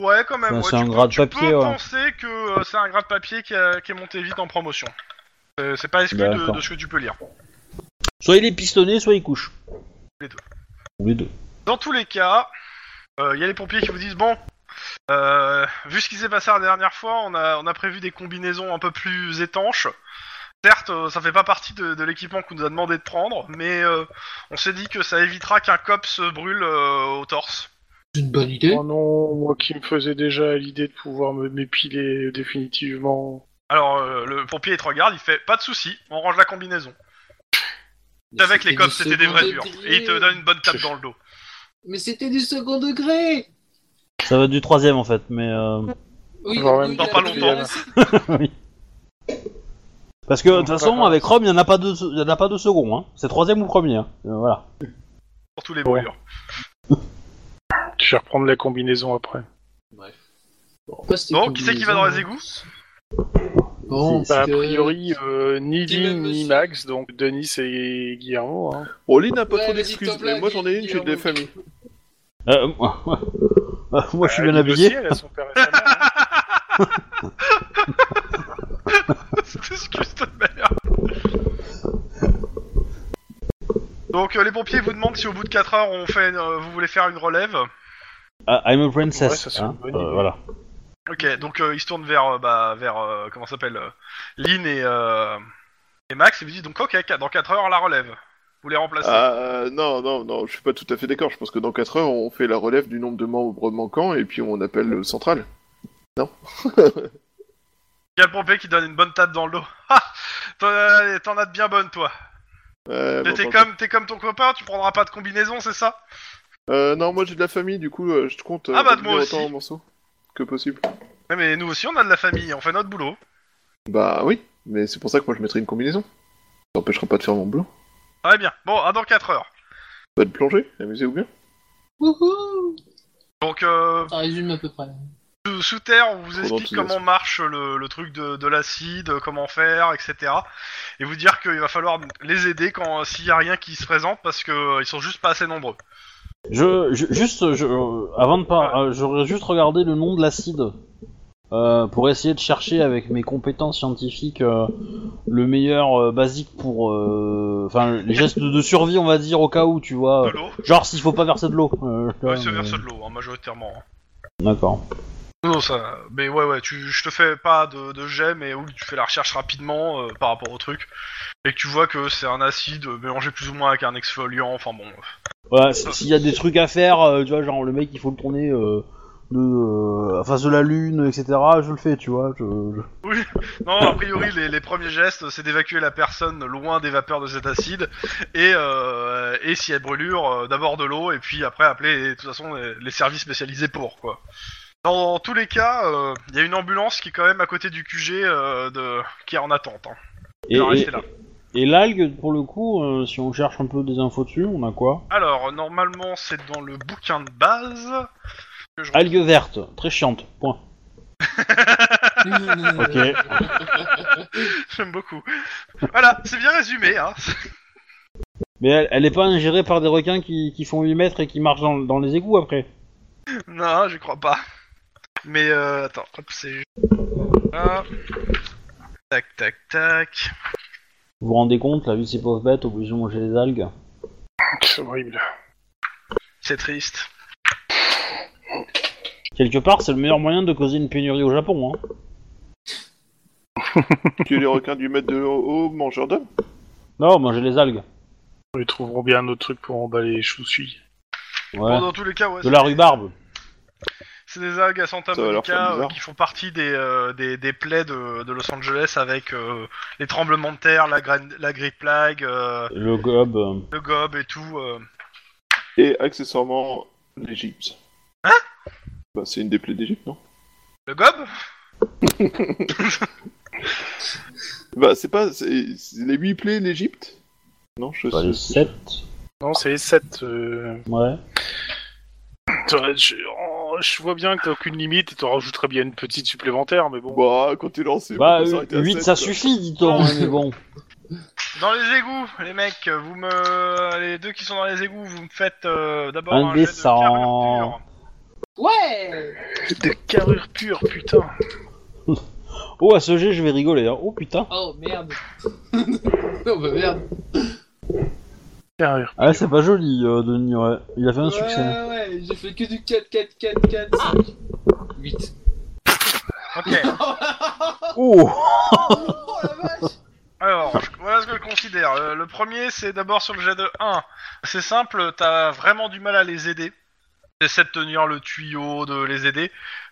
S2: Ouais, quand même.
S3: Ben,
S2: ouais,
S3: c'est
S2: tu
S3: un
S2: peux-
S3: grade
S2: tu
S3: papier,
S2: peux
S3: ouais.
S2: penser que euh, c'est un grade papier qui, a- qui est monté vite en promotion. Euh, c'est pas exclu de,
S3: D'accord.
S2: de ce que tu peux lire.
S3: Soit il est pistonné, soit il couche.
S2: Les deux.
S3: Ou les deux.
S2: Dans tous les cas, il y a les pompiers qui vous disent bon, euh, vu ce qui s'est passé la dernière fois, on a, on a prévu des combinaisons un peu plus étanches. Certes, euh, ça fait pas partie de, de l'équipement qu'on nous a demandé de prendre, mais euh, on s'est dit que ça évitera qu'un cop se brûle euh, au torse.
S5: C'est une bonne idée.
S4: Oh non, moi qui me faisais déjà à l'idée de pouvoir me m'épiler définitivement.
S2: Alors euh, le pompier il te regarde, il fait pas de souci, on range la combinaison.
S5: Mais
S2: Avec les
S5: du
S2: cops, c'était des
S5: second
S2: vrais durs.
S5: degré.
S2: Et il te donne une bonne tape dans le dos.
S5: Mais c'était du second degré
S3: Ça va être du troisième en fait, mais euh,
S5: Oui,
S4: Genre, même
S5: oui,
S2: dans
S5: la
S2: pas
S5: première,
S2: longtemps.
S5: c'est-
S3: parce que de toute façon avec Rome, il y en a pas deux, il y en a pas deux secondes. Hein. C'est troisième ou premier. hein. Euh, voilà.
S2: Pour tous les brûlures.
S4: Je vais reprendre la combinaison après.
S5: Pourquoi c'était
S2: Bon, qui c'est qui va dans les
S5: combinaison
S2: égouts
S5: hein.
S4: Bah,
S5: Bon,
S4: a
S5: parce que-
S4: priori, euh, ni
S5: Qui
S4: Lynn,
S5: même
S4: ni
S5: monsieur-
S4: Max, donc Denis et Guillermo. Hein.
S1: Bon, Lynn n'a pas
S5: Ouais,
S1: trop
S5: mais dis-toi
S1: d'excuses,
S5: plein,
S1: mais moi j'en ai une
S5: dis-
S1: chez des
S5: dis-leur.
S1: familles.
S3: Euh, moi, moi, je suis bien
S4: Lynn aussi,
S3: habillé.
S4: elle a son père et sa mère, hein.
S2: C'est juste merde. Donc euh, les pompiers vous demandent si au bout de 4 heures on fait, une- euh, vous voulez faire une relève.
S3: Ah, I'm a
S4: Ouais, ça,
S3: princess.
S4: c'est une
S3: hein.
S4: bonne
S3: Euh,
S4: idée.
S3: voilà.
S2: Ok, donc euh, ils se tournent vers euh, bah, vers euh, comment ça s'appelle euh, Lynn et euh, et Max. Ils vous disent donc ok qu- dans 4 heures la relève. Vous les remplacez.
S1: Ah, euh, non, non, non, je suis pas tout à fait d'accord. Je pense que dans 4 heures, on fait la relève du nombre de membres manquants et puis on appelle le central.
S2: Il y a le pompier qui donne une bonne tâte dans le dos. Ah, T'en as- t'en as de bien bonne toi.
S1: Euh, bon,
S2: T'es
S1: pardon.
S2: comme t'es comme ton copain, tu prendras pas de combinaison, c'est ça
S1: Euh, non, moi j'ai de la famille, du coup, euh, je te compte euh,
S2: Ah bah, moi
S1: réduire autant
S2: aussi.
S1: en morceaux que possible.
S2: Ouais, Mais nous aussi on a de la famille, on fait notre boulot.
S1: Bah oui, mais c'est pour ça que moi je mettrai une combinaison. Ça m'empêchera pas de faire mon boulot.
S2: Très Ah, eh bien. Bon, à dans 4 heures.
S1: Pas de plonger, amusez-vous bien.
S5: Wouhou
S2: Donc, euh,
S5: Ça résume à peu près. hein.
S2: sous- sous terre, on vous
S1: Trop
S2: explique
S1: d'enthousiasme.
S2: comment marche le, le truc de, de l'acide, comment faire, etc. Et vous dire qu'il va falloir les aider quand euh, s'il y a rien qui se présente parce que euh, ils sont juste pas assez nombreux.
S3: Je, je- juste, je, euh, avant de pas, euh, j'aurais juste regardé le nom de l'acide euh, pour essayer de chercher avec mes compétences scientifiques euh, le meilleur euh, basique pour, euh, enfin, les gestes de survie, on va dire au cas où, tu
S2: De
S3: vois.
S2: l'eau,
S3: Genre s'il faut pas verser de l'eau. euh, tu vois,
S2: ouais, c'est
S3: Ah. mais-
S2: vers ceux de l'eau, hein, majoritairement. hein.
S3: D'accord.
S2: Non, ça. Mais ouais, ouais, tu, je te fais pas de, de jet, mais où tu fais la recherche rapidement euh, par rapport au truc et que tu vois que c'est un acide mélangé plus ou moins avec un exfoliant. Enfin bon.
S3: Voilà, s- s'il y a des trucs à faire, euh, tu vois, genre le mec il faut le tourner euh, de euh, à face de la lune, etc. Je le fais, tu vois. Je, je-
S2: Non, a priori, les, les premiers gestes, c'est d'évacuer la personne loin des vapeurs de cet acide, et, euh, et si elle brûlure, euh, d'abord de l'eau, et puis après appeler, de toute façon, les, les services spécialisés pour, quoi. Dans, tous les cas, euh, il y a une ambulance qui est quand même à côté du QG, euh, de, qui est en attente. Hein.
S3: Et,
S2: Alors,
S3: et,
S2: restez là.
S3: et l'algue, pour le coup, euh, si on cherche un peu des infos dessus, on a quoi
S2: Alors, normalement, c'est dans le bouquin de base. que je-
S3: Algue verte, très chiante. Point.
S5: Ok.
S3: Ok.
S2: J'aime beaucoup. Voilà, c'est bien résumé. Hein.
S3: Mais elle, elle est pas ingérée par des requins qui, qui font 8 mètres et qui marchent dans, dans les égouts après.
S2: Non, je crois pas. Mais euh, attends, hop, c'est. Ah. Tac, tac, tac.
S3: Vous vous rendez compte, la vie de ces pauvres bêtes, obligées de manger les algues.
S4: C'est horrible.
S2: C'est triste.
S3: Quelque part, c'est le meilleur moyen de causer une pénurie au Japon. Hein.
S1: Tuer les requins du mètre de haut, mangeur d'hommes
S3: Non, manger les algues.
S4: Ils trouveront bien un autre truc pour emballer les choussui.
S3: Ouais.
S2: Bon, dans tous les cas, ouais.
S3: De la
S2: c'est-
S3: rhubarbe.
S2: C'est des algues à Santa
S1: Ça va leur faire
S2: Monica euh,
S1: bizarre.
S2: qui font partie des, euh, des, des plaies de, de Los Angeles avec euh, les tremblements de terre, la, graine- la grippe plague, euh,
S3: Le gob. euh,
S2: le gob et tout. euh.
S1: et accessoirement l'Égypte.
S2: Hein
S1: Bah, c'est une des plaies d'Égypte, non
S2: Le gob
S1: Bah, c'est pas. c'est- c'est les huit plaies d'Égypte Non, je
S3: Pas les
S1: sais.
S3: 7.
S4: Non, c'est les 7. euh,
S3: bah, Ouais.
S4: toi, Je, oh, je vois bien que t'as aucune limite et t'en rajouterais bien une petite supplémentaire, mais bon.
S1: Bah, quand t'es lancé,
S3: Bah,
S1: on peut s'arrêter à
S3: 8
S1: sept,
S3: ça
S1: quoi.
S3: suffit, dit-on, hein, mais bon.
S2: Dans les égouts, les mecs, vous me. Les deux qui sont dans les égouts, vous me faites euh, d'abord un jet de
S3: Indécent.
S2: carrure pure.
S5: Ouais
S4: De carrure pure, putain.
S3: Oh, à ce jet, je vais rigoler. hein. Oh putain.
S5: Oh merde Oh bah merde
S4: Carrure.
S3: Ah, c'est pas joli, euh, Denis, ouais. Il a fait un
S5: Ouais,
S3: succès.
S5: ouais, ouais, j'ai fait que du 4, 4, 4, 4, 5, 8.
S2: Ok,
S3: Oh
S5: Oh la vache
S2: alors, je- voilà ce que je considère. Euh, Le, le premier, c'est d'abord sur le jet de 1. C'est simple, t'as vraiment du mal à les aider. T'essaies de tenir le tuyau, de les aider.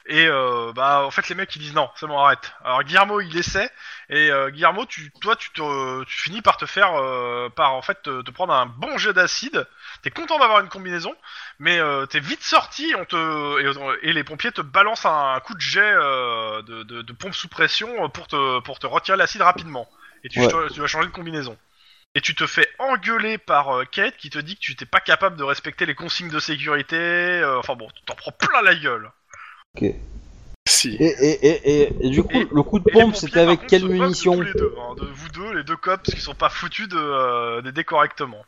S2: Et euh, bah, en fait, les mecs, ils disent non, c'est bon, arrête. Alors, Guillermo, il essaie. Et euh, Guillermo, tu, toi, tu, te, tu finis par te faire. euh, par en fait, te, te prendre un bon jet d'acide. T'es content d'avoir une combinaison. mais euh, t'es vite sorti on te, et, et les pompiers te balancent un coup de jet euh, de, de- de pompe sous pression euh, pour te, pour te retirer l'acide rapidement. Et tu,
S3: Ouais.
S2: tu- tu vas changer de combinaison. Et tu te fais engueuler par euh, Kate qui te dit que tu t'es pas capable de respecter les consignes de sécurité. euh, Enfin bon, tu t'en prends plein la gueule.
S4: Si.
S3: et, et, et, et, et du coup,
S2: Et-
S3: le coup de
S2: Et les
S3: pompe,
S2: pompiers,
S3: c'était
S2: par
S3: avec
S2: contre, se
S3: quelle
S2: moquent de
S3: munition
S2: tous les deux, hein, de vous deux, les deux cops qui sont pas foutus de, euh, d'aider correctement.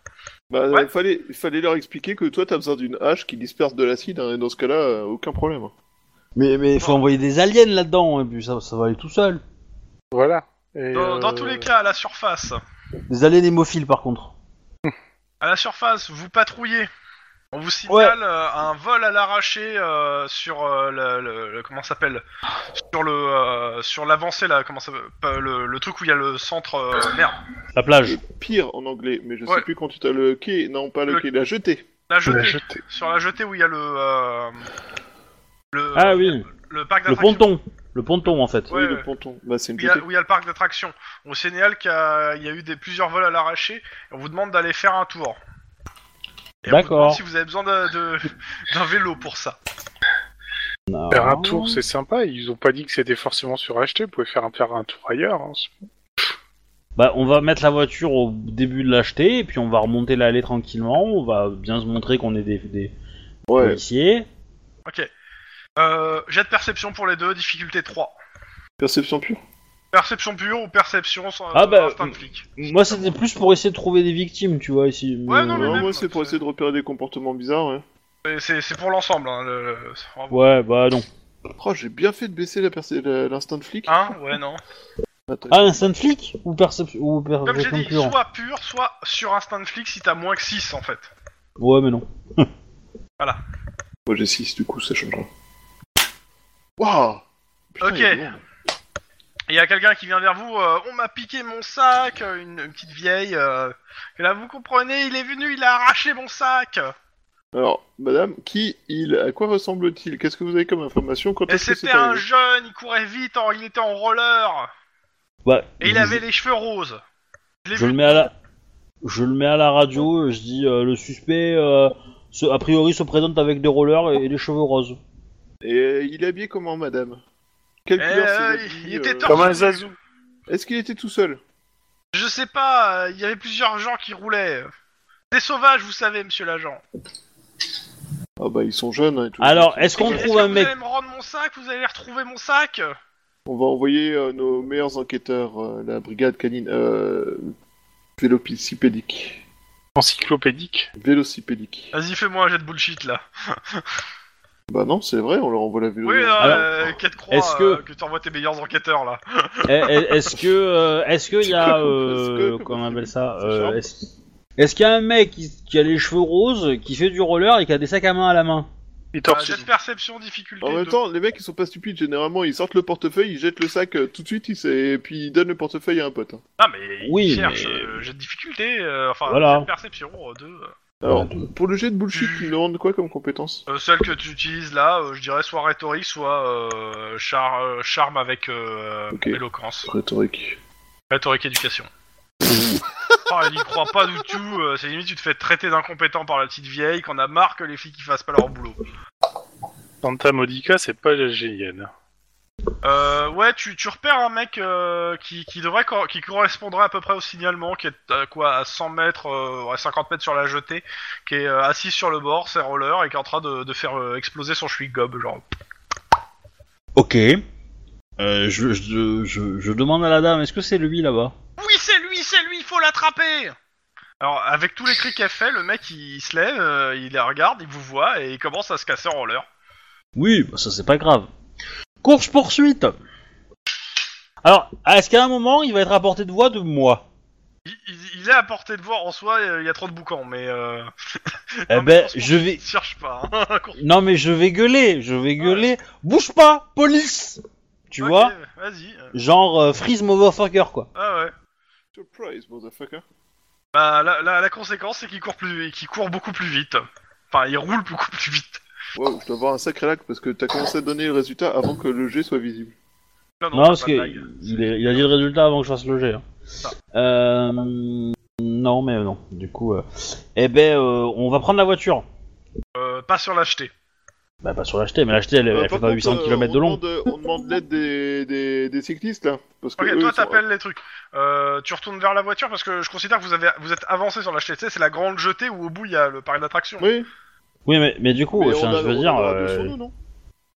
S1: Bah,
S2: Ouais.
S1: euh, fallait, fallait leur expliquer que toi, t'as besoin d'une hache qui disperse de l'acide, hein, et dans ce cas-là, euh, aucun problème.
S3: Mais il faut envoyer des aliens là-dedans, hein, et puis ça, ça va aller tout seul.
S4: Voilà. Et,
S2: Dans, dans
S4: euh,
S2: tous les cas, à la surface,
S3: Des aliens hémophiles, par contre.
S2: À la surface, vous patrouillez. On vous signale euh, un vol à l'arraché euh, sur euh, le, le- le- comment ça s'appelle sur le euh, sur l'avancée là comment ça s'appelle Pas le, le truc où il y a le centre euh, merde
S3: La
S1: Et
S3: plage.
S1: pire en anglais, mais je
S2: Ouais.
S1: sais plus quand tu t'as le quai, non pas le,
S2: Le-
S1: quai, la jetée.
S2: la
S4: Je
S2: jetée
S4: l'ai jeté.
S2: sur la jetée où il y a le euh, le,
S3: Ah oui,
S2: le parc
S3: le
S2: d'attractions
S3: ponton. Le ponton, en fait.
S2: Ouais,
S1: oui, le
S2: ouais.
S1: ponton. Bah, c'est une
S2: où il y a-
S1: jetée.
S2: où il y a le parc d'attractions. On signale qu'il y a, il y a eu des plusieurs vols à l'arraché. et On vous demande d'aller faire un tour. Et on vous
S3: D'accord.
S2: demande Si vous avez besoin de- de- d'un vélo pour ça.
S3: Non.
S4: Faire un
S2: Ah.
S4: tour, c'est sympa. Ils ont pas dit que c'était forcément suracheté. Vous pouvez faire un, faire un tour ailleurs. hein.
S3: Bah, on va mettre la voiture au début de l'acheter, et puis on va remonter l'allée tranquillement. On va bien se montrer qu'on est des, des
S1: Ouais.
S3: policiers.
S2: Ok. Euh, jet de perception pour les deux, difficulté 3.
S1: Perception pure.
S2: Perception pure ou perception sans
S3: Ah bah,
S2: instinct de
S3: mm.
S2: flic
S3: Moi, c'était plus pour essayer de trouver des victimes, tu vois, ici.
S2: Ouais, non, mais
S1: Non,
S2: même,
S1: moi,
S2: ouais,
S1: c'est pour
S2: c'est-
S1: essayer de repérer des comportements bizarres. Ouais.
S2: Et C'est c'est pour l'ensemble. Hein, le- le- c'est vraiment-
S3: Ouais, bah non.
S1: Oh, j'ai bien fait de baisser la perce- la- l'instinct de flic.
S2: Hein Ouais, non.
S1: Attends.
S3: Ah, instinct de flic Ou perception ou
S2: Comme j'ai
S3: perception
S2: dit,
S3: pure
S2: soit pur, soit sur instinct de flic si t'as moins que 6 en fait.
S3: Ouais, mais non.
S1: Moi, j'ai 6, du coup, ça change rien. Waouh Putain,
S2: Ok.
S1: il est lourd.
S2: Il y a quelqu'un qui vient vers vous, euh, on m'a piqué mon sac, euh, une, une petite vieille. euh, et là, vous comprenez, il est venu, il a arraché mon sac.
S1: Alors, madame, qui il À quoi ressemble-t-il Qu'est-ce que vous avez comme information quand
S2: Et
S1: est-ce que c'est
S2: Eh, c'était
S3: euh,
S2: un
S1: arrivé
S2: jeune, il courait vite, en- il était en roller.
S3: Ouais.
S2: Et il
S3: je-
S2: avait les cheveux roses. Je l'ai
S3: Bah, Je
S2: vu
S3: le mets à la... Je le mets à la radio, euh, je dis euh, le suspect, euh, se- a priori, se présente avec des rollers et, et des cheveux roses.
S1: Et euh, il est habillé comment, madame Quelle
S2: Eh,
S1: couleur ses
S2: euh,
S1: habits,
S2: il était
S1: euh,
S2: torse
S4: Comme un zazou.
S1: Est-ce qu'il était tout seul
S2: Je sais pas, euh, il y avait plusieurs gens qui roulaient. Des sauvages, vous savez, monsieur l'agent.
S1: Ah bah ils sont jeunes hein, et tout.
S3: Alors, est-ce qu'on
S2: Est-ce que
S3: trouve un
S2: vous
S3: mec
S2: allez me rendre mon sac Vous allez retrouver mon sac
S1: On va envoyer euh, nos meilleurs enquêteurs, euh, la brigade canine euh, vélocipédique.
S4: Encyclopédique.
S1: Vélocipédique.
S2: Vas-y, fais-moi un jet de bullshit là.
S1: Bah non, c'est vrai, on leur envoie la vélo.
S2: Oui, non,
S3: Alors,
S2: euh, quête croix,
S3: est-ce
S2: euh,
S3: que-
S2: que, t'envoies tes meilleurs enquêteurs là.
S3: Eh, eh, est-ce que euh, est-ce qu'il y a euh,
S1: Est-ce que-
S3: comment on appelle ça
S1: C'est
S3: euh,
S1: ça.
S3: Est-ce est-ce qu'il y a un mec qui, qui a les cheveux roses, qui fait du roller et qui a des sacs à main à la main
S4: Et
S2: Euh,
S4: torse.
S2: jet de perception, difficulté.
S1: En même
S2: deux.
S1: temps, les mecs ils sont pas stupides, généralement ils sortent le portefeuille, ils jettent le sac euh, tout de suite, ils sa- et puis ils donnent le portefeuille à un pote. hein.
S2: Ah, mais il
S3: Oui,
S2: cherche,
S3: mais-
S2: euh, jet de difficulté, euh, enfin,
S3: Voilà.
S2: jet de perception, 2.
S1: Alors, pour le jet de bullshit,
S2: Tu-
S1: ils demandent quoi comme compétence
S2: euh, celle que tu utilises là, euh, je dirais soit rhétorique, soit euh, char- euh, charme avec euh,
S1: Ok.
S2: éloquence.
S1: Rhétorique.
S2: Rhétorique éducation. oh, elle y croit pas du tout, euh, c'est limite tu te fais traiter d'incompétent par la petite vieille, qu'on a marre que les filles qui fassent pas leur boulot.
S4: Santa Modica, c'est pas la génienne.
S2: Euh, ouais, tu, tu repères un mec euh, qui, qui devrait cor- qui correspondrait à peu près au signalement, qui est à quoi à 100 mètres, euh, à 50 mètres sur la jetée, qui est euh, assis sur le bord, c'est roller, et qui est en train de, de faire euh, exploser son chewing-gum, genre.
S3: Ok. Euh, je, je, je, je demande à la dame, est-ce que c'est lui là-bas
S2: Oui, c'est lui, c'est lui, il faut l'attraper Alors, avec tous les cris qu'elle fait, le mec il, se lève, euh, il la regarde, il vous voit, et il commence à se casser en roller.
S3: Oui, bah, ça c'est pas grave. Course poursuite. Alors, est-ce qu'à un moment il va être à portée de voix de moi
S2: Il, il- il est à portée de voir en soi, euh, il y a trop de boucans, mais euh,
S3: Eh
S2: mais
S3: ben,
S2: course
S3: je vais.
S2: il cherche pas. hein.
S3: Non mais je vais gueuler, je vais gueuler. Bouge pas, police. Tu
S2: Ok,
S3: vois,
S2: Vas-y. euh,
S3: genre euh, freeze motherfucker quoi.
S2: Ah ouais.
S1: Surprise, motherfucker.
S2: Bah, la, la, la conséquence, c'est qu'il court plus, qu'il court beaucoup plus vite. Enfin, il roule beaucoup plus vite.
S1: Wow, je dois avoir un sacré lac parce que t'as commencé à donner le résultat avant que le jet soit visible.
S3: Non,
S2: c'est
S3: parce
S2: pas
S3: que
S2: de blague.
S3: il, est- il a dit le résultat avant que je fasse le jet. hein. Euh, non mais non. Du coup, euh, eh ben, euh, on va prendre la voiture.
S2: Euh, pas sur l'acheter.
S3: Bah pas sur l'acheter, mais l'acheter elle,
S1: Euh,
S3: elle fait
S1: par
S3: pas
S1: contre,
S3: 800
S1: euh,
S3: km de
S1: on
S3: long.
S1: demande- on demande l'aide des, des, des cyclistes là. Parce que
S2: Ok,
S1: eux,
S2: toi
S1: ils sont-
S2: t'appelles les trucs. Euh, tu retournes vers la voiture parce que je considère que vous avez, vous êtes avancé sur l'acheter. Tu sais, c'est la grande jetée où au bout il y a le parc d'attraction.
S1: Oui,
S3: Oui mais, mais du coup,
S1: mais
S3: enfin,
S1: on a-
S3: Oh, je veux
S1: on
S3: dire.
S1: aura deux
S3: euh,
S1: sur nous, non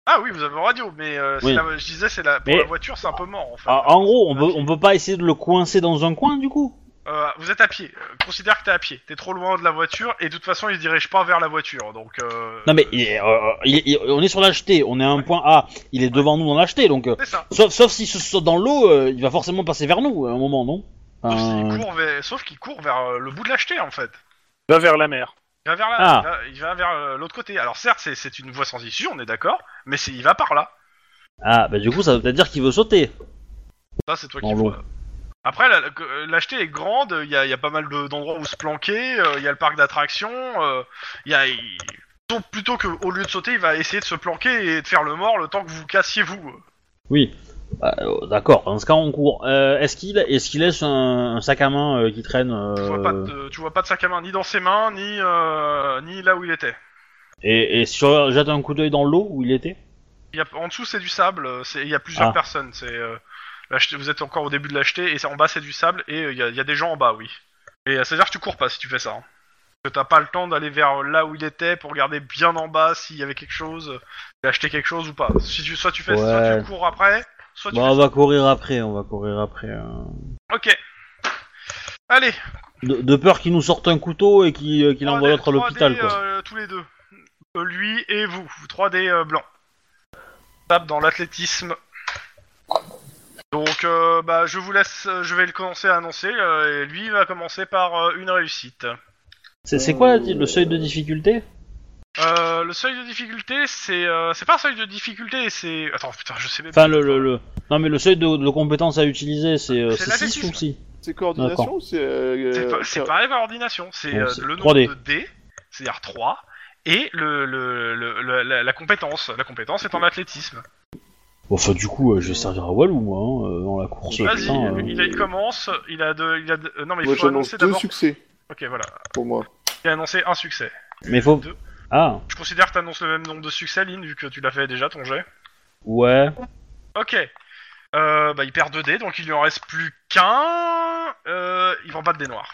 S2: Ah oui, vous avez en radio, mais euh, c'est
S3: Oui.
S2: la- je disais, c'est la, pour
S3: Mais-
S2: la voiture, c'est un peu mort en fait.
S3: Ah, en gros, on peut, on peut pas essayer de le coincer dans un coin du coup
S2: Euh, vous êtes à pied. Euh, Considère que t'es à pied. T'es trop loin de la voiture et de toute façon, il se dirige pas vers la voiture. Donc. Euh,
S3: Non mais il est, euh, il est- il- on est sur l'acheté, on est à un point A, il est devant nous dans l'acheté, donc euh,
S2: C'est ça.
S3: sauf sauf si se saute dans l'eau, euh, il va forcément passer vers nous à un moment, non
S2: Sauf
S3: Euh,
S1: Ah,
S2: qu'il court vers, sauf qu'il court vers euh, le bout de l'acheter en fait.
S4: Va vers la mer.
S2: Il va vers là,
S3: Ah.
S2: il, va, il va vers euh, l'autre côté. Alors certes, c'est- c'est une voie sans issue, on est d'accord, mais c'est- il va par là.
S3: Ah bah du coup ça veut peut-être dire qu'il veut sauter.
S2: Ça, c'est toi
S3: Dans
S2: qui
S3: l'eau.
S2: vois. Après, la- la- l'acheter est grande, il y a, il y a pas mal de- d'endroits où se planquer, euh, il y a le parc d'attractions, euh, il y a... il- plutôt- Plutôt que au lieu de sauter, il va essayer de se planquer et de faire le mort le temps que vous cassiez vous.
S3: Oui. Bah, euh, D'accord, dans ce cas on court. Euh, Est-ce qu'il est qu'il laisse un, un sac à main euh, qui traîne euh,
S2: Tu vois, pas de, tu vois pas de sac à main ni dans ses mains, ni, euh, ni là où il était.
S3: et, et si on jette un coup d'œil dans l'eau où il était
S2: Il y a- en dessous, c'est du sable, euh, c'est- il y a plusieurs
S3: Ah.
S2: personnes. c'est, euh, l'acheter- vous êtes encore au début de l'acheter, et c'est- en bas, c'est du sable, et euh, il y, a- il y a des gens en bas, oui. Et euh, c'est-à-dire que tu cours pas si tu fais ça. hein. Parce que t'as pas le temps d'aller vers euh, là où il était pour regarder bien en bas s'il y avait quelque chose, euh, d'acheter quelque chose ou pas. Si tu, soit, tu fais, soit
S3: Ouais. Bah,
S2: tu cours après, soit tu
S3: Bon,
S2: fais
S3: on va courir après, on va courir après. euh.
S2: ça. Ok. Allez,
S3: De, de peur qu'il nous sorte un couteau et qu'il euh, qu'il
S2: 3D,
S3: envoie l'autre à
S2: 3D,
S3: l'hôpital, quoi.
S2: euh, tous les deux. Euh, lui et vous, 3D euh, blanc. Tape dans l'athlétisme. Donc, euh, bah, je vous laisse, euh, je vais le commencer à annoncer. euh, et lui va commencer par euh, une réussite.
S3: C'est c'est quoi dit, le seuil de difficulté
S2: Euh, le seuil de difficulté, c'est, euh, c'est pas un seuil de difficulté, c'est. Attends, putain, je sais même.
S3: Enfin, le, le, le- Non, mais le seuil de, de compétence à utiliser, c'est euh,
S2: C'est
S3: c'est 6
S2: l'athlétisme.
S3: ou 6
S1: C'est coordination
S3: D'accord.
S1: ou c'est. euh,
S2: C'est,
S1: euh,
S2: pas, c'est
S1: ça-
S2: pareil par ordination. C'est
S3: Bon,
S2: euh,
S3: c'est
S2: le nombre
S3: 3D.
S2: de dés, c'est-à-dire 3 et le, le, le- le- la, la compétence. La compétence est en athlétisme.
S3: Enfin, du coup, euh, je vais servir à Walou, moi, hein, euh, dans la course.
S2: Vas-y,
S3: putain, euh.
S2: il, a- il commence, il a deux... Il a deux- euh, non, mais il
S1: Moi
S2: faut
S1: j'annonce
S2: annoncer
S1: deux
S2: d'abord.
S1: succès
S2: Ok, voilà.
S1: pour moi.
S2: Il a annoncé un succès.
S3: Mais faut.
S2: Deux.
S3: Ah,
S2: Je considère que t'annonces le même nombre de succès, Lynn, vu que tu l'as fait déjà ton jet.
S3: ouais.
S2: Ok. Euh, bah, il perd 2 dés, donc il lui en reste plus qu'un. Euh, il vend pas de dés noirs.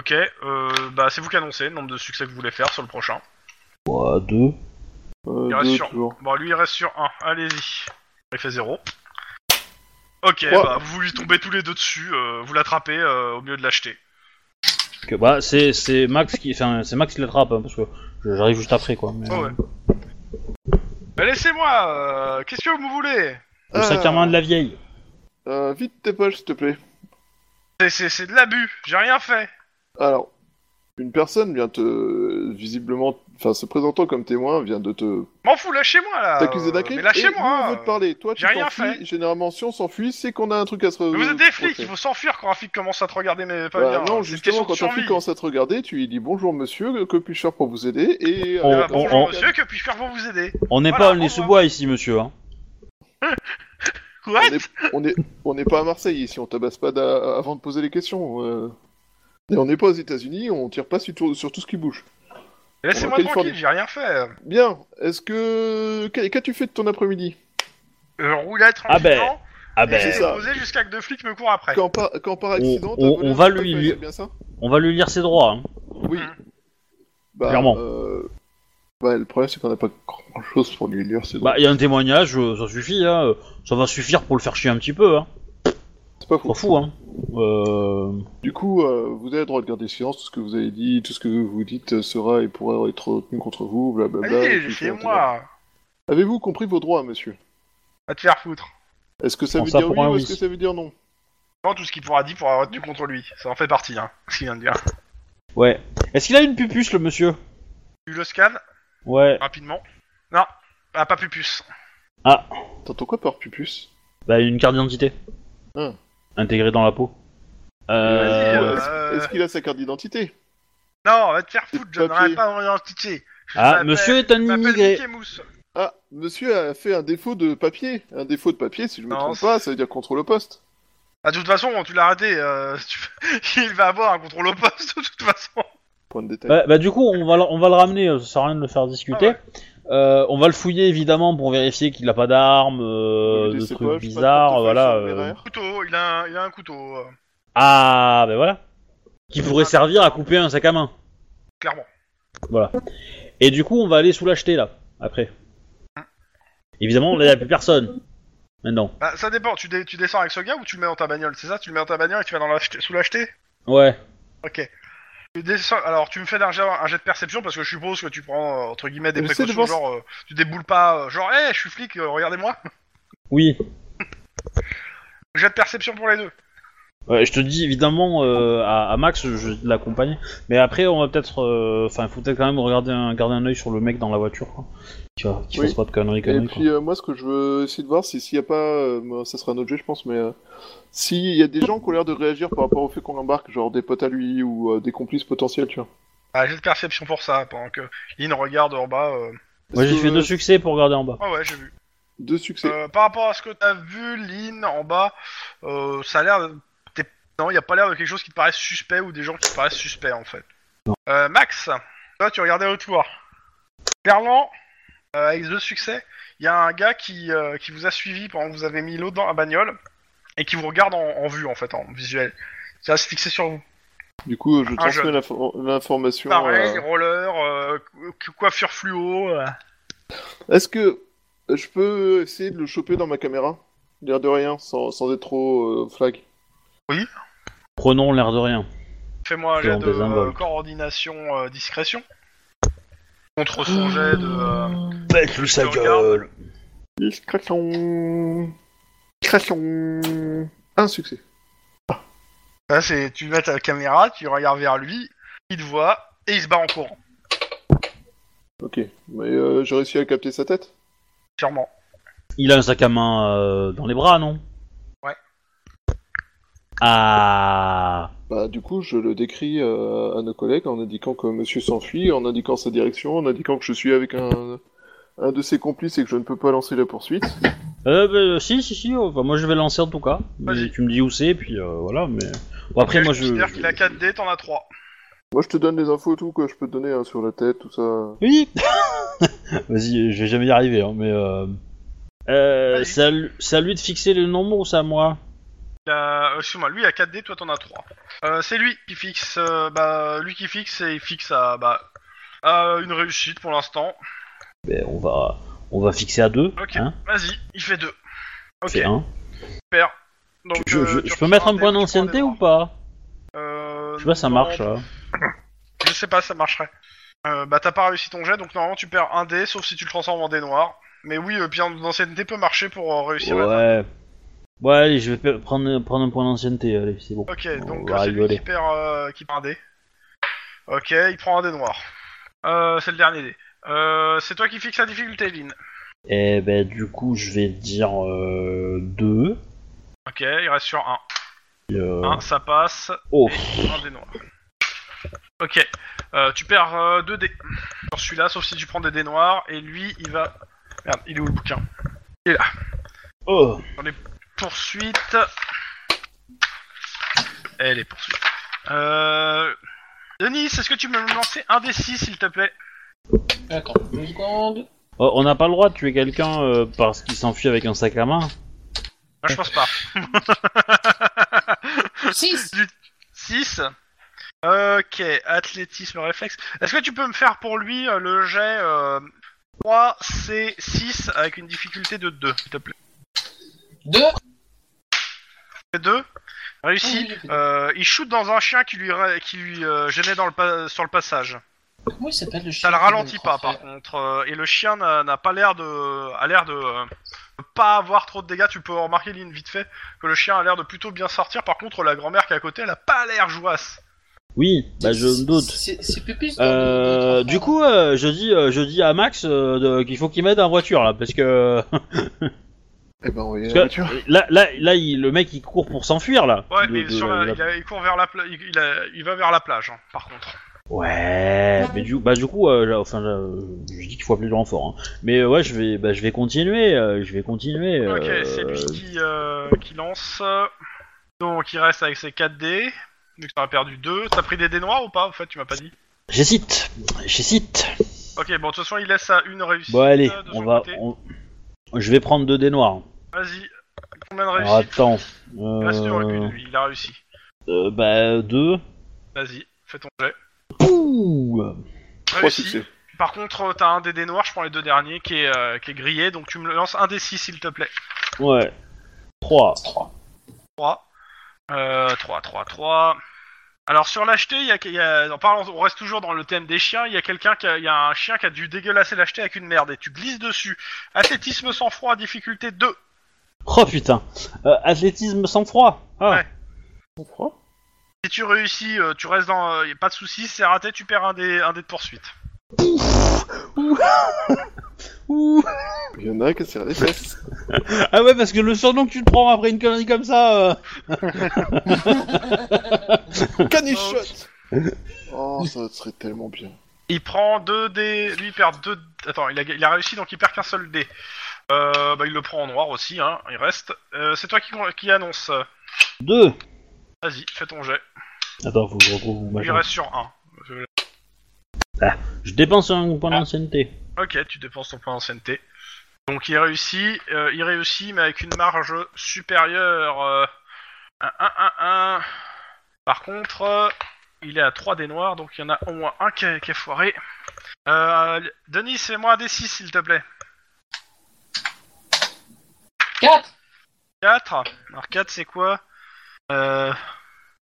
S2: Ok, euh, bah, c'est vous qui annoncez le nombre de succès que vous voulez faire sur le prochain.
S3: Ouais, 2.
S1: Euh,
S2: Il reste
S1: deux,
S2: sur-
S1: toujours.
S2: Bon, lui, il reste sur 1. Allez-y. Il fait 0. Ok,
S1: Ouais.
S2: bah, vous lui tombez tous les deux dessus, euh, vous l'attrapez euh, au mieux de l'acheter.
S3: Que, bah, c'est, c'est Max qui, enfin, c'est Max qui l'attrape, hein, parce que je- j'arrive juste après, quoi. mais,
S2: Oh, ouais.
S3: euh,
S2: Bah, Laissez-moi euh, Qu'est-ce que vous voulez
S3: Le sac à
S1: Ah.
S3: main euh, de la vieille.
S1: Euh, vite tes poches, s'il te plaît.
S2: C'est- C'est c'est de l'abus, j'ai rien fait
S1: Alors, une personne vient te. visiblement. enfin, se présentant comme témoin, vient de te.
S2: M'en fous, lâchez-moi là
S1: t'accuser
S2: euh,
S1: d'accueil. et
S2: Mais
S1: nous, on
S2: lâchez-moi
S1: veut te
S2: euh.
S1: parler. Toi, tu
S2: j'ai rien
S1: t'enfuis.
S2: fait.
S1: Généralement, si on s'enfuit, c'est qu'on a un truc à se.
S2: Mais vous êtes des flics,
S1: reprocher.
S2: il faut s'enfuir quand un flic commence à te regarder mais pas
S1: Bah,
S2: bien.
S1: non,
S2: C'est une question
S1: justement,
S2: de
S1: quand un
S2: survie.
S1: flic commence à te regarder, tu lui dis bonjour monsieur, que puis-je faire pour vous aider Et.
S3: On-
S2: Eh
S1: euh,
S2: bah,
S3: on-
S2: bonjour
S3: on-
S2: monsieur, que puis-je faire pour vous aider
S3: On n'est
S2: Voilà,
S3: pas
S2: au
S3: les
S2: revoir.
S3: sous-bois ici, monsieur. Hein.
S2: Quoi
S1: on est- on est, on n'est pas à Marseille ici, on tabasse pas d'a- avant de poser les questions. euh. Et on n'est pas aux États-Unis, on tire pas sur tout, sur tout ce qui bouge. on
S2: Laissez-moi
S1: va
S2: tranquille,
S1: Californie.
S2: j'ai rien fait.
S1: Bien, est-ce que. qu'a- Qu'as-tu fait de ton après-midi
S2: Euh, roulette
S3: Ah ben,
S2: tranquillement,
S3: Ah
S2: et
S1: c'est
S3: ben,
S1: ça.
S2: posé jusqu'à que deux flics me courent après.
S1: quand par, quand par accident.
S3: on-
S1: t'as
S3: on
S1: volé un
S3: va
S1: truc,
S3: lui-
S1: mais c'est bien ça
S3: on va lui lire ses droits. Hein.
S1: Oui.
S2: Mhm.
S1: Bah,
S3: Clairement.
S1: euh, bah, le problème, c'est qu'on n'a pas grand-chose pour lui lire. C'est
S3: Bah, il y a un témoignage, euh, ça suffit. Hein. euh, Ça va suffire pour le faire chier un petit peu. Hein.
S1: c'est pas faux.
S3: S'en fout, hein. Euh...
S1: Du coup, euh, vous avez le droit de garder silence. Tout ce que vous avez dit, tout ce que vous dites euh, sera et pourra être retenu contre vous, blablabla. et
S2: Allez,
S1: tout, tout, tout.
S2: laissez-moi
S1: Avez-vous compris vos droits, monsieur
S2: À te faire foutre.
S1: Est-ce que ça
S3: On
S1: veut
S3: s'en
S1: dire oui
S3: prend un
S1: ou
S3: oui.
S1: est-ce que ça veut dire non
S2: Non, tout ce qu'il pourra dire pourra être retenu contre lui. Ça en fait partie, hein, ce qu'il vient de dire.
S3: Ouais. Est-ce qu'il a une pupuce, le monsieur
S2: Tu le scannes
S3: Ouais.
S2: rapidement. Non, ah, pas pupus.
S1: T'entends quoi par pupus
S3: Bah, une carte d'identité.
S1: Hmm.
S3: Intégrée dans la peau.
S2: Vas-y,
S3: Euh...
S2: euh,
S1: Est-ce- Est-ce qu'il a sa carte d'identité
S2: Non, va te faire foutre, je
S1: Papier.
S2: n'aurai pas mon identité.
S3: Ah,
S2: m'appelle-
S3: monsieur est un
S2: Je m'appelle
S3: immigré.
S2: Mickey Mouse.
S1: Ah, monsieur a fait un défaut de papier. Un défaut de papier, si je me
S2: Non,
S1: trompe
S2: c'est-
S1: pas, ça veut dire contrôle au poste.
S2: Ah, de toute façon, tu l'as raté. euh, tu- Il va avoir un contrôle au poste, de toute façon.
S1: Point de détail.
S3: Bah, bah, du coup, on va, le- on va le ramener, euh, ça sert à rien de le faire discuter.
S2: Ah
S3: Euh, on va le fouiller évidemment pour vérifier qu'il n'a pas d'armes, euh,
S1: Des
S3: de
S1: cépages,
S3: trucs
S1: pas de
S3: bizarres,
S1: portefeuille
S3: voilà. euh.
S1: funéraire.
S2: Couteau, il a un, il a un couteau, euh,
S3: Ah, ben voilà. Qui pourrait servir à couper un sac à main.
S2: clairement.
S3: Et du coup, on va aller sous l'acheter là, après. Évidemment, là, il n'y a plus personne. Maintenant.
S2: Bah, ça dépend, tu, dé- tu descends avec ce gars ou tu le mets dans ta bagnole, c'est ça Tu le mets dans ta bagnole et tu vas dans l'acheter- sous l'acheter
S3: Ouais.
S2: Ok. Tu descends- Alors, tu me fais un jet, un jet de perception parce que je suppose que tu prends, euh, entre guillemets, des
S1: Mais c'est
S2: précautions,
S1: devant-
S2: genre, euh, tu déboules pas, euh, genre, hé, je suis flic, euh, regardez-moi.
S3: Oui.
S2: Jet de perception pour les deux.
S3: Ouais, je te dis évidemment euh, à, à Max, je vais l'accompagner. Mais après, on va peut-être. euh, Enfin, il faut peut-être quand même regarder un, garder un œil sur le mec dans la voiture. Quoi. Tu vois, qui
S1: Oui.
S3: fasse pas de conneries,
S1: Et
S3: conneries.
S1: puis euh, moi, ce que je veux essayer de voir, c'est s'il n'y a pas, euh, moi, ça sera un autre jeu, je pense, mais euh, s'il y a des gens qui ont l'air de réagir par rapport au fait qu'on embarque, genre des potes à lui ou euh, des complices potentiels, tu vois.
S2: Ah, jet de perception pour ça, pendant que Lynn regarde en bas. euh,
S1: Parce
S3: Moi, j'ai
S1: que,
S3: fait
S1: euh,
S3: deux succès pour regarder en bas.
S2: Ah ouais, j'ai vu.
S1: deux succès.
S2: Euh, par rapport à ce que t'as vu, Lynn, en bas, euh, ça a l'air. de- t'es- Non, il a pas l'air de quelque chose qui te paraisse suspect ou des gens qui te paraissent suspects en fait. Euh, Max, toi tu regardais autour. Clairement, euh, avec deux succès, il y a un gars qui, euh, qui vous a suivi pendant que vous avez mis l'autre dans la bagnole et qui vous regarde en, en vue en fait, en visuel. Ça va se fixer sur vous.
S1: Du coup, je transmets
S2: jeune.
S1: l'info- l'information.
S2: Pareil,
S1: euh,
S2: roller, euh, cou- coiffure fluo. euh.
S1: Est-ce que euh, je peux essayer de le choper dans ma caméra L'air de rien, sans, sans être trop euh, flag.
S3: Prenons l'air de rien.
S2: Fais-moi un
S3: Fluo
S2: jet
S3: en
S2: de euh,
S3: désinvolte.
S2: coordination euh, discrétion. Contre son jet de. euh,
S3: Pète le
S2: sa gueule.
S1: Crachon Crachon Un succès.
S2: Ça, Ah, c'est, tu mets ta caméra, tu regardes vers lui, il te voit, et il se bat en courant,
S1: Ok. Mais euh, j'ai réussi à capter sa tête
S2: sûrement.
S3: Il a un sac à main euh, dans les bras, non
S2: Ouais.
S3: Ah.
S1: Bah, du coup, je le décris euh, à nos collègues en indiquant que monsieur s'enfuit, en indiquant sa direction, en indiquant que je suis avec un, un de ses complices et que je ne peux pas lancer la poursuite.
S3: Euh, bah, si, si, si. euh, bah, moi, je vais lancer en tout cas. Mais
S2: Vas-y.
S3: tu me dis où c'est, puis euh, voilà. Mais bon, après, moi, je.
S2: C'est-à-dire qu'il a 4 dés, t'en as 3.
S1: Moi, je te donne les infos et tout, quoi. Je peux te donner hein, sur la tête, tout ça.
S3: Oui. Vas-y, je vais jamais y arriver, hein, mais. Euh... Euh,
S2: Vas-y.
S3: c'est à lui- c'est à lui de fixer le nombre ou c'est à moi
S2: Il a- euh, excuse-moi, lui a 4 dés, toi t'en as 3. Euh, c'est lui qui fixe, euh, bah, lui qui fixe, et il fixe à, bah, à une réussite pour l'instant.
S3: ben, on va on va fixer à deux.
S2: Ok,
S3: hein,
S2: vas-y, il fait 2. Ok,
S3: c'est un.
S2: super. Donc,
S3: Je,
S2: euh,
S3: je-
S2: tu
S3: je peux
S2: reprends
S3: mettre un
S2: des-
S3: point
S2: tu prends
S3: d'ancienneté
S2: des
S3: ou pas
S2: points. Euh,
S3: Je sais pas, ça
S2: non,
S3: marche. hein. ça.
S2: Je sais pas, ça marcherait. Euh, bah, t'as pas réussi ton jet, donc normalement tu perds un dé, sauf si tu le transformes en dé noir. Mais oui, euh, bien d'ancienneté peut marcher pour euh, réussir. la-
S3: Ouais. Ouais, allez, je vais pe- prendre, prendre un point d'ancienneté. Allez, c'est bon.
S2: Ok,
S3: On
S2: donc
S3: va
S2: euh, c'est lui
S3: rigoler.
S2: qui perd, euh, qui perd un dé. Ok, il prend un dé noir. Euh, c'est le dernier dé. Euh, c'est toi qui fixes la difficulté, Lynn.
S3: Et ben, du coup, je vais dire euh, 2.
S2: Ok, il reste sur 1.
S3: Euh.
S2: 1, ça passe.
S3: Oh,
S2: Et un dé noir. Ok, euh, tu perds 2 dés sur celui-là, sauf si tu prends des dés noirs. Et lui, il va. Merde, il est où le bouquin
S3: oh.
S2: Poursuite. Elle est poursuite. Euh... Denis, est-ce que tu peux me lancer un des 6 s'il te plaît
S5: Attends, deux secondes.
S3: Oh, on n'a pas le droit de tuer quelqu'un euh, parce qu'il s'enfuit avec un sac à main.
S2: Ah, Je pense pas.
S5: 6
S2: 6. Ok, athlétisme réflexe. Est-ce que tu peux me faire pour lui euh, le jet 3 C6 avec une difficulté de 2, s'il te plaît
S5: 2
S2: C'est 2 Réussi.
S5: Oui, oui, oui.
S2: Euh, il shoot dans un chien qui lui, ra- qui lui euh, gênait dans le pa- sur le passage.
S5: Comment il s'appelle le
S2: Ça
S5: chien
S2: le
S5: qui
S2: ralentit
S5: nous
S2: pas,
S5: croit
S2: par contre. euh, et le chien n'a n'a pas l'air de, a l'air de euh, pas avoir trop de dégâts. Tu peux remarquer, Lynn, vite fait, que le chien a l'air de plutôt bien sortir. Par contre, la grand-mère qui est à côté, elle a pas l'air jouasse.
S3: Oui, bah je me doute.
S5: C'est c'est Pupus
S3: Euh, du coup, euh, je dis, euh, je dis à Max euh, de- qu'il faut qu'il m'aide en voiture là, parce que
S1: Eh ben, envoyez la
S3: Parce
S1: voiture.
S3: là, là, là, il- le mec il court pour s'enfuir là.
S2: Ouais,
S3: De-
S2: mais
S3: de
S2: sur
S3: la-
S2: la-
S3: de
S2: il,
S3: la-
S2: a- il court vers la, pla- il, il a- il va vers la plage. hein, par contre.
S3: Ouais, mais du, bah du coup, euh, là, enfin, là, je dis qu'il faut appeler le renfort. hein. Mais euh, ouais, je vais, bah, je vais continuer, euh, je vais continuer. euh,
S2: Ok, c'est lui qui, euh, qui lance. Donc, il reste avec ses 4 dés. Donc, t'en as perdu 2. T'as pris des dés noirs ou pas En fait, tu m'as pas dit.
S3: J'hésite, j'hésite.
S2: Ok, bon, de toute façon, il laisse à une réussite.
S3: Bon allez,
S2: euh, de
S3: on
S2: son
S3: va,
S2: côté.
S3: on- je vais prendre deux dés noirs.
S2: Vas-y. Combien de
S3: Alors
S2: réussites
S3: Ah, attends,
S2: Il reste sur le cul
S3: euh,
S2: de lui, il a réussi.
S3: euh, bah deux.
S2: Vas-y, fais ton jet.
S3: Ouh
S1: Trois
S2: Réussi.
S1: succès.
S2: Par contre, euh, t'as un des dés noirs, je prends les deux derniers, qui est, euh, qui est grillé, donc tu me lances un des six, s'il te plaît.
S3: Ouais. 3.
S2: 3. Euh, 3, 3, 3. Alors sur l'acheté, il y a, il y a- en parlant, on reste toujours dans le thème des chiens. Il y a quelqu'un, qui a- il y a un chien qui a dû dégueulasser l'acheté avec une merde et tu glisses dessus. Athlétisme sans froid, difficulté 2.
S3: Oh putain. Euh, athlétisme sans froid. Ah.
S2: Ouais. Si tu réussis, euh, tu restes dans, euh, y a pas de soucis. C'est raté, tu perds un des, un dé de poursuite.
S3: Ouh.
S1: Il y en a un qui a serré les fesses.
S3: Ah ouais, parce que le surnom que tu te prends après une connerie comme ça. euh,
S1: Canichotte Oh, ça serait tellement bien.
S2: Il prend deux dés. Lui, il perd deux. Attends, il a, il a réussi donc il perd qu'un seul dé. Euh, bah, il le prend en noir aussi, hein. Il reste. Euh, c'est toi qui, qui annonce. euh,
S3: Deux.
S2: Vas-y, fais ton jet.
S3: Attends, faut que je retrouve mon
S2: Il
S3: machin.
S2: reste sur un.
S3: Je dépense un point
S2: Ah.
S3: d'ancienneté.
S2: Ok, tu dépenses ton point d'ancienneté. Donc il réussit. euh, il réussit, mais avec une marge supérieure. euh, à 1, 1, 1. Par contre, euh, il est à 3 dés noirs, donc il y en a au moins un qui est, qui est foiré. Euh, Denis, fais-moi un D6 s'il te plaît.
S5: 4
S2: 4. Alors 4 c'est quoi euh...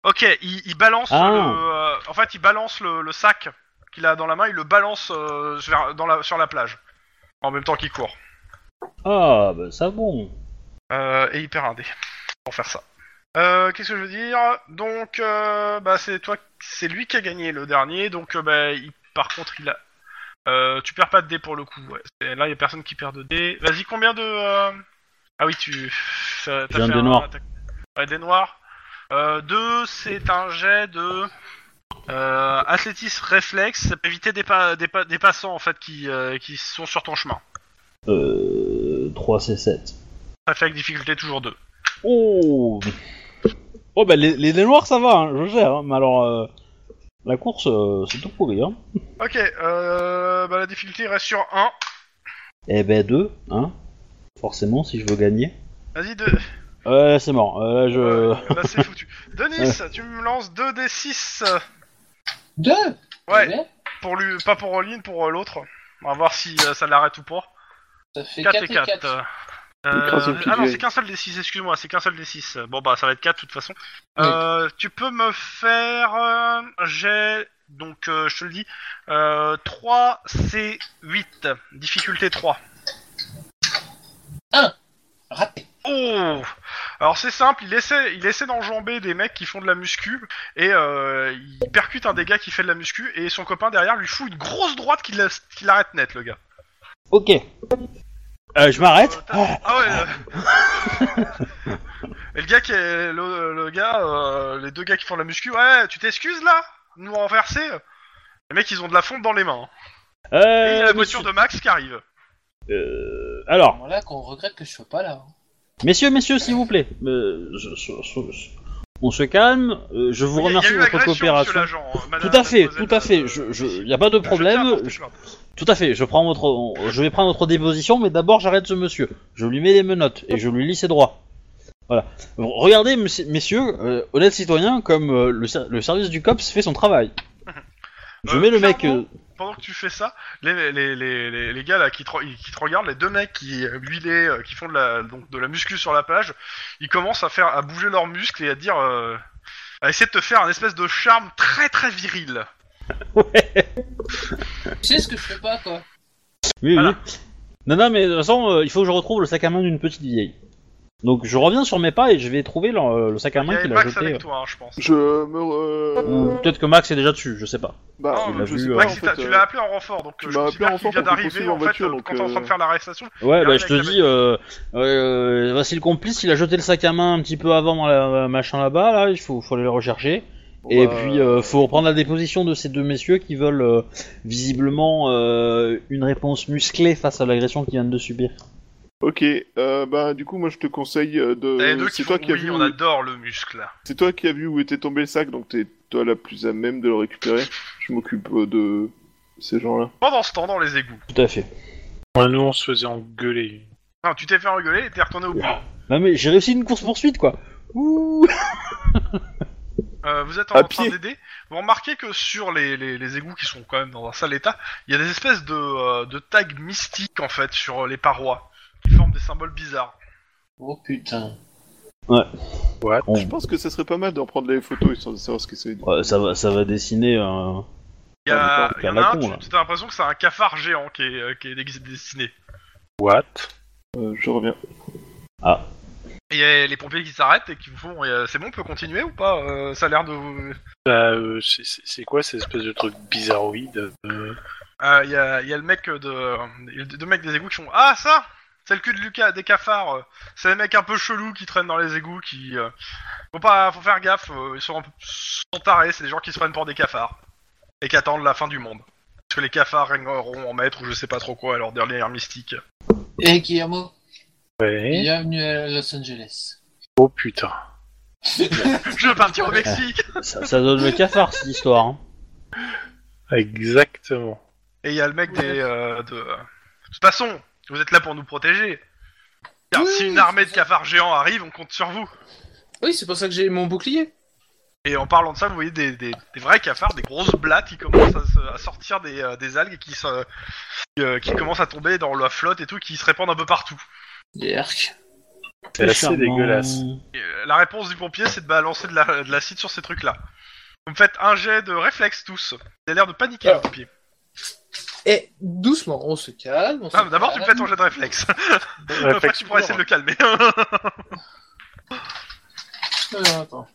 S2: Ok, il, il balance
S3: Ah.
S2: le, euh, en fait il balance le, le sac qu'il a dans la main, il le balance euh, vers- dans la, sur la plage. En même temps qu'il court.
S3: Ah, bah ça bon.
S2: Euh, et il perd un dé pour faire ça. Euh, Qu'est-ce que je veux dire Donc euh, bah, c'est toi c'est lui qui a gagné le dernier, donc euh, bah, il- par contre il a. Euh, tu perds pas de dé pour le coup, ouais. Et Là il y a personne qui perd de dé. Vas-y combien de euh, Ah oui tu. t'as
S3: J'ai un
S2: fait
S3: dé noir.
S2: t'as- Ouais, dé noir. Euh, deux, c'est un jet de euh, athlétisme réflexe, ça peut éviter des, pa- des, pa- des passants en fait qui, euh, qui sont sur ton chemin.
S3: Euh, 3 c'est 7.
S2: Ça fait avec difficulté toujours 2.
S3: Oh. Oh bah les, les, les noirs ça va, hein, je gère. hein, Mais alors euh, la course euh, c'est tout pourri. Hein.
S2: Ok, euh, bah, la difficulté reste sur 1.
S3: Eh ben deux, hein. Forcément si je veux gagner.
S2: Vas-y, de...
S3: Euh, c'est mort. Euh, là je.
S2: euh, là c'est foutu. Denis, tu me lances 2d6. euh,
S5: 2 Eh
S2: Ouais,
S5: ben,
S2: pour lui, pas pour Olin, pour euh, l'autre. On va voir si euh, ça l'arrête ou pas.
S5: Ça fait
S2: 4 et 4.
S5: 4.
S1: Écraser
S2: Euh,
S1: le
S2: ah non,
S1: PJ.
S2: c'est qu'un seul des 6, excuse-moi, c'est qu'un seul des 6. Bon bah ça va être 4 de toute façon. Euh, tu peux me faire euh, un jet, donc euh, je te le dis, euh, 3 C8, difficulté 3.
S5: Raté.
S2: Oh Alors c'est simple, il essaie, il essaie d'enjamber des mecs qui font de la muscu et euh, il percute un des gars qui fait de la muscu et son copain derrière lui fout une grosse droite qui, l'a- qui l'arrête net le gars.
S3: Ok. Euh, je m'arrête.
S2: Euh, t'as- ah ouais. euh. et le gars qui est le, le gars, euh, les deux gars qui font de la muscu, ouais, tu t'excuses là, nous renverser. Les mecs ils ont de la fonte dans les mains. Et il y a
S3: Euh,
S2: la voiture de Max qui arrive.
S3: euh, alors,
S5: Voilà qu'on regrette que je sois pas là. hein.
S3: messieurs, messieurs, s'il vous plaît, euh, je- je- je- je- on se calme. euh, je vous
S2: Il y a-
S3: remercie
S2: il y a
S3: de
S2: eu
S3: votre
S2: agression, monsieur
S3: coopération.
S2: l'agent, hein, madame-
S3: Tout à fait,
S2: mademoiselle,
S3: tout à fait.
S2: euh,
S3: Je, je, y a pas de
S2: je tiens à
S3: problème.
S2: porter
S3: je-
S2: plainte.
S3: tout à fait. Je prends votre, on- je vais prendre votre déposition, mais d'abord j'arrête ce monsieur. Je lui mets les menottes et je lui lis ses droits. Voilà. Regardez, messi- messieurs, euh, honnêtes citoyens, comme euh, le, ser- le service du cops fait son travail. Je
S2: Euh,
S3: mets le mec.
S2: clairement,
S3: euh,
S2: pendant que tu fais ça, les, les, les, les, les gars là qui te, re- qui te regardent, les deux mecs qui euh, huilés, euh, qui font de la, donc, de la muscu sur la plage, ils commencent à faire à bouger leurs muscles et à dire euh, à essayer de te faire un espèce de charme très très viril.
S5: Tu sais ce que je fais pas, quoi.
S3: Oui,
S2: Voilà.
S3: oui. Non, non, mais de toute façon, euh, il faut que je retrouve le sac à main d'une petite vieille. Donc je reviens sur mes pas et je vais trouver le, le sac à
S2: Il y
S3: main
S2: avait
S3: qu'il a
S2: Max
S3: jeté. euh.
S2: avec toi, hein, je pense.
S1: Je me. re-
S3: Ou peut-être que Max est déjà dessus, je sais pas.
S1: Bah,
S2: Non,
S1: je
S3: mais
S1: sais
S3: vu,
S1: pas,
S3: euh,
S1: en
S2: Max, il
S1: fait,
S2: t'a- tu
S1: euh,
S2: l'as appelé en renfort, donc
S1: tu
S2: euh,
S1: m'as
S2: je
S1: appelé en renfort
S2: considère qu'il vient
S1: pour qu'on
S2: d'arriver
S1: poursuive
S2: en
S1: en
S2: fait
S1: voiture,
S2: euh,
S1: donc,
S2: quand t'es en train de
S1: euh,
S2: faire l'arrestation.
S3: Ouais,
S2: Il
S3: bah
S2: arrive
S3: je te
S2: avec la
S3: dis, euh, euh, voici le complice, il a jeté le sac à main un petit peu avant dans le machin là-bas, là, il faut, faut aller le rechercher. Et
S1: bah,
S3: puis, euh, faut reprendre la déposition de ces deux messieurs qui veulent euh, visiblement euh, une réponse musclée face à l'agression qu'ils viennent de subir.
S1: Ok, euh, bah du coup moi je te conseille euh,
S2: T'as les deux
S1: de.
S2: qui
S1: C'est
S2: font
S1: toi qui as
S2: oui,
S1: vu.
S2: on adore le muscle.
S1: C'est toi qui as vu où était tombé le sac, donc t'es toi la plus à même de le récupérer. Je m'occupe euh, de ces gens-là.
S2: Pendant ce temps, dans les égouts.
S3: Tout à fait.
S4: Ouais, nous, on se faisait engueuler.
S2: Non, hein, tu t'es fait engueuler et t'es retourné au bout.
S3: Non mais j'ai réussi une course-poursuite quoi. Ouh
S2: Euh, vous êtes
S1: À
S2: en train
S1: pied.
S2: d'aider. Vous remarquez que sur les, les, les égouts qui sont quand même dans un sale état, il y a des espèces de, euh, de tags mystiques en fait sur euh, les parois qui forment des symboles bizarres.
S5: Oh putain.
S1: Je pense que ça serait pas mal d'en prendre les photos histoire de savoir ce que c'est.
S3: Ouais, ça, va, ça va dessiner euh, un...
S2: Il y,
S1: Ah,
S2: a,
S1: d'accord,
S2: il y en
S3: la
S2: a un,
S3: con, là.
S2: tu as l'impression que c'est un cafard géant qui est, euh, qui est dé- dessiné.
S4: What
S1: Euh, je reviens.
S2: Et il y a les pompiers qui s'arrêtent et qui vous font euh, C'est bon, on peut continuer ou pas Euh, Ça a l'air de. vous-
S4: Bah, euh, c'est- c'est c'est quoi ces espèces de trucs bizarroïdes euh,
S2: Euh, Il y, a, il y a le mec de. il y a Deux mecs des égouts qui font Ah, ça C'est le cul de Lucas, des cafards. euh. C'est les mecs un peu chelous qui traînent dans les égouts qui. euh, Faut, pas, faut faire gaffe, euh, ils sont un peu sont tarés, c'est des gens qui se prennent pour des cafards. Et qui attendent la fin du monde. Parce que les cafards régneront en maître ou je sais pas trop quoi à leur dernière mystique.
S5: Eh Guillermo,
S3: Eh
S4: Ouais.
S5: bienvenue à Los Angeles.
S4: Oh putain.
S2: je veux partir au Mexique
S3: Ça, ça donne le cafard cette histoire. hein.
S4: Exactement.
S2: Et il y a le mec des. euh, de... de toute façon, vous êtes là pour nous protéger. Car
S5: Oui,
S2: si une
S5: c'est
S2: armée de
S5: ça.
S2: cafards géants arrive, on compte sur vous.
S5: Oui, c'est pour ça que j'ai mon bouclier.
S2: Et en parlant de ça, vous voyez des, des, des vrais cafards, des grosses blattes qui commencent à, se- à sortir des, euh, des algues et qui, se- qui, euh, qui commencent à tomber dans la flotte et tout, qui se répandent un peu partout.
S5: Yerk.
S4: C'est assez dégueulasse.
S2: Et, euh, la réponse du pompier, c'est de balancer de la- de l'acide sur ces trucs-là. Vous me faites un jet de réflexe tous. Vous avez l'air de
S5: Ah.
S2: paniquer, le pompier.
S5: Eh, doucement, on se calme. on se
S2: Ah, D'abord, tu me
S5: calme.
S2: fais ton jet de réflexe. Après, tu pourras essayer de le calmer.
S5: Euh, attends.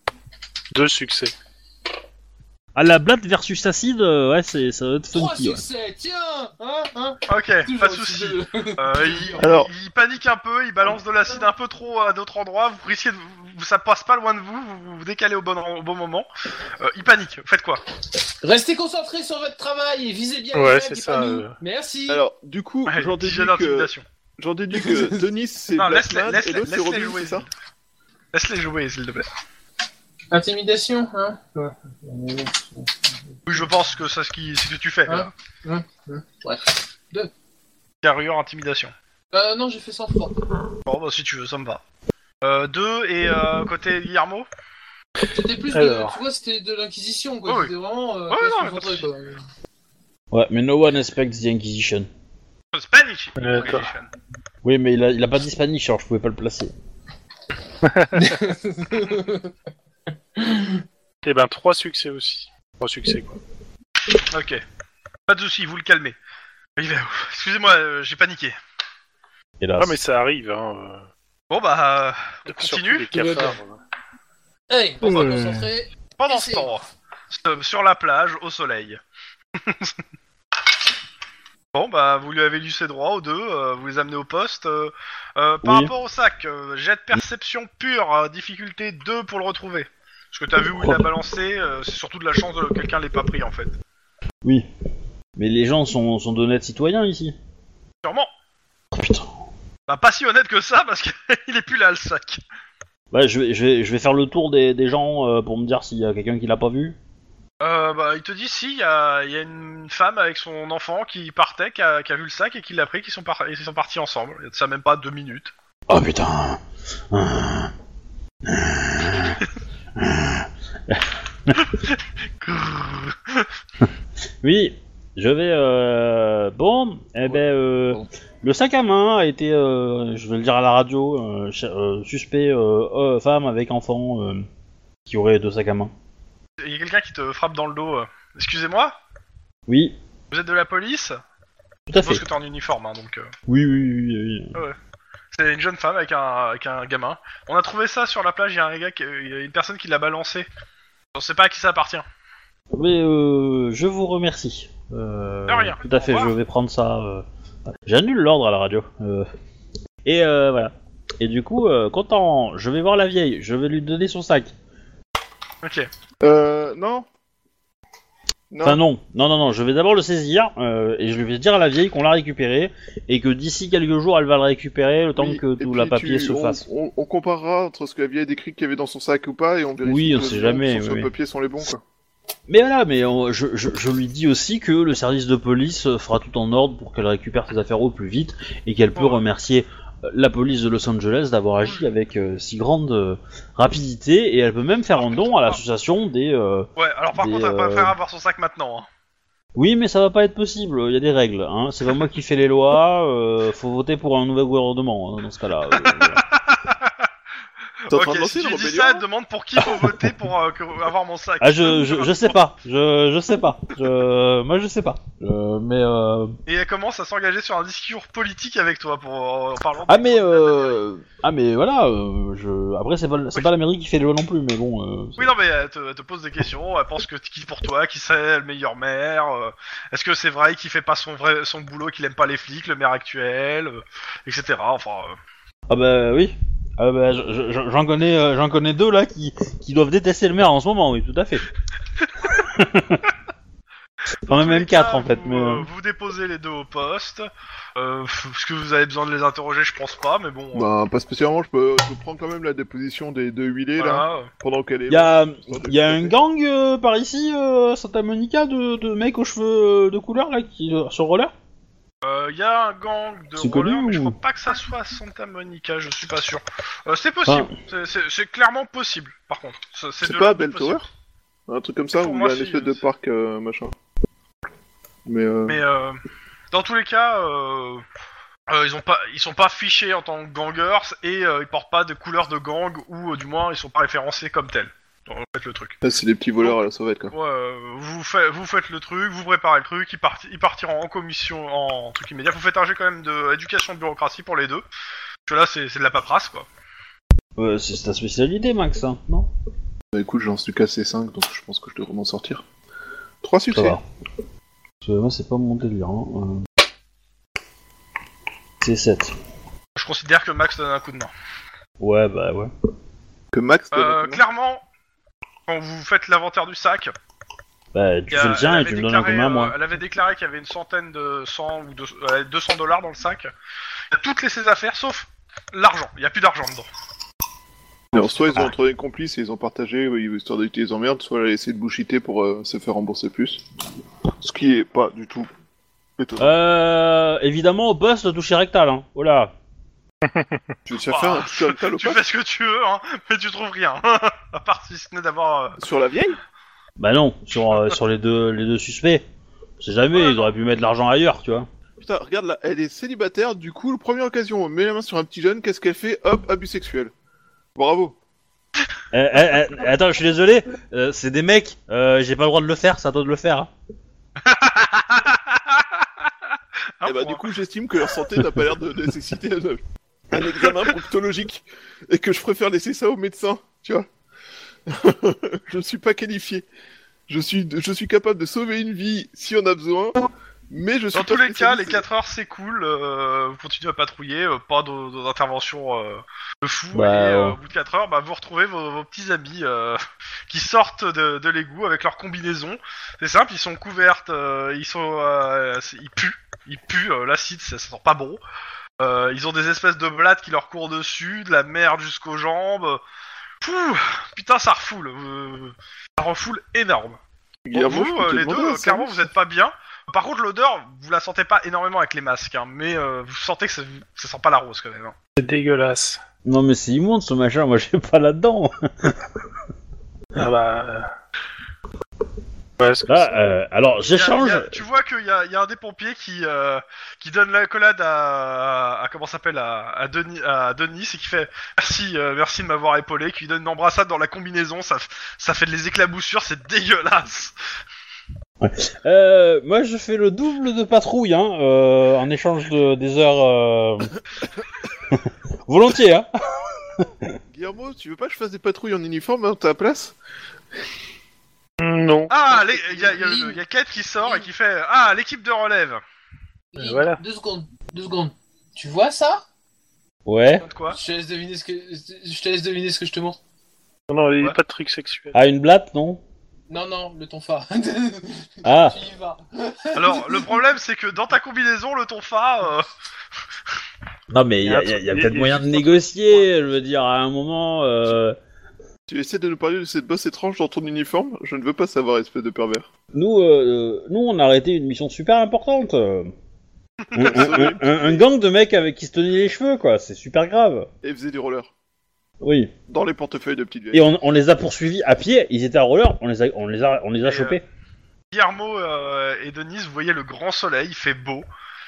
S4: Deux succès.
S3: Ah la blatte versus acide, euh, ouais c'est ça doit être
S5: Trois
S3: funky. ouais.
S5: succès, tiens hein, hein,
S2: ok,
S5: toujours
S2: pas de
S5: aussi
S2: soucis.
S5: deux.
S2: Euh, il,
S1: Alors-
S2: il panique un peu, il balance de l'acide un peu trop à d'autres endroits, vous risquez de, vous- ça passe pas loin de vous, vous vous décalez au bon, au bon moment. Euh, il panique, faites quoi
S5: Restez concentrés sur votre travail et visez bien
S4: Ouais,
S5: les
S4: c'est
S5: mecs et
S4: ça,
S5: pas nous.
S4: euh.
S5: Merci.
S1: Alors du coup
S2: Ouais,
S1: j'en
S2: petit
S1: déduis
S2: jet
S1: que
S2: d'intimidation.
S1: j'en déduis que Denis c'est
S2: Non,
S1: Black
S2: laisse-les-
S1: Man et
S2: laisse-les-
S1: l'autre c'est
S2: laisse-les
S1: Robin,
S2: jouer.
S1: c'est ça
S2: Laisse-les jouer, s'il te plaît.
S5: Intimidation, hein
S2: Oui, je pense que c'est ce, qui- c'est ce que tu fais.
S5: Hein
S2: là.
S5: Bref.
S2: Carrure, intimidation.
S5: Euh, non, j'ai fait sans froid.
S2: Bon, bah, si tu veux, ça me va. Euh, deux, et euh, côté Guillermo
S5: C'était plus
S4: Alors.
S5: de. Tu vois, c'était de l'inquisition, quoi.
S2: Ouais,
S5: C'était vraiment. Euh,
S2: Ouais,
S5: faut se
S2: non, mais pas de
S5: concentrer,
S2: soucis.
S5: quoi.
S3: Ouais, mais no one expects the Inquisition.
S2: Euh, Spanish
S4: D'accord.
S2: Organization.
S3: Oui, mais il a, il a pas dit Spanish, alors je pouvais pas le placer.
S4: Eh ben, trois succès aussi. Trois succès, quoi.
S2: Ok. Pas de soucis, vous le calmez. Il va- Excusez-moi, euh, j'ai paniqué.
S3: Hélas.
S4: Ah, mais ça arrive, hein.
S2: Bon bah, euh,
S4: euh,
S2: on
S4: surtout
S2: continue.
S4: les cafards. hein.
S5: hey, on
S6: Ouais.
S5: va concentrer.
S2: Pendant ce temps, euh, sur la plage, au soleil. bon, bah, vous lui avez lu ses droits aux deux, euh, vous les amenez au poste. euh, euh, par
S3: Oui.
S2: rapport au sac, euh, jet de perception pure, euh, difficulté 2 pour le retrouver. Parce que t'as vu où il a balancé, euh, c'est surtout de la chance que quelqu'un l'ait pas pris en fait.
S3: Oui. Mais les gens sont, sont d'honnêtes citoyens ici.
S2: Sûrement.
S3: Oh, putain.
S2: Bah, pas si honnête que ça, parce qu'il est plus là le sac.
S3: Ouais, je vais, je vais, je vais faire le tour des, des gens euh, pour me dire s'il y a quelqu'un qui l'a pas vu.
S2: Euh, bah, il te dit si, il y a, il y a une femme avec son enfant qui partait, qui a, qui a vu le sac et qui l'a pris, qui sont, par- ils sont partis ensemble. Il y a de ça même pas deux minutes.
S3: Oh putain. Ah. Oui, je vais. Euh... Bon, eh ben, euh,
S6: Bon.
S3: le sac à main a été, euh, je vais le dire à la radio, euh, ch- euh, suspect euh, euh, femme avec enfant euh, qui aurait deux sacs à main.
S2: Il y a quelqu'un qui te frappe dans le dos. euh. Excusez-moi
S3: Oui,
S2: Vous êtes de la police
S3: tout à
S2: Je pense
S3: fait.
S2: que t'es en uniforme, hein, donc... euh.
S3: Oui, oui, oui, oui.
S2: C'est une jeune femme avec un, avec un gamin. On a trouvé ça sur la plage, il y a un gars qui- euh, il y a une personne qui l'a balancé. On sait pas à qui ça appartient.
S3: Mais euh, je vous remercie. Euh,
S2: De rien.
S3: Tout à fait,
S2: Au revoir.
S3: je vais prendre ça. euh, J'annule l'ordre à la radio. euh. Et euh, voilà. Et du coup, euh, content, je vais voir la vieille, je vais lui donner son sac.
S2: Ok.
S1: Euh, non. Non.
S3: Enfin non, non, non, non, je vais d'abord le saisir euh, et je vais dire à la vieille qu'on l'a récupéré et que d'ici quelques jours elle va le récupérer le temps
S1: Oui,
S3: que
S1: et
S3: tout
S1: puis
S3: la
S1: tu-
S3: papier se
S1: on-
S3: fasse.
S1: On, on comparera entre ce que la vieille décrit qu'il y avait dans son sac ou pas et on vérifie
S3: Oui, on
S1: que
S3: sait
S1: les
S3: jamais,
S1: noms Sur
S3: oui,
S1: le
S3: oui.
S1: papier sont les bons quoi.
S3: Mais voilà, mais on- je, je- je lui dis aussi que le service de police fera tout en ordre pour qu'elle récupère ses affaires au plus vite et qu'elle peut
S2: Ouais.
S3: remercier euh, la police de Los Angeles d'avoir agi avec euh, si grande euh, rapidité et elle peut même faire un don à l'association des... euh,
S2: Ouais, alors par
S3: Des,
S2: contre, elle va
S3: euh,
S2: préfère avoir son sac maintenant. hein.
S3: Oui, mais ça va pas être possible. Il y a des règles. Hein. C'est pas moi qui fais les lois. euh, faut voter pour un nouvel gouvernement hein, dans ce cas-là. euh, voilà.
S1: T'es en train
S2: Ok,
S1: de lancer une
S2: si tu dis
S1: rébellion,
S2: ça,
S1: hein
S2: demande pour qui faut voter pour euh, que- avoir mon sac.
S3: Ah, je, je, je sais pas. Je, je sais pas. Je, moi, je sais pas. Euh, mais euh...
S2: Et elle commence à s'engager sur un discours politique avec toi pour en parlant.
S3: ah, mais euh... ah, mais voilà. euh, je... Après, c'est pas c'est pas la mairie qui fait les lois non plus. Mais bon. euh, c'est-
S2: Oui, non, mais elle te, elle te pose des questions. Elle pense que t- qui pour toi, qui serait le meilleur maire. euh, Est-ce que c'est vrai qu'il fait pas son vrai son boulot, qu'il aime pas les flics, le maire actuel, euh, etc. Enfin, euh,
S3: Ah bah oui. Ah bah, je- je- je- j'en connais, euh, j'en connais deux là qui, qui doivent détester le maire en ce moment. Oui, tout à fait. Enfin,
S2: tous les
S3: même quatre
S2: cas,
S3: en fait.
S2: Vous,
S3: Mais...
S2: euh, vous déposez les deux au poste. Euh, pff, Est-ce que vous avez besoin de les interroger Je pense pas, mais bon. euh,
S1: Ben, pas spécialement, je peux, je peux prendre quand même la déposition des deux huilés là,
S2: voilà, euh.
S1: pendant qu'elle est.
S3: Il y a,
S1: Histoire de
S3: y a
S1: taper.
S3: un gang euh, par ici, euh, Santa Monica, de, de mecs aux cheveux euh, de couleur là, qui, euh, sur roller
S2: Euh, y a un gang de
S3: C'est
S2: rollers,
S3: connu
S2: mais je
S3: ou-
S2: crois pas que ça soit à Santa Monica, je suis pas sûr. Euh, c'est possible, c'est- c'est c'est clairement possible, par contre. C'est-
S1: Ah. C'est
S2: de
S1: pas
S2: là-
S1: Bell
S2: possible.
S1: Tower Un truc comme ça
S2: Pour
S1: où il y
S2: moi,
S1: a un
S2: si,
S1: espèce
S2: je
S1: de
S2: sais.
S1: parc euh, machin. Mais, euh,
S2: Mais euh, dans tous les cas, euh, euh, ils, ont pas, ils sont pas fichés en tant que gangers et euh, ils portent pas de couleur de gang ou euh, du moins ils sont pas référencés comme tels. Donc, faites le truc.
S1: ça, c'est des petits voleurs à la sauvette quoi.
S2: Ouais, euh, vous, fa- vous faites le truc, vous préparez le truc, ils, parti- ils partiront en commission, en truc immédiat. Vous faites un jet quand même de éducation de bureaucratie pour les deux. Parce que là, c'est c'est de la paperasse, quoi.
S3: Euh, C'est c'est ta spécialité, Max, hein, non
S1: Bah, écoute, j'en suis cassé 5 donc je pense que je devrais m'en sortir. 3
S3: Ça
S1: succès
S3: va. Parce que Moi, c'est pas mon délire. Hein. euh. C'est 7.
S2: Je considère que Max donne un coup de main.
S3: Ouais, bah ouais.
S1: que Max donne à
S2: Euh,
S1: tout le monde.
S2: clairement, quand vous faites l'inventaire du sac,
S3: Bah, tu
S2: il y a-
S3: fais le tien
S2: elle
S3: et
S2: avait
S3: tu me donnes un
S2: déclaré,
S3: commun,
S2: euh,
S3: moi.
S2: elle avait déclaré qu'il y avait une centaine de 100 ou deux- euh, 200 dollars dans le sac. Il y a toutes les, ses affaires sauf l'argent. Il n'y a plus d'argent dedans.
S1: Alors, soit ils ont trouvé un complice et ils ont partagé euh, histoire d'éviter les emmerdes, soit elle a essayé de bouchiter pour euh, se faire rembourser plus. Ce qui est pas du tout étonnant.
S3: Euh, évidemment, au poste, toucher rectal. Hein. Oh là. Ah.
S1: tu veux te faire
S2: Bah,
S1: faire un toucher rectal au
S2: tu
S1: pas
S2: fais ce que tu veux, hein, mais tu trouves rien. à part si ce n'est d'avoir. euh,
S1: Sur la vieille
S3: Bah non, sur, euh, sur les, deux, les deux suspects. On sait jamais, ils auraient pu mettre l'argent ailleurs, tu vois.
S1: putain, regarde là, elle est célibataire, du coup, première occasion, on met la main sur un petit jeune, qu'est-ce qu'elle fait Hop, abus sexuel. Bravo.
S7: Eh, eh, eh, attends, je suis désolé, euh, c'est des mecs, euh, j'ai pas le droit de le faire, c'est à toi de le faire. hein.
S2: Un
S1: et bah,
S2: point.
S1: du coup, j'estime que leur santé n'a pas l'air de de nécessiter un- un examen proctologique et que je préfère laisser ça aux médecins, tu vois. je ne suis pas qualifié. Je suis, je suis capable de sauver une vie si on a besoin, mais je suis
S2: Dans
S1: pas
S2: tous les cas, les
S1: spécialiste.
S2: 4 heures c'est cool, euh, vous continuez à patrouiller, euh, pas de- de- d'intervention euh, de fou,
S7: Bah,
S2: et euh,
S7: ouais.
S2: au bout de 4 heures, bah, vous retrouvez vos, vos petits amis euh, qui sortent de, de l'égout avec leur combinaison. C'est simple, ils sont couvertes, euh, ils sont, euh, c'est- ils puent, ils puent, euh, l'acide, ça, ça sent pas bon. Euh, ils ont des espèces de blattes qui leur courent dessus, de la merde jusqu'aux jambes. Pouh, putain, ça refoule, euh, ça refoule énorme. Bon,
S1: Guillermo, je
S2: vous,
S1: peux
S2: euh,
S1: te
S2: les
S1: demander
S2: deux,
S1: un
S2: euh, clairement,
S1: service
S2: vous êtes pas bien. Par contre, l'odeur, vous la sentez pas énormément avec les masques, hein, mais euh, vous sentez que ça, ça sent pas la rose quand même. hein.
S4: C'est dégueulasse.
S7: Non, mais c'est immonde ce machin, moi je suis pas là-dedans.
S4: Ah bah. euh. Ouais, est-ce que
S7: Là, euh,
S2: Il
S7: alors
S2: y a- il
S7: j'échange.
S2: y a- tu vois qu'il y a, il y a un des pompiers qui, euh, qui donne l'accolade à, à comment ça s'appelle à, à Denis, à Denis et qui fait merci, euh, merci de m'avoir épaulé, qui lui donne une embrassade dans la combinaison, ça, f- ça fait des éclaboussures, c'est dégueulasse.
S7: Euh, moi je fais le double de patrouille hein, euh, en échange de, des heures. euh, Volontiers, hein.
S1: Guillermo, tu veux pas que je fasse des patrouilles en uniforme à ta place
S4: c'est- Hmm, Non.
S2: Ah, les- il y a, il y a- il y a Kate qui sort et qui fait ah l'équipe de relève.
S4: Euh, voilà.
S5: Deux secondes, deux secondes. Tu vois ça
S7: Ouais.
S2: Quoi
S5: Je te laisse deviner ce que je te laisse deviner ce que je te montre.
S4: Non, non, il n'y
S2: Ouais.
S4: a pas de truc sexuel.
S7: Ah, une blatte, non
S5: Non non, le ton phare.
S7: Ah,
S5: tu y vas.
S2: Alors le problème c'est que dans ta combinaison le tonfa. euh,
S7: non mais il y a,
S4: Il y a-
S7: il y a
S4: il y a
S7: peut-être
S4: juste
S7: moyen
S4: un
S7: de
S4: truc.
S7: négocier, je veux dire, à un moment. euh,
S1: Tu essaies de nous parler de cette bosse étrange dans ton uniforme Je ne veux pas savoir, espèce de pervers.
S7: Nous, euh, nous, on a arrêté une mission super importante. euh. Un, un- un- un gang de mecs avec qui se tenaient les cheveux, quoi. C'est super grave.
S1: Et faisait du roller.
S7: Oui.
S1: Dans les portefeuilles de petites vieilles.
S7: Et on, on les a poursuivis à pied. Ils étaient à roller. On les a, on les a, on les a
S4: euh,
S2: Et,
S7: chopés.
S2: Guillermo euh, et Denise, vous voyez le grand soleil, il fait beau.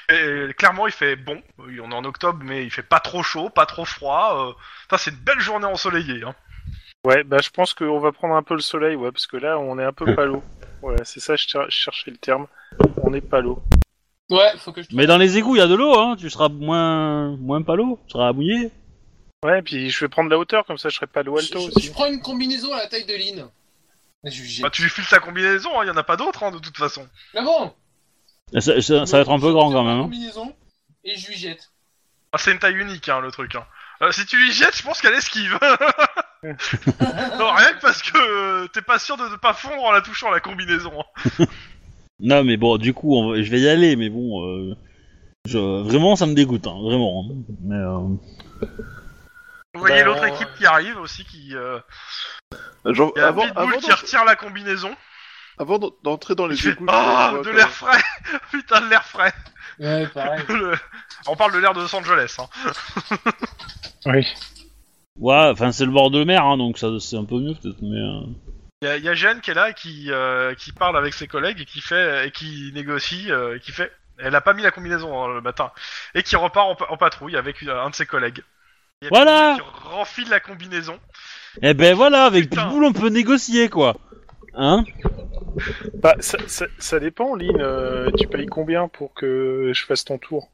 S2: Et euh, clairement, il fait bon. Oui, On est en octobre, mais il fait pas trop chaud, pas trop froid. euh. Putain, c'est une belle journée ensoleillée. Hein.
S4: Ouais, bah je pense qu'on va prendre un peu le soleil, ouais, parce que là, on est un peu palo. Voilà, c'est ça, je, cher- je cherchais le terme. On est palo.
S5: Ouais, faut que je
S7: Mais dans les égouts, il y a de l'eau. Hein. Tu seras moins, moins palo. Tu seras mouillé.
S4: Ouais, puis je vais prendre la hauteur, comme ça, je serai palo alto
S5: je, je- je
S4: aussi.
S5: prends une combinaison à la taille de Lynn. Jugé.
S2: Bah, tu lui files sa combinaison, hein, il y en a pas d'autres hein, de toute façon.
S5: Mais bon
S7: Ça, ça- ça va être un peu grand quand même. hein.
S5: Combinaison et je lui jette.
S2: Ah, c'est une taille unique, hein, le truc. hein. Euh, si tu lui jettes, je pense qu'elle esquive. non, rien que parce que euh, t'es pas sûr de ne pas fondre en la touchant, la combinaison. hein.
S7: Non, mais bon, du coup, on va- je vais y aller. Mais bon, euh, je, vraiment, ça me dégoûte. Hein, vraiment. hein. Mais, euh,
S2: Vous voyez
S4: Bah,
S2: l'autre
S1: euh,
S4: on-
S2: équipe qui arrive aussi, qui. euh,
S1: Genre,
S2: il y a
S1: avant,
S2: Pitbull
S1: avant
S2: qui
S1: d'en-
S2: retire la combinaison.
S1: avant d'en- d'entrer dans les
S2: Il fait,
S1: égouts,
S2: Ah,
S1: je vois
S2: de
S1: quand
S2: l'air
S1: même.
S2: frais Putain, de l'air frais
S5: Ouais, pareil.
S2: Le- On parle de l'air de Los Angeles. Hein.
S4: Oui.
S7: ouais. Enfin, c'est le bord de mer, hein, donc ça, c'est un peu mieux peut-être. Mais euh,
S2: Il y, a- y a Jeanne qui est là, qui, euh, qui parle avec ses collègues et qui fait et qui négocie, euh, et qui fait. Elle a pas mis la combinaison hein, le matin et qui repart en, pa- en patrouille avec une- un de ses collègues. Il y a
S7: Voilà.
S2: Pitbull Qui renfile la combinaison.
S7: eh ben voilà, avec
S2: Putain.
S7: Pitbull, on peut négocier, quoi. Hein
S4: Bah, ça, ça, ça dépend, Lynn. euh, tu payes combien pour que je fasse ton tour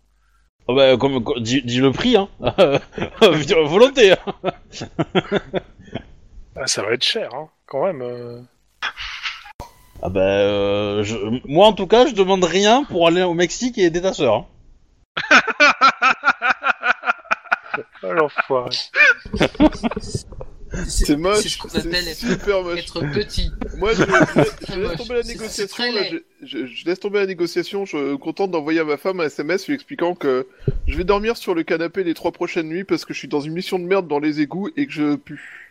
S7: Oh bah, comme, comme- dis, dis le prix, hein. Je dirais Volonté. hein.
S4: ah, Ça va être cher, hein, quand même. euh.
S7: Ah bah, euh, je- moi en tout cas, je demande rien pour aller au Mexique et aider ta sœur. hein.
S4: Ah, l'enfoiré.
S1: C'est moche,
S5: C'est ce qu'on appelle
S1: c'est
S5: être-
S1: super moche.
S5: être petit.
S1: Moi, je, je- je
S5: C'est
S1: laisse
S5: moche.
S1: tomber la
S5: C'est- c'est
S1: négociation.
S5: très
S1: là, je,
S5: laid.
S1: je- je laisse tomber la négociation. Je suis content d'envoyer à ma femme un SMS lui expliquant que je vais dormir sur le canapé les trois prochaines nuits parce que je suis dans une mission de merde dans les égouts et que je pue.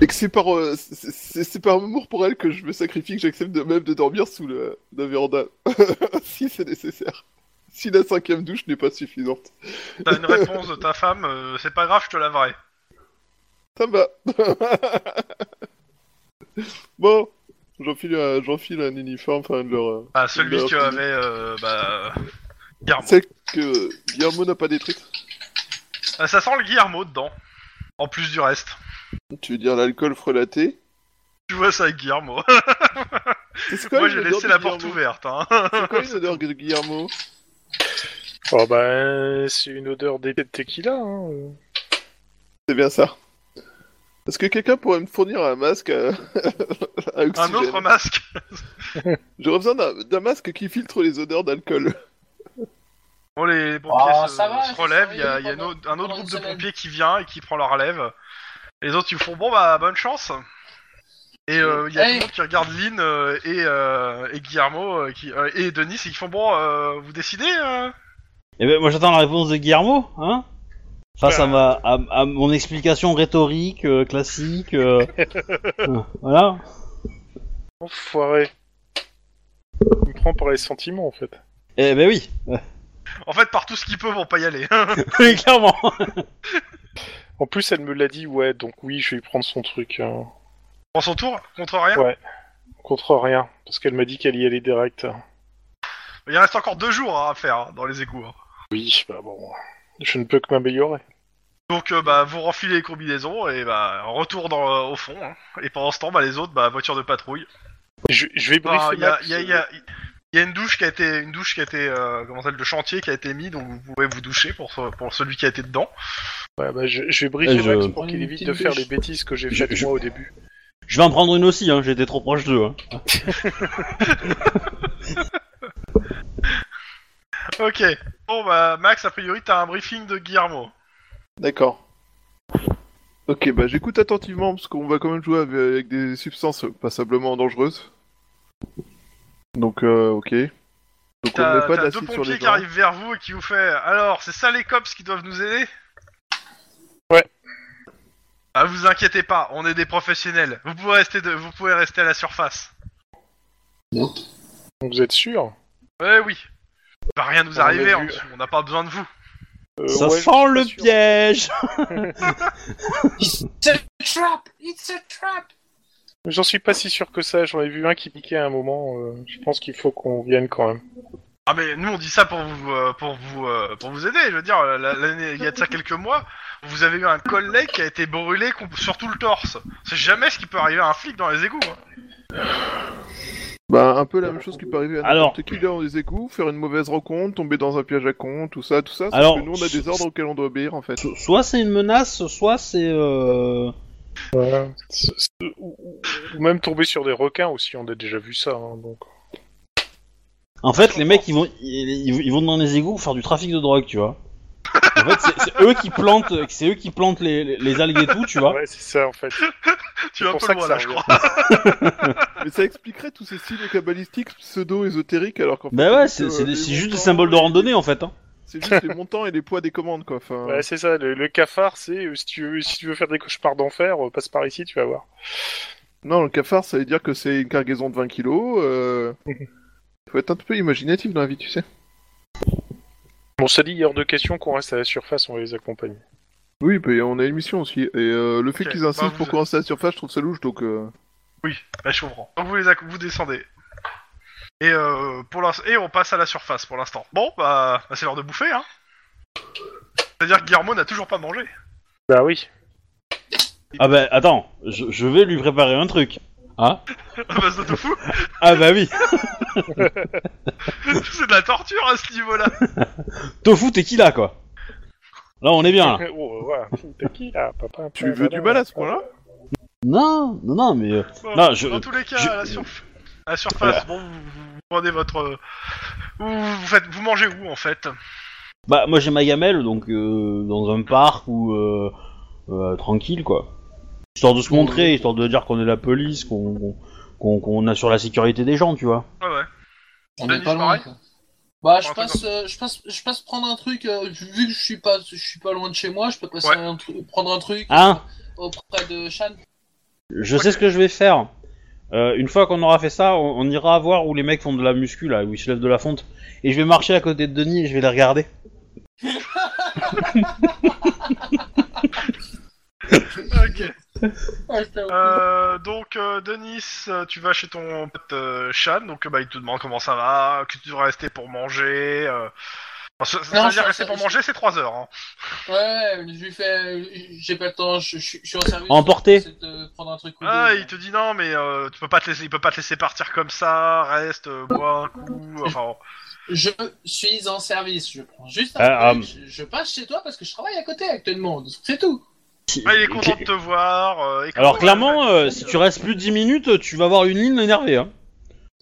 S1: Et que c'est par, euh, c'est- c'est c'est par amour pour elle que je me sacrifie, que j'accepte de même de dormir sous le, la véranda. si c'est nécessaire. Si la cinquième douche n'est pas suffisante.
S2: T'as une réponse de ta femme. euh, c'est pas grave, je te laverai.
S1: Ça va. bon, J'enfile, euh, j'enfile un uniforme, enfin, de leur. euh,
S2: Ah, celui
S1: Bah,
S2: que avait euh, bah, Guillermo.
S1: C'est que Guillermo n'a pas détruit.
S2: Ah, ça sent le Guillermo dedans. En plus du reste.
S1: Tu veux dire l'alcool frelaté
S2: Tu vois ça avec Guillermo.
S1: C'est quoi
S2: Moi
S1: une
S2: j'ai
S1: odeur
S2: laissé
S1: de
S2: la porte
S1: Guillermo
S2: ouverte. Hein.
S1: C'est quoi une odeur de Guillermo
S4: Oh bah, c'est une odeur d'épée de tequila. Hein.
S1: C'est bien ça. Est-ce que quelqu'un pourrait me fournir un masque euh, à
S2: Un
S1: oxygène
S2: autre masque.
S1: J'aurais besoin d'un, d'un masque qui filtre les odeurs d'alcool.
S2: Bon, Oh, les pompiers
S5: Ah,
S2: se,
S5: ça va,
S2: se
S5: c'est
S2: relèvent,
S5: ça,
S2: il y a,
S5: oui,
S2: il y a une
S5: pendant-
S2: autre- un autre
S5: pendant
S2: groupe
S5: une
S2: de
S5: semaine.
S2: pompiers qui vient et qui prend leur relève. Les autres ils font bon bah bonne chance. Et euh, il y a
S5: Hey.
S2: tout le monde qui regarde Lynn euh, et, euh, et Guillermo euh, qui, euh, et Denis et qui font bon euh, vous décidez euh
S3: Eh ben, moi j'attends la réponse de Guillermo, hein Face à,
S4: Bah.
S3: ma, à, à mon explication rhétorique euh, classique, euh, euh, voilà.
S4: Enfoiré. Il me prend par les sentiments en fait.
S3: Eh ben oui,
S2: En fait par tout ce qu'ils peuvent vont pas y aller.
S3: Oui, clairement.
S4: En plus, elle me l'a dit, ouais, donc oui, je vais lui prendre son truc. hein.
S2: Prends son tour contre rien.
S4: Contre rien, parce qu'elle m'a dit qu'elle y allait direct.
S2: Il reste encore deux jours hein, à faire hein, dans les égouts. hein.
S4: Oui, bah bon, je ne peux que m'améliorer.
S2: Donc euh, bah vous renfilez les combinaisons et bah retour dans, au fond. hein. Et pendant ce temps bah les autres bah voiture de patrouille.
S4: Je, je vais
S2: Bah,
S4: briefer
S2: Il y, a-
S4: Max,
S2: il y a- il y
S4: euh,
S2: a- il y a une douche qui a été, une douche qui a été, euh, comment ça s'appelle, de chantier qui a été mise, donc vous pouvez vous doucher pour, ce- pour celui qui a été dedans.
S4: ouais, bah, je, je vais briefer
S3: Euh, je-
S4: Max pour qu'il
S5: Une
S4: évite
S5: petite
S4: de faire
S5: douche.
S4: les bêtises que j'ai
S3: Je-
S4: faites
S3: je-
S4: moi au début.
S3: Je vais en prendre une aussi, hein, j'étais trop proche d'eux. Hein.
S2: Ok. Bon bah Max, a priori t'as un briefing de Guillermo.
S1: D'accord. Ok, bah j'écoute attentivement parce qu'on va quand même jouer avec- avec des substances passablement dangereuses. Donc, euh, ok. Donc on
S2: T'as
S1: met pas
S2: t'as deux
S1: d'acide sur
S2: pompiers
S1: les
S2: qui
S1: gens.
S2: arrivent vers vous et qui vous fait, alors c'est ça les cops qui doivent nous aider
S4: Ouais.
S2: Ah vous inquiétez pas, on est des professionnels. Vous pouvez rester, de, vous pouvez rester à la surface.
S4: Donc vous êtes sûr
S2: Ouais oui. Il va Bah, rien nous
S4: On a
S2: arriver
S4: vu.
S2: en dessous, on n'a pas besoin de vous.
S4: Euh,
S3: Ça
S4: ouais, je
S3: sent
S4: suis
S3: le
S4: pas sûr.
S3: piège
S5: It's a trap! It's a trap!
S4: J'en suis pas si sûr que ça, j'en ai vu un qui piquait à un moment, euh, je pense qu'il faut qu'on vienne quand même.
S2: Ah mais nous on dit ça pour vous euh, pour vous euh, pour vous aider. Je veux dire la- l'année il y a de ça quelques mois, vous avez eu un collègue qui a été brûlé com- sur tout le torse. C'est jamais ce qui peut arriver à un flic dans les égouts. hein.
S1: Bah, un peu la même chose qui peut arriver à
S3: Alors-
S1: n'importe qui dans les égouts, faire une mauvaise rencontre, tomber dans un piège à con, tout ça, tout ça. sauf
S3: Alors-
S1: que nous, on a des ordres auxquels on doit obéir en fait.
S3: So- Soit c'est une menace, soit c'est... Euh...
S4: Voilà. C'est- c'est- Ou, ou- ou même tomber sur des requins aussi, on a déjà vu ça. hein, donc.
S3: En fait, les mecs, ils vont, ils, ils- ils vont dans les égouts pour faire du trafic de drogue, tu vois. En fait, c'est- c'est eux qui plantent, c'est eux qui plantent les, les- les algues et tout, tu vois.
S4: Ouais, c'est ça en fait.
S2: Tu vas un
S4: pour
S2: peu
S4: ça que
S2: loin
S4: ça
S2: là je
S4: revient.
S2: crois.
S1: Mais ça expliquerait tous ces signes cabalistiques pseudo-ésotériques alors qu'en fait.
S3: Bah ouais,
S1: euh,
S3: c'est c'est des-
S1: les
S3: c'est juste des
S1: montants-
S3: symboles de randonnée, en fait. Hein.
S1: C'est juste les montants et les poids des commandes quoi. Enfin,
S4: Ouais, c'est ça, le, le cafard, c'est euh, si, tu veux, si tu veux faire des cauchemars d'enfer, euh, passe par ici, tu vas voir.
S1: Non, le cafard, ça veut dire que c'est une cargaison de 20 kilos. Euh... Faut être un peu imaginatif dans la vie, tu sais.
S4: Bon, ça dit, il est hors de question qu'on reste à la surface, on les accompagne.
S1: Oui, puis on a une mission aussi. Et euh, le fait
S2: Ok,
S1: qu'ils insistent
S2: bah,
S1: pour
S2: vous-
S1: qu'on reste à la surface, je trouve ça louche donc. euh,
S2: Oui, bah, je comprends. Donc vous les acc- vous descendez. Et euh, pour l'inst- et on passe à la surface pour l'instant. Bon bah, bah, c'est l'heure de bouffer hein. C'est-à-dire que Guillermo n'a toujours pas mangé.
S4: Bah oui.
S3: Ah bah attends, je, je vais lui préparer un truc. Ah
S2: À base de tofu,
S3: Ah bah oui
S2: c'est de la torture à ce niveau-là.
S3: Tofu tequila, quoi. Là, on est
S7: Ah.
S3: bien, là.
S4: Oh, voilà. T'as qui, là, papa,
S1: Tu veux du mal à ce point-là
S3: Non, non, non, mais... euh,
S2: Bon,
S3: Non, je-
S2: Dans tous les cas,
S3: je-
S2: à, la surf- à la surface, bon, vous, vous prenez votre. euh, Vous, vous faites, vous mangez où en fait
S3: Bah, moi, j'ai ma gamelle, donc euh, dans un parc ou... euh, euh, tranquille, quoi. Histoire de se montrer, histoire de dire qu'on est la police, qu'on qu'on- qu'on- qu'on assure la sécurité des gens, tu vois.
S2: Ouais, ouais.
S5: On
S2: Denis,
S5: est pas loin.
S2: pareil
S5: Quoi. Bah, je
S2: Prends un truc
S5: passe, euh, je passe, je passe prendre un truc. euh, vu que je suis pas, je suis pas loin de chez moi, je peux passer
S2: Ouais.
S5: un truc, prendre un truc
S3: Hein
S5: auprès de Shan.
S3: Je sais ce que je vais faire. Euh, une fois qu'on aura fait ça, on, on ira voir où les mecs font de la muscu, là, où ils se lèvent de la fonte. Et je vais marcher à côté de Denis et je vais les regarder.
S2: Ok. Euh, donc, euh, Denis, euh, tu vas chez ton pote euh, Chan, donc euh, bah, il te demande comment ça va, que tu devrais rester pour manger. Euh... Enfin, ça, ça
S5: Non,
S2: veut dire
S5: ça-
S2: rester
S5: ça-
S2: pour
S5: je-
S2: manger, c'est 3 heures. Hein.
S5: Ouais, je lui fais. euh, J'ai pas le temps, je, je- je suis en service.
S3: Emporté.
S5: j'essaie de prendre un truc ou
S2: Ah,
S5: deux.
S2: il te dit non, mais euh, tu peux pas te laisser, il peut pas te laisser partir comme ça, reste, euh, bois un coup. Enfin,
S5: Je suis en service, je prends juste un
S3: Ah,
S5: truc, je, je passe chez toi parce que je travaille à côté actuellement, c'est tout.
S2: ouais, il est content de te voir. euh, et que-
S3: Alors clairement, euh, si tu restes plus de 10 minutes, tu vas avoir une ligne énervée. Hein.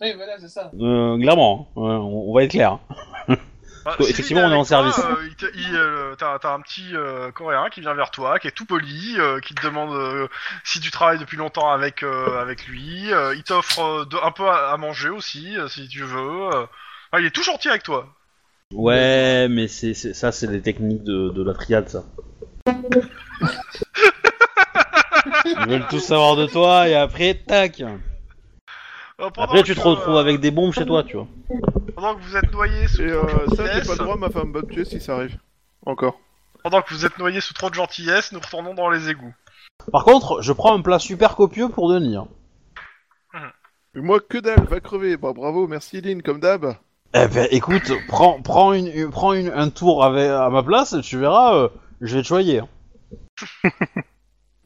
S5: Oui, voilà, c'est ça.
S3: Euh, clairement, hein. Ouais, on, on va être clair. hein.
S2: Bah,
S3: Parce
S2: si
S3: qu'effectivement,
S2: il
S3: on est en
S2: avec toi,
S3: service.
S2: euh, il te- il, euh, T'as t'as un petit euh, coréen qui vient vers toi, qui est tout poli, euh, qui te demande euh, si tu travailles depuis longtemps avec, euh, avec lui. euh, il t'offre euh, de- un peu à, à manger aussi, euh, si tu veux. euh. Enfin, il est tout gentil avec toi.
S3: Ouais, mais c'est c'est- ça, c'est des techniques de, de la triade, ça. Ils veulent tout savoir de toi et après, tac.
S2: Euh, pendant
S3: Après, tu
S2: que,
S3: te retrouves
S2: euh,
S3: avec des bombes chez toi, tu vois.
S2: Pendant que vous êtes noyé sous
S1: Et
S2: trop de
S1: euh, ça, j'ai
S2: gentillesse,
S1: pas le droit, ma femme va me tuer si ça arrive. Encore.
S2: pendant que vous êtes noyé sous trop de gentillesse, nous retournons dans les égouts.
S3: Par contre, je prends un plat super copieux pour Denis. hein.
S1: Mais moi, que dalle, va crever. Bah, bravo, merci Lynn, comme
S4: Bah,
S1: d'hab.
S3: Eh ben, écoute, prends, prends, une, une- prends une, un tour avec, à ma place, tu verras, euh, je vais te choyer. hein.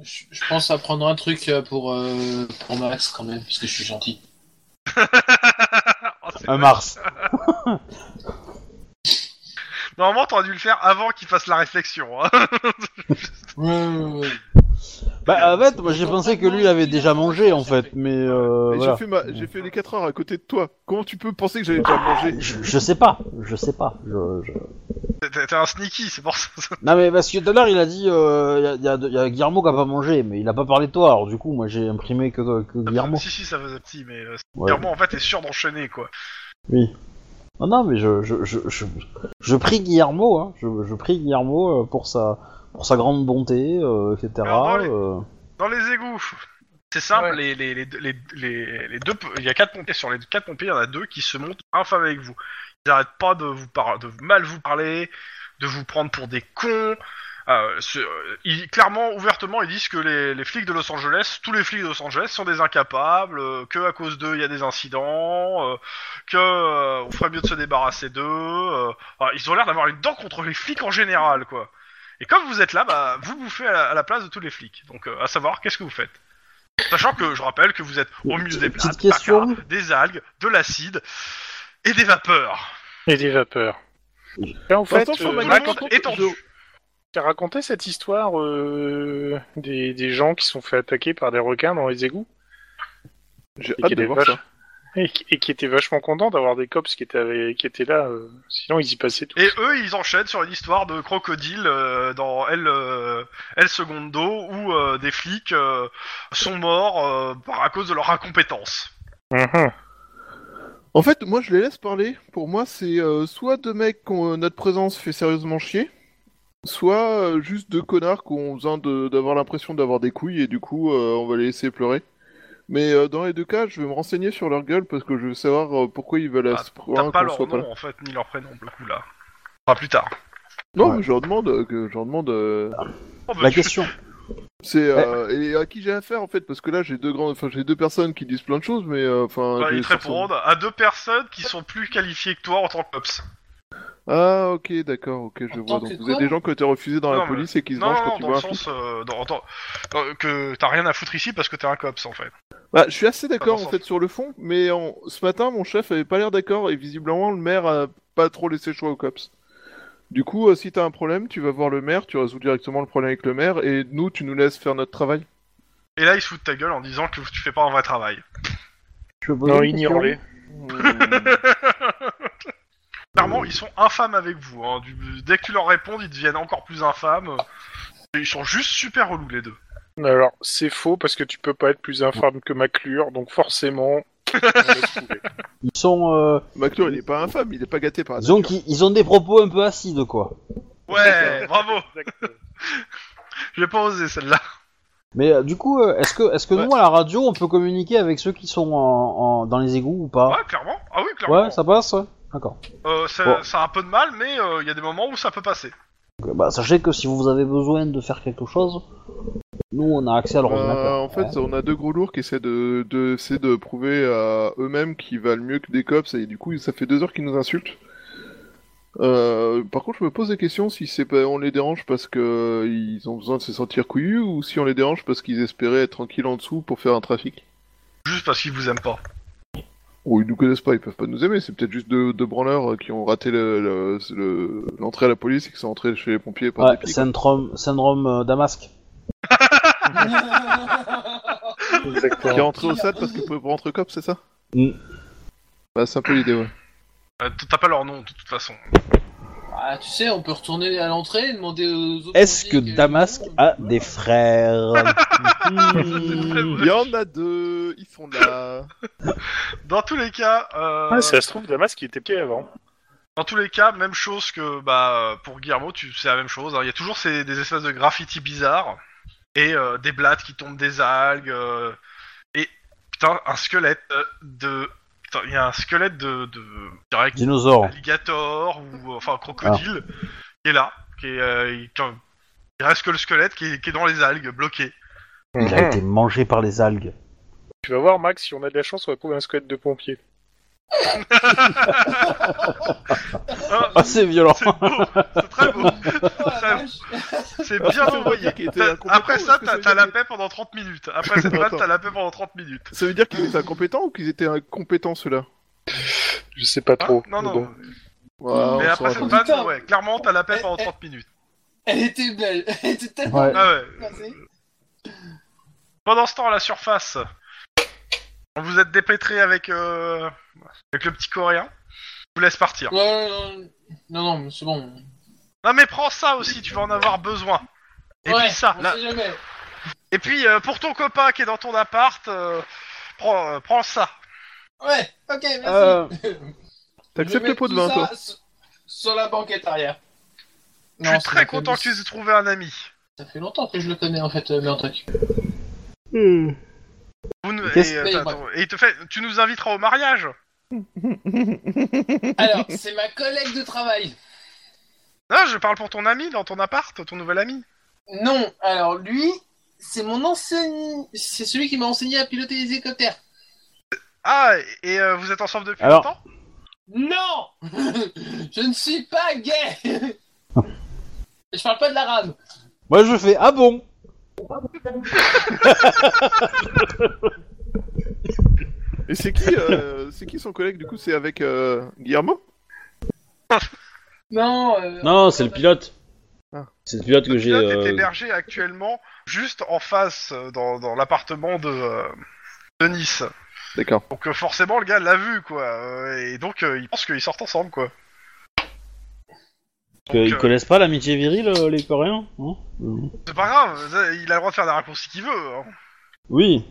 S5: Je, je pense à prendre un truc euh, pour, euh, pour Max quand même, parce que je suis gentil.
S2: Oh, c'est-
S3: Un Mars.
S2: Normalement, t'aurais dû le faire avant qu'il fasse la réflexion. hein.
S5: Ouais, ouais, ouais.
S3: Bah, en fait, moi, j'ai pensé que lui il avait déjà mangé, en fait, mais euh,
S1: Et
S3: voilà.
S1: j'ai fait, ma... j'ai fait les 4 heures à côté de toi. Comment tu peux penser que j'avais déjà mangé
S3: Je, je sais pas, je sais pas. Je, je-
S2: T'es- T'es t'es un sneaky, c'est pour ça.
S3: Non, mais parce que tout à l'heure, il a dit, euh, y, a, y, a, y a Guillermo qui a pas mangé, mais il a pas parlé de toi, alors du coup, moi, j'ai imprimé que, que Guillermo.
S2: Si, si, ça faisait petit, mais euh,
S3: Ouais.
S2: clairement, en fait, t'es sûr d'enchaîner, quoi.
S3: Oui. Non, non, mais je, je, je, je, je prie Guillermo, hein. je, je prie Guillermo euh, pour sa, pour sa grande bonté, euh, etc.
S2: Alors, dans les-
S3: euh.
S2: Dans les égouts. C'est simple, les, les, les, les, les- les deux, il y a quatre pompiers sur les quatre pompiers, il y en a deux qui se montrent infâmes avec vous. Ils n'arrêtent pas de vous par- de mal vous parler, de vous prendre pour des cons. Euh, ce- euh, ils- clairement, ouvertement, ils disent que les, les flics de Los Angeles, tous les flics de Los Angeles sont des incapables, euh, que à cause d'eux il y a des incidents, euh, que euh, on ferait mieux de se débarrasser d'eux. euh. Enfin, ils ont l'air d'avoir une dent contre les flics en général, quoi. Et comme vous êtes là, bah, vous bouffez à la, à la place de tous les flics. Donc, euh, à savoir, qu'est-ce que vous faites Sachant que je rappelle que vous êtes au milieu des
S3: Petite
S2: plaques,
S3: question.
S2: des algues, de l'acide et des vapeurs.
S4: Et des vapeurs. Là, en fait,
S1: Attention,
S4: euh,
S2: Tout
S1: Bah,
S2: le
S1: Magnus,
S2: monde
S1: raconte-
S2: est tendu.
S4: t'as raconté cette histoire euh, des, des gens qui se sont fait attaquer par des requins dans les égouts
S1: J'ai
S4: Et
S1: hâte
S4: qu'il
S1: de
S4: est
S1: voir ça.
S4: vache. et, qui- et qui étaient vachement contents d'avoir des cops qui étaient, avec- qui étaient là. euh, sinon, ils y passaient tout.
S2: Et eux, ils enchaînent sur une histoire de crocodile euh, dans El, euh, El Segundo où euh, des flics euh, sont morts euh, par, à cause de leur incompétence.
S4: Mhm.
S1: En fait, moi, je les laisse parler. Pour moi, c'est euh, soit deux mecs qu'on notre présence fait sérieusement chier, soit euh, juste deux connards qui ont besoin de- d'avoir l'impression d'avoir des couilles et du coup, euh, on va les laisser pleurer. Mais euh, dans les deux cas, je vais me renseigner sur leur gueule parce que je veux savoir euh, pourquoi ils veulent à
S2: Ah,
S1: ce
S2: T'as
S1: point
S2: pas
S1: qu'on
S2: leur
S1: soit pas là.
S2: nom, en fait, ni leur prénom, pour le coup, là. Enfin, plus tard.
S1: Non,
S3: Ouais.
S1: mais je leur demande. euh, que, je leur demande euh,
S2: Oh, bah,
S3: La
S2: tu-
S3: question.
S1: c'est euh, et à qui j'ai affaire en fait parce que là, j'ai deux grandes, enfin, j'ai deux personnes qui disent plein de choses, mais euh, enfin.
S2: bah,
S1: j'ai
S2: ils te
S1: certainement-
S2: répondent à deux personnes qui sont plus qualifiées que toi en tant que cops.
S1: Ah ok d'accord ok je
S5: En
S1: vois
S5: tant
S1: donc
S5: que
S1: vous avez
S5: quoi
S1: des gens qui ont été refusés dans
S2: Non,
S1: la
S2: mais-
S1: police et qui se
S2: Non,
S1: vengent quand
S2: non,
S1: tu
S2: dans le
S1: vois un flic.
S2: sens euh, dans- dans- dans- que t'as rien à foutre ici parce que t'es un cops en fait.
S1: Bah, je suis assez
S2: Dans
S1: d'accord
S2: le
S1: en
S2: sens.
S1: fait sur le fond mais en- ce matin mon chef avait pas l'air d'accord et visiblement le maire a pas trop laissé le choix aux cops. Du coup euh, si t'as un problème tu vas voir le maire tu résous directement le problème avec le maire et nous tu nous laisses faire notre travail.
S2: Et là, ils se foutent de ta gueule en disant que tu fais pas un vrai travail.
S3: Tu veux poser
S4: Non,
S3: une question
S4: ignorez.
S2: Clairement, ils sont infâmes avec vous. hein. Du- dès que tu leur réponds, ils deviennent encore plus infâmes. Et ils sont juste super relous les deux.
S4: Alors, c'est faux parce que tu peux pas être plus infâme que Maclure, donc forcément. on laisse couler.
S3: Ils sont. euh,
S1: McClure il est pas infâme il est pas gâté par la
S3: ils, ont,
S1: nature.
S3: qui- ils ont des propos un peu acides, quoi.
S2: Ouais, bravo.
S4: Exactement.
S2: J'ai pas osé celle-là.
S3: Mais euh, du coup, euh, est-ce que, est-ce que
S1: Ouais.
S3: nous, à la radio, on peut communiquer avec ceux qui sont en, en- dans les égouts ou pas
S2: Ouais, clairement. Ah oui,
S3: Ouais,
S2: clairement.
S3: ça passe ouais. D'accord.
S2: Euh, ça,
S3: Bon.
S2: ça a un peu de mal, mais euh, il y a des moments où ça peut passer.
S3: Donc, euh, Bah, sachez que si vous avez besoin de faire quelque chose, Nous, on a accès à l'ordinateur.
S1: en fait, on a deux gros lourds qui essaient de, de, essaient de prouver à eux-mêmes qu'ils valent mieux que des cops, et du coup, ça fait deux heures qu'ils nous insultent. Euh, par contre, je me pose des questions si c'est pas, on les dérange parce que ils ont besoin de se sentir couillus ou si on les dérange parce qu'ils espéraient être tranquilles en dessous pour faire un trafic.
S2: Juste parce qu'ils vous aiment pas.
S1: Ou ils nous connaissent pas, ils peuvent pas nous aimer. C'est peut-être juste deux, deux branleurs euh, qui ont raté le- le- le- l'entrée à la police et qui sont entrés chez les pompiers par
S3: Ouais,
S1: dépit, quoi.
S3: syndrome, syndrome euh, Damasque.
S1: Qui est entré au SAD parce qu'il pouvait pas rentrer cop, c'est ça
S3: Mm.
S1: Bah, c'est un peu l'idée, ouais.
S2: Euh, T'as pas leur nom de toute façon.
S5: Ah, tu sais, on peut retourner à l'entrée et demander aux autres.
S3: Est-ce que
S5: bandits
S3: Damasque a des frères Hmm.
S1: Il y en a deux, ils sont là.
S2: Dans tous les cas, euh,
S4: Ah, ça se trouve, Damas qui était pied avant.
S2: dans tous les cas, même chose que bah pour Guillermo, tu c'est la même chose. hein. Il y a toujours ces, des espèces de graffiti bizarres et euh, des blattes qui tombent des algues euh, et putain un squelette euh, de putain il y a un squelette de de je dirais que
S3: Dinosaure.
S2: alligator ou euh, enfin crocodile qui est là, qui est euh, il, quand- il reste que le squelette qui est, qui est dans les algues bloqué.
S3: Il a été mangé par les algues.
S4: Tu vas voir, Max, si on a de la chance, on va trouver un squelette de pompier.
S2: Ah,
S3: Ah, c'est violent.
S2: c'est beau, c'est très beau,
S5: Oh, la
S2: Ça-
S5: vache.
S2: c'est
S1: Ah,
S2: bien envoyé.
S1: Qui était
S2: T'as-
S1: incompétent,
S2: Après
S1: est-ce
S2: ça,
S1: que
S2: t'as
S1: veut
S2: t'as
S1: dire
S2: la paix pendant 30 minutes. Après cette vanne,
S1: Attends.
S2: t'as la paix pendant 30 minutes.
S1: qu'il- Ça veut dire qu'ils étaient incompétents ou qu'ils étaient incompétents ceux-là
S4: Je sais pas
S2: Hein
S4: trop.
S2: non,
S4: mais
S2: non.
S4: bon.
S1: Ouah,
S2: Mais
S1: on
S2: après
S1: saura
S2: cette
S1: pas.
S2: vanne,
S5: Putain.
S2: ouais, clairement, t'as la paix
S5: Eh,
S2: pendant
S5: eh.
S2: 30 minutes.
S5: Elle était belle, elle était tellement
S3: Ouais.
S5: bien
S2: Ah ouais.
S5: placée.
S2: Pendant ce temps, à la surface, vous êtes dépêtré avec, euh, avec le petit coréen. Je vous laisse partir.
S5: Ouais, ouais, non, non, non, mais c'est bon.
S2: Non, mais prends ça aussi, tu vas en avoir besoin. Et
S5: ouais,
S2: puis ça,
S5: on
S2: là,
S5: sait jamais.
S2: Et puis euh, pour ton copain qui est dans ton appart, euh, prends, euh, prends ça.
S5: Ouais, ok, merci.
S3: Euh,
S5: Je
S1: T'acceptes
S5: vais
S1: le pot de
S5: mettre
S1: vin,
S5: tout
S1: toi
S5: ça s- Sur la banquette arrière.
S2: Je suis très content que tu aies trouvé un ami.
S5: Ça fait longtemps que je le connais en fait, euh, Murdoch.
S2: Vous ne-
S3: Qu'est-ce-
S2: et, euh,
S5: Mais
S2: t'as-
S5: bref.
S2: et il te fait, tu nous inviteras au mariage.
S5: Alors, c'est ma collègue de travail.
S2: Non, je parle pour ton ami dans ton appart, ton nouvel ami.
S5: Non, alors lui, c'est mon enseigne. C'est celui qui m'a enseigné à piloter les hélicoptères.
S2: Ah, et euh, vous êtes ensemble depuis
S3: Alors-
S2: longtemps
S5: Non Je ne suis pas gay Je parle pas de la rame.
S3: Moi, je fais ah bon.
S1: Et c'est qui, euh, c'est qui son collègue, du coup C'est avec euh, Guillermo
S5: Non, euh,
S3: Non, c'est le pilote.
S1: Ah.
S3: C'est le pilote que j'ai.
S2: Pilote est
S3: euh,
S2: hébergé actuellement juste en face euh, dans, dans l'appartement de, euh, de Nice.
S1: D'accord.
S2: Donc euh, forcément le gars l'a vu quoi. Euh, Et donc euh, il pense qu'ils sortent ensemble quoi.
S3: que-
S2: Donc,
S3: ils
S2: euh,
S3: connaissent pas l'amitié virile, euh, les Coréens non Euh,
S2: C'est pas grave, ça, il a le droit de faire des raccourcis qu'il veut. hein.
S3: Oui.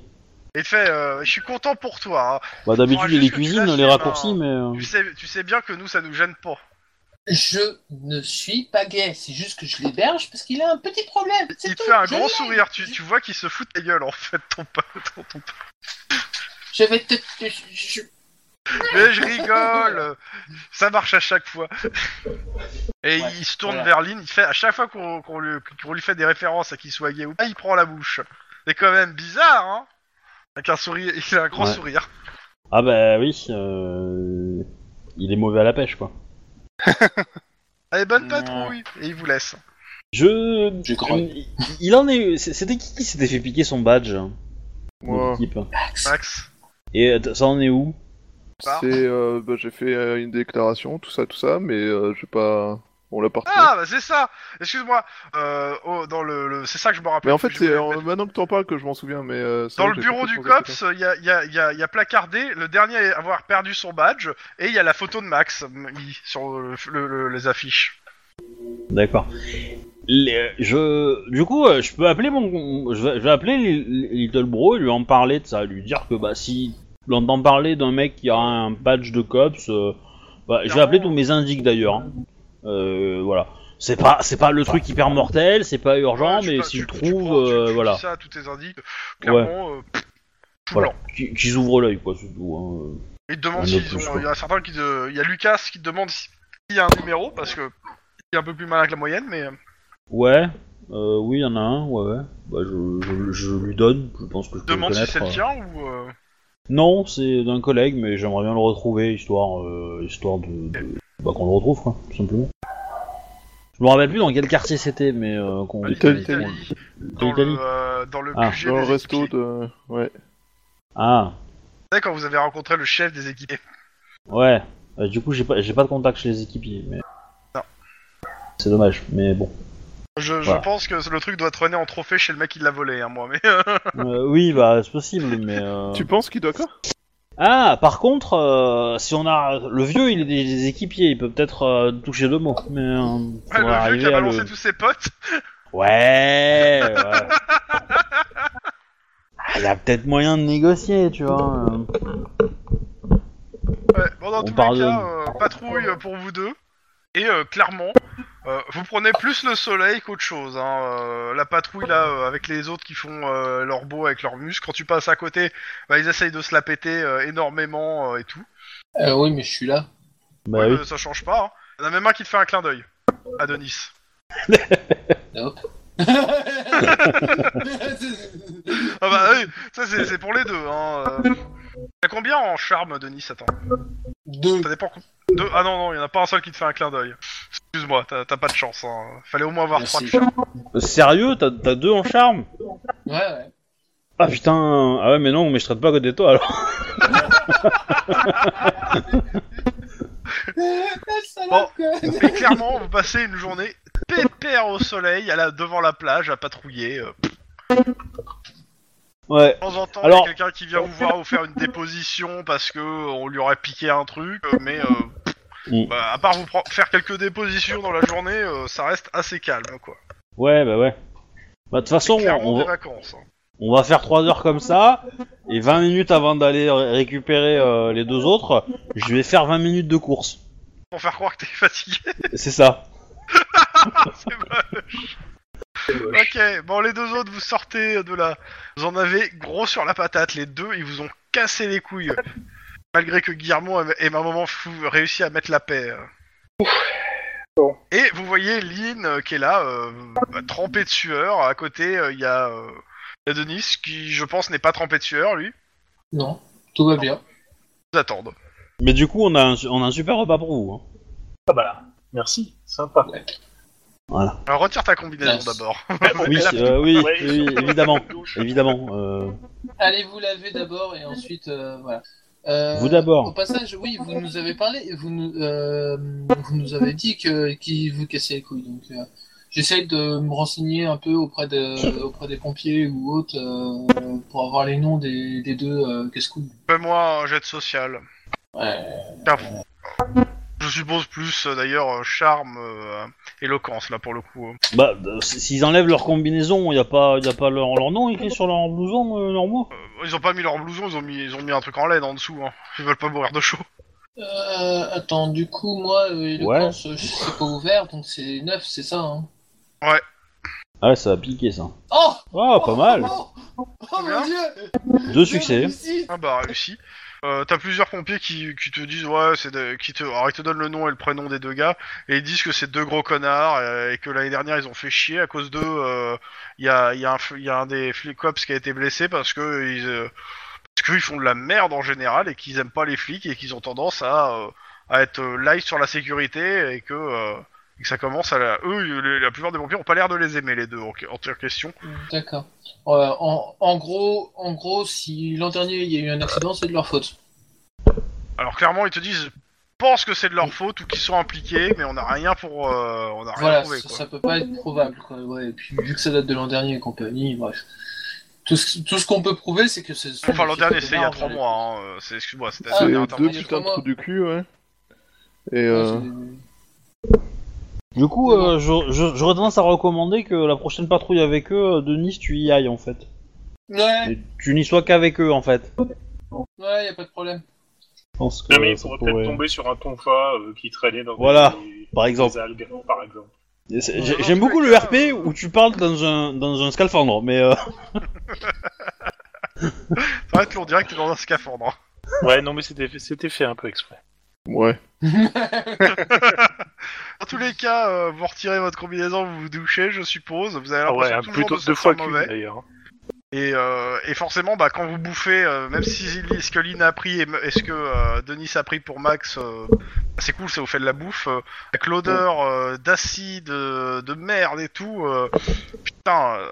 S2: Et il fait, euh, je suis content pour toi. hein.
S3: Bah, d'habitude,
S2: Faudra
S3: il les
S2: juste que tu
S3: cuisine,
S2: lâches
S3: les
S2: les
S3: raccourcis,
S2: mains.
S3: mais. euh,
S2: Tu sais, tu sais bien que nous ça nous gêne pas.
S5: je ne suis pas gay. C'est juste que je l'héberge parce qu'il a un petit problème. c'est
S2: Il te
S5: tout.
S2: fait un
S5: Je
S2: grand
S5: l'aime.
S2: sourire, tu, tu vois qu'il se fout de ta gueule en fait, ton pote. ton- ton pote.
S5: Je vais te. je- je-
S2: Mais je rigole, euh, ça marche à chaque fois. Et
S5: Ouais,
S2: il se tourne
S5: voilà.
S2: vers Lynn, il fait à chaque fois qu'on qu'on lui, qu'on lui fait des références à qu'il soit gay ou pas, il prend la bouche. C'est quand même bizarre, hein Avec un sourire, il a un grand
S3: Ouais.
S2: sourire.
S3: Ah bah oui. euh, Il est mauvais à la pêche, quoi.
S2: Allez, bonne
S5: Ouais.
S2: patrouille Et il vous laisse.
S3: Je.
S5: Je crois.
S3: Il- Il en est. C'était qui qui s'était fait piquer son badge hein, de
S1: Moi,
S3: l'équipe
S2: Max.
S3: Et euh, ça en est où
S2: part.
S1: c'est, euh, bah, j'ai fait euh, une déclaration, tout ça, tout ça, mais euh, j'ai pas. On l'a pas retrouvé.
S2: Ah, bah c'est ça Excuse-moi, euh, oh, dans le, le- c'est ça que je me rappelle.
S1: Mais en fait,
S2: plus, je
S1: c'est
S2: voulais
S1: euh,
S2: mettre-
S1: maintenant que t'en parles que je m'en souviens, mais. euh, c'est
S2: Dans
S1: vrai
S2: le
S1: que j'ai
S2: bureau du
S1: complètement zappé
S2: COPS, il y a, il y a- il y a- il y a placardé le dernier à avoir perdu son badge et il y a la photo de Max mis sur le- le- le- les affiches.
S3: D'accord. Les- je, du coup, euh, je peux appeler mon, je vais, je vais appeler Li- Li- Little Bro et lui en parler de ça, lui dire que bah si tu l'entends parler d'un mec qui a un badge de cops, euh, bah, je vais appeler tous mes indices d'ailleurs. hein. Euh, voilà. C'est pas, c'est pas le truc hyper mortel, c'est pas urgent,
S2: Ouais,
S3: mais
S2: sais
S3: si je
S2: pas,
S3: trouve,
S2: prends- tu-
S3: euh,
S2: tu dis
S3: voilà,
S2: ça à tous tes indices, clairement, euh, pff, tout
S3: voilà,
S2: blanc.
S3: Qui- qu'ils ouvrent l'œil quoi, c'est tout. hein.
S2: Ils te demandent
S3: Un
S2: s'ils
S3: autre
S2: ont-
S3: choix.
S2: Il y a certains qui te- Il y a Lucas qui te demande si- s'il y a un numéro parce que il est un peu plus malin que la moyenne, mais.
S3: Ouais. Euh, oui, il y en a un, ouais, ouais. Bah, je, je- je lui donne, je pense que je peux le
S2: Demande si
S3: connaître.
S2: c'est le
S3: euh.
S2: tien ou. euh,
S3: Non, c'est d'un collègue, mais j'aimerais bien le retrouver, histoire, euh, histoire de, de- bah, qu'on le retrouve, quoi, tout simplement. Je me rappelle plus dans quel quartier c'était, mais euh, qu'on...
S2: en
S1: Italie,
S3: qu'on-
S2: Italie,
S3: en
S2: Dans
S3: Italie.
S2: le, euh, dans le
S3: Ah,
S2: QG
S1: Dans le
S2: des
S1: resto
S2: équipiers.
S1: de. Ouais.
S3: Ah,
S2: Vous savez, quand vous avez rencontré le chef des équipiers.
S3: ouais. Euh, du coup, j'ai pas, j'ai pas de contact chez les équipiers, mais...
S2: Non.
S3: C'est dommage, mais bon.
S2: Je, je
S3: Voilà.
S2: pense que le truc doit trôner en trophée chez le mec qui l'a volé, hein, moi. Mais
S3: Euh, oui, bah, c'est possible, mais... euh,
S1: Tu penses qu'il doit quoi
S3: Ah, par contre, euh, si on a... Le vieux, il est des, des équipiers, il peut peut-être euh, toucher deux mots, mais... euh,
S2: Ouais,
S3: faudra
S2: le vieux qui a
S3: arriver à
S2: balancé
S3: le-
S2: tous ses potes.
S3: Ouais, ouais. Ah, y a peut-être moyen de négocier, tu vois. euh.
S2: Ouais, bon, dans
S3: On
S2: tous les
S3: pardonne.
S2: cas, euh, patrouille euh, pour vous deux. Et euh, clairement, euh, vous prenez plus le soleil qu'autre chose. hein. Euh, la patrouille là, euh, avec les autres qui font euh, leur beau avec leurs muscles, quand tu passes à côté, bah, ils essayent de se la péter euh, énormément euh, et tout.
S5: Euh, oui, mais je suis là.
S3: Bah
S2: Ouais,
S3: oui.
S2: euh, Ça change pas. Hein. Il y en a même un qui te fait un clin d'œil. Adonis. Ah bah oui, ça c'est c'est pour les deux. Hein. euh. T'as combien en charme, Adonis Attends,
S5: Deux.
S2: ça dépend. Deux... Ah non, non, il y en a pas un seul qui te fait un clin d'œil. Excuse-moi, t'as t'as pas de chance. Hein. Fallait au moins avoir trois de
S5: Merci.
S2: charme.
S3: Sérieux, t'as, t'as deux en charme
S5: Ouais, ouais.
S3: Ah putain, ah ouais, mais non, mais je traite pas que des toi alors.
S5: La
S2: Bon.
S5: salope, quoi.
S2: Mais clairement, vous passez une journée pépère au soleil, à la, devant la plage, à patrouiller. euh.
S3: Ouais.
S2: De temps en temps, il y a
S3: Alors-
S2: quelqu'un qui vient vous voir vous faire une déposition parce que euh, on lui aurait piqué un truc, euh, mais euh,
S3: Mm.
S2: bah, à part vous pre- faire quelques dépositions dans la journée, euh, ça reste assez calme, quoi.
S3: Ouais, bah ouais. Bah de toute façon,
S2: Clairement
S3: on
S2: des
S3: va,
S2: vacances. hein.
S3: on va faire trois heures comme ça, et 20 minutes avant d'aller ré- récupérer euh, les deux autres, je vais faire 20 minutes de course.
S2: Pour faire croire que t'es fatigué,
S3: C'est ça.
S2: c'est moche. Ok, bon les deux autres, vous sortez de là. Vous en avez gros sur la patate, les deux, ils vous ont cassé les couilles. Malgré que Guillermo et ma maman fou réussi à mettre la paix. euh.
S4: Bon.
S2: Et vous voyez Lynn euh, qui est là, euh, bah, trempée de sueur. À côté, euh, il y a euh, il y a Denis qui, je pense, n'est pas trempé de sueur, lui.
S5: Non, tout va bien.
S2: Ils attendent.
S3: Mais du coup, on a un, su- on a un super repas pour vous. hein.
S4: Ah bah, merci, sympa.
S3: Voilà.
S2: Alors retire ta combinaison
S5: Nice.
S2: d'abord.
S3: Oui,
S2: la-
S3: euh, oui,
S4: Ouais.
S3: oui, évidemment, évidemment. euh.
S5: Allez vous laver d'abord et ensuite euh, voilà. Euh,
S3: Vous d'abord.
S5: Au passage, oui, vous nous avez parlé, vous nous, euh, vous nous avez dit que qui vous cassait les couilles. Donc, euh, j'essaie de me renseigner un peu auprès de, auprès des pompiers ou autres euh, pour avoir les noms des, des deux euh, casse-couilles.
S2: Fais-moi un jet social.
S5: Ouais.
S2: Car- Je suppose plus euh, d'ailleurs euh, charme, euh, éloquence là pour le coup. euh.
S3: Bah, euh, s- s'ils enlèvent leur combinaison, il a pas, y a pas leur, leur nom écrit sur leur blouson, euh, leur mot
S2: Ils ont pas mis leur blouson, ils ont mis, ils ont mis un truc en laine en dessous. Hein. Ils veulent pas mourir de chaud.
S5: Euh, attends, du coup, moi, euh, le
S3: Ouais.
S5: corps, c'est c'est pas ouvert, donc c'est neuf, c'est ça. Hein.
S3: Ah, ouais, ça a piqué ça.
S5: Oh,
S3: Ah, pas mal
S5: Oh, oh, oh mon
S2: Bien.
S5: dieu.
S3: Deux succès.
S5: Merci.
S2: Ah bah réussi. Euh, T'as plusieurs pompiers qui, qui te disent ouais, c'est des- qui te, alors ils te donnent le nom et le prénom des deux gars et ils disent que c'est deux gros connards euh, et que l'année dernière ils ont fait chier à cause d'eux. euh, Il y a, il y a un, fl- il y a un des flics cops qui a été blessé parce que ils, euh, parce qu'ils font de la merde en général et qu'ils aiment pas les flics et qu'ils ont tendance à, euh, à être euh, light sur la sécurité et que, euh, et que ça commence à la, eux les- la plupart des pompiers ont pas l'air de les aimer les deux en, en toute question.
S5: D'accord. Euh, en, en gros, en gros, si l'an dernier il y a eu un accident, c'est de leur faute.
S2: Alors clairement, ils te disent, pense que c'est de leur faute ou qu'ils sont impliqués, mais on n'a rien pour, euh, on n'a rien
S5: Voilà,
S2: trouvé
S5: ça,
S2: quoi.
S5: ça peut pas être probable, quoi. Ouais, et puis vu que ça date de l'an dernier et compagnie, bref. Tout ce, tout ce qu'on peut prouver, c'est que c'est.
S2: Enfin l'an dernier, c'est il y a
S5: c'est-
S2: trois mois. Hein. euh, C'est excuse-moi, c'était la
S5: Ah,
S1: C'est
S2: dernière
S5: mais
S1: deux
S5: il y a
S2: intervention.
S1: putains de
S5: trois
S1: trous
S5: mois.
S1: du cul, ouais. Et
S2: Ah,
S5: Ouais,
S1: euh,
S3: Du coup, euh, je- je- j'aurais tendance à recommander que la prochaine patrouille avec eux, euh, Denis, tu y ailles en fait.
S5: c'est- ouais,
S3: Et tu n'y sois qu'avec eux en fait.
S5: ouais, y a pas de problème.
S3: Je pense que
S4: Non, mais Ah il
S3: euh, ça
S4: pourrait
S3: pourrait-
S4: peut-être tomber sur un tonfa euh, qui traînait dans
S3: Voilà,
S4: des,
S3: Par
S4: des
S3: exemple,
S4: algues, par exemple.
S3: Et c'est-
S2: Non,
S3: j'ai-
S2: dans
S3: j'aime
S2: tous
S3: beaucoup
S2: les
S3: le
S2: cas,
S3: RP
S2: euh,
S3: où tu parles dans un, dans un scaphandre, mais euh,
S2: Ça va être long direct dans un hein. scaphandre.
S4: Ouais, non, mais c'était c'était fait un peu exprès.
S1: Ouais.
S2: Dans tous les cas, euh, vous retirez votre combinaison, vous vous douchez, je suppose. Vous avez
S4: Ah ouais,
S2: l'impression toujours
S4: hein, plutôt
S2: de
S4: deux
S2: sentir
S4: fois qu'une
S2: mauvais.
S4: d'ailleurs. hein.
S2: Et, euh, et forcément, bah, quand vous bouffez, euh, même si Zilli- ce que Lynn a pris et me- et ce que euh, Denis a pris pour Max, euh, c'est cool, ça vous fait de la bouffe. euh, avec l'odeur euh, d'acide, euh, de merde et tout, euh, putain, euh,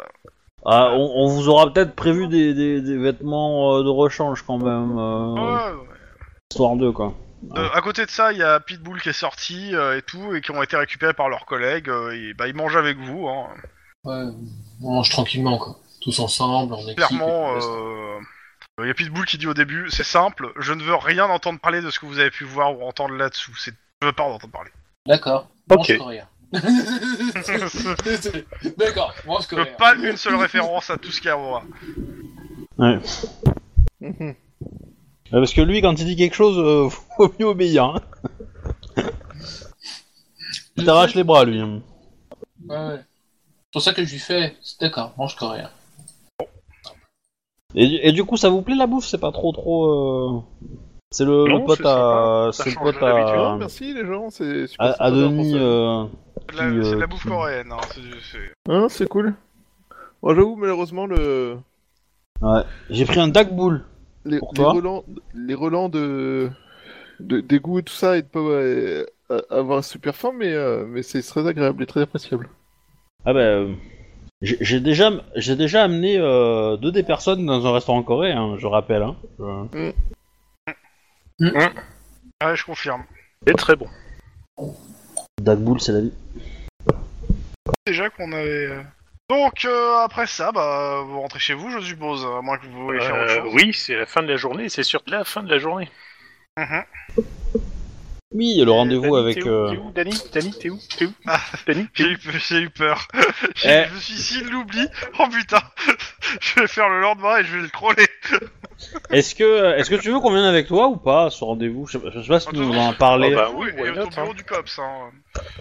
S3: Ah, on, on vous aura peut-être prévu des, des- des vêtements euh, de rechange quand même, euh,
S2: Ah ouais, ouais.
S3: histoire d'eux quoi.
S2: Euh, à côté de ça, il y a Pitbull qui est sorti euh, et tout, et qui ont été récupérés par leurs collègues. euh, et, bah, ils mangent avec vous, hein.
S5: Ouais, on mange tranquillement, quoi. Tous ensemble, en équipe.
S2: clairement,
S5: et tout le
S2: euh, il y a Pitbull qui dit au début, c'est simple, je ne veux rien entendre parler de ce que vous avez pu voir ou entendre là-dessous. C'est- Je veux pas en entendre parler.
S5: reste. D'accord.
S4: Ok.
S5: Mange coréen. D'accord, mange
S2: Je veux
S5: coréen.
S2: pas une seule référence à tout ce qu'il y a au-
S1: Mhm.
S3: Euh, Parce que lui, quand il dit quelque chose, euh, faut mieux obéir. hein. Il t'arrache les bras lui. hein.
S5: Ouais, ouais. C'est pour ça que je lui fais. c'est D'accord, mange coréen.
S3: Et, du- et du coup, ça vous plaît la bouffe C'est pas trop trop. euh, C'est le,
S4: Non,
S3: le pote
S4: c'est sympa.
S3: à.
S4: Ça
S3: C'est le
S4: change hein,
S3: pote
S4: de l'habitude,
S3: à.
S1: Non, merci les gens, c'est super.
S3: Euh, à, à
S1: sympa d'avoir
S3: Denis.
S1: pensé à-
S3: euh,
S2: C'est de la-
S3: Qui, euh,
S2: c'est de la bouffe
S3: qui-
S2: coréenne. hein, c'est- c'est-
S1: Hein, c'est cool. Moi j'avoue, malheureusement, le...
S3: J'ai pris un dagboul.
S1: les,
S3: Pour
S1: les
S3: toi
S1: relents, les relents de... de dégoût et tout ça, et de pas euh, euh, avoir un super faim, mais, euh, mais c'est très agréable et très appréciable.
S3: Ah bah. euh, J'ai j'ai déjà, j'ai déjà amené euh, deux des personnes dans un restaurant coréen, hein, je rappelle. Hein. Je-
S2: Ouais, je confirme.
S4: C'est très bon.
S3: Dagboul, c'est la vie.
S2: Déjà qu'on avait. euh, Donc euh, après ça, bah, vous rentrez chez vous, je suppose, à moins que vous voulez faire autre
S4: Euh,
S2: chose.
S4: oui, c'est la fin de la journée, c'est sur la fin de la journée.
S2: Mhm.
S3: Oui, il y a le rendez-vous
S4: Dani,
S3: avec.
S4: t'es où
S3: euh,
S4: T'es où, Dani Dani, t'es où T'es où
S2: Ah.
S4: Dani
S2: J'ai eu, j'ai eu peur. J'ai-
S3: Eh.
S2: Je me suis dit, s'il l'oublie, oh putain, je vais faire le lendemain et je vais le troller.
S3: Est-ce que, euh, est-ce que tu veux qu'on vienne avec toi ou pas à ce rendez-vous je, sais pas- je sais pas si tu nous en as parlé.
S4: Ah bah
S2: oui,
S4: oui,
S2: et
S4: why
S2: au
S4: not,
S2: bureau
S4: hein.
S2: du COPS. Hein.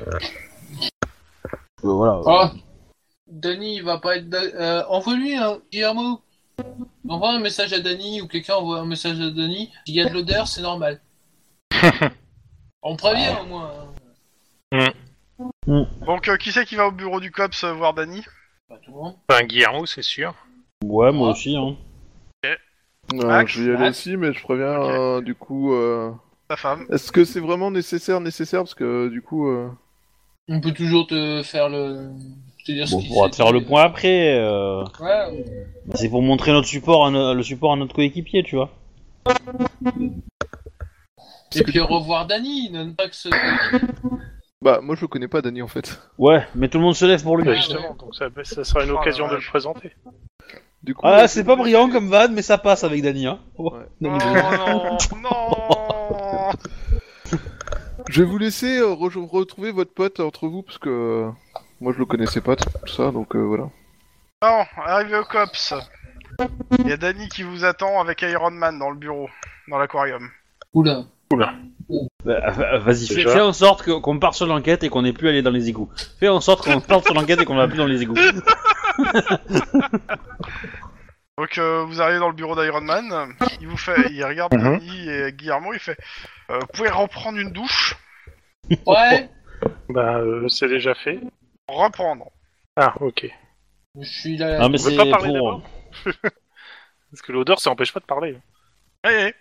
S3: Euh, voilà.
S5: Oh Danny, il va pas être. d'ac- Euh, Envoie-lui un Guillermo. Envoie un message à Danny ou quelqu'un envoie un message à Danny. S'il y a de l'odeur, c'est normal. On prévient au moins. hein.
S2: Donc, euh, qui c'est qui va au bureau du COPS euh, voir Danny
S5: Pas tout le monde.
S4: Enfin, Guillermo, c'est sûr.
S3: Ouais, moi
S4: Ah.
S3: aussi. Hein.
S1: Non,
S2: Max,
S1: Euh, je vais y aller
S5: Max.
S1: aussi, mais je préviens
S2: Ok.
S1: euh, du coup. euh,
S2: Sa femme.
S1: Est-ce que c'est vraiment nécessaire, nécessaire Parce que euh, du coup. euh,
S5: On peut toujours te faire le. Te dire
S3: Bon,
S5: ce
S3: on
S5: qu'il
S3: pourra
S5: s'est
S3: te faire
S5: dit.
S3: le point après. euh,
S5: Ouais,
S3: Bah, C'est pour montrer notre support, à no- le support à notre coéquipier, tu vois.
S5: Et puis revoir Danny, ne pas que ce.
S1: Bah, moi je le connais pas, Danny, en fait.
S3: Ouais, mais tout le monde se lève pour lui.
S4: Bah, justement, donc ça, ça sera une
S2: Oh la
S4: occasion de le
S2: vache.
S4: présenter.
S1: Du coup, euh,
S3: Ah, c'est
S1: je-
S3: pas brillant comme van, mais ça passe avec Dany. Hein.
S1: Ouais.
S2: Oh
S3: Non,
S4: Ah.
S3: mais-
S2: non, non
S1: Je vais vous laisser euh, re- retrouver votre pote entre vous, parce que euh, moi je le connaissais pas, tout ça, donc euh, voilà.
S2: Non, arrivé au COPS. Il y a Danny qui vous attend avec Iron Man dans le bureau, dans l'aquarium.
S5: Oula.
S3: Bah, bah, Vas-y, fais,
S4: Déjà.
S3: fais en sorte que- qu'on parte sur l'enquête et qu'on n'ait plus à aller dans les égouts. Fais en sorte qu'on parte sur l'enquête et qu'on va plus dans les égouts.
S2: Donc, euh, vous arrivez dans le bureau d'Iron Man, il vous fait, il regarde
S4: Mhm.
S2: Danny et Guillermo, il fait euh, Vous pouvez reprendre une douche
S5: Ouais
S4: Bah, euh, c'est déjà fait.
S2: Reprendre.
S4: Ah, ok.
S5: Je suis là.
S3: Ah, mais
S4: On veut
S3: c'est
S4: pas parler
S3: pour.
S4: d'abord Parce que l'odeur, ça empêche pas de parler.
S2: Allez,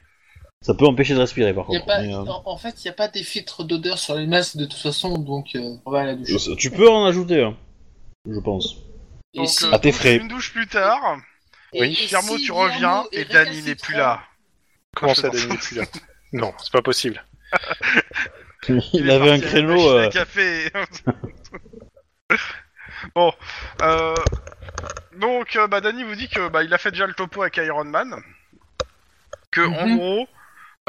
S3: Ça peut empêcher de respirer par
S5: Y a
S3: contre.
S5: pas-
S3: mais, euh,
S5: en, en fait, il n'y a pas des filtres d'odeur sur les masques de toute façon, donc euh, on va à la douche.
S3: Tu peux en ajouter, hein, je pense.
S5: Et si-
S2: euh, Ah,
S3: À tes frais.
S2: une douche plus tard,
S5: et- et
S2: Guillermo,
S5: si
S2: tu reviens
S5: Guillermo est
S2: et Danny n'est plus là.
S4: Comment ça, Dani n'est plus là Non, c'est pas possible.
S3: Il avait un créneau. euh,
S2: café. bon, euh, donc euh, bah, Danny vous dit que bah, il a fait déjà le topo avec Iron Man, que en
S5: Mhm.
S2: gros.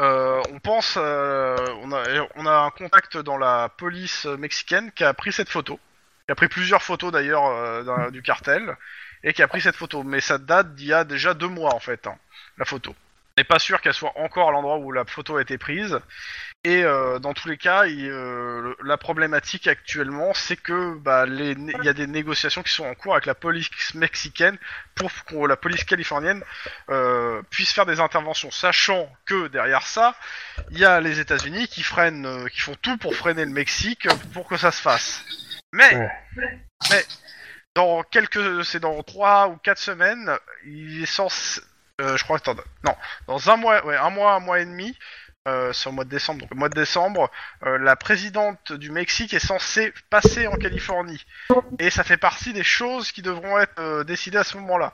S2: euh, on pense, euh, on, a, on a un contact dans la police mexicaine qui a pris cette photo, qui a pris plusieurs photos d'ailleurs euh, d'un- du cartel, et qui a pris cette photo. Mais ça date d'il y a déjà deux mois en fait, hein, la photo. On n'est pas sûr qu'elle soit encore à l'endroit où la photo a été prise, Et euh, dans tous les cas, il, euh, le- la problématique actuellement, c'est que bah, les né- il y a des négociations qui sont en cours avec la police mexicaine pour que la police californienne euh, puisse faire des interventions, sachant que derrière ça, il y a les États-Unis qui freinent, euh, qui font tout pour freiner le Mexique euh, pour que ça se fasse. Mais,
S4: Ouais.
S2: mais dans quelques, c'est dans trois ou quatre semaines, il est censé, euh, je crois, attends, non, dans un mois, ouais, un mois, un mois et demi, euh, sur le mois de décembre. Donc, au mois de décembre, euh, la présidente du Mexique est censée passer en Californie. Et ça fait partie des choses qui devront être euh, décidées à ce moment-là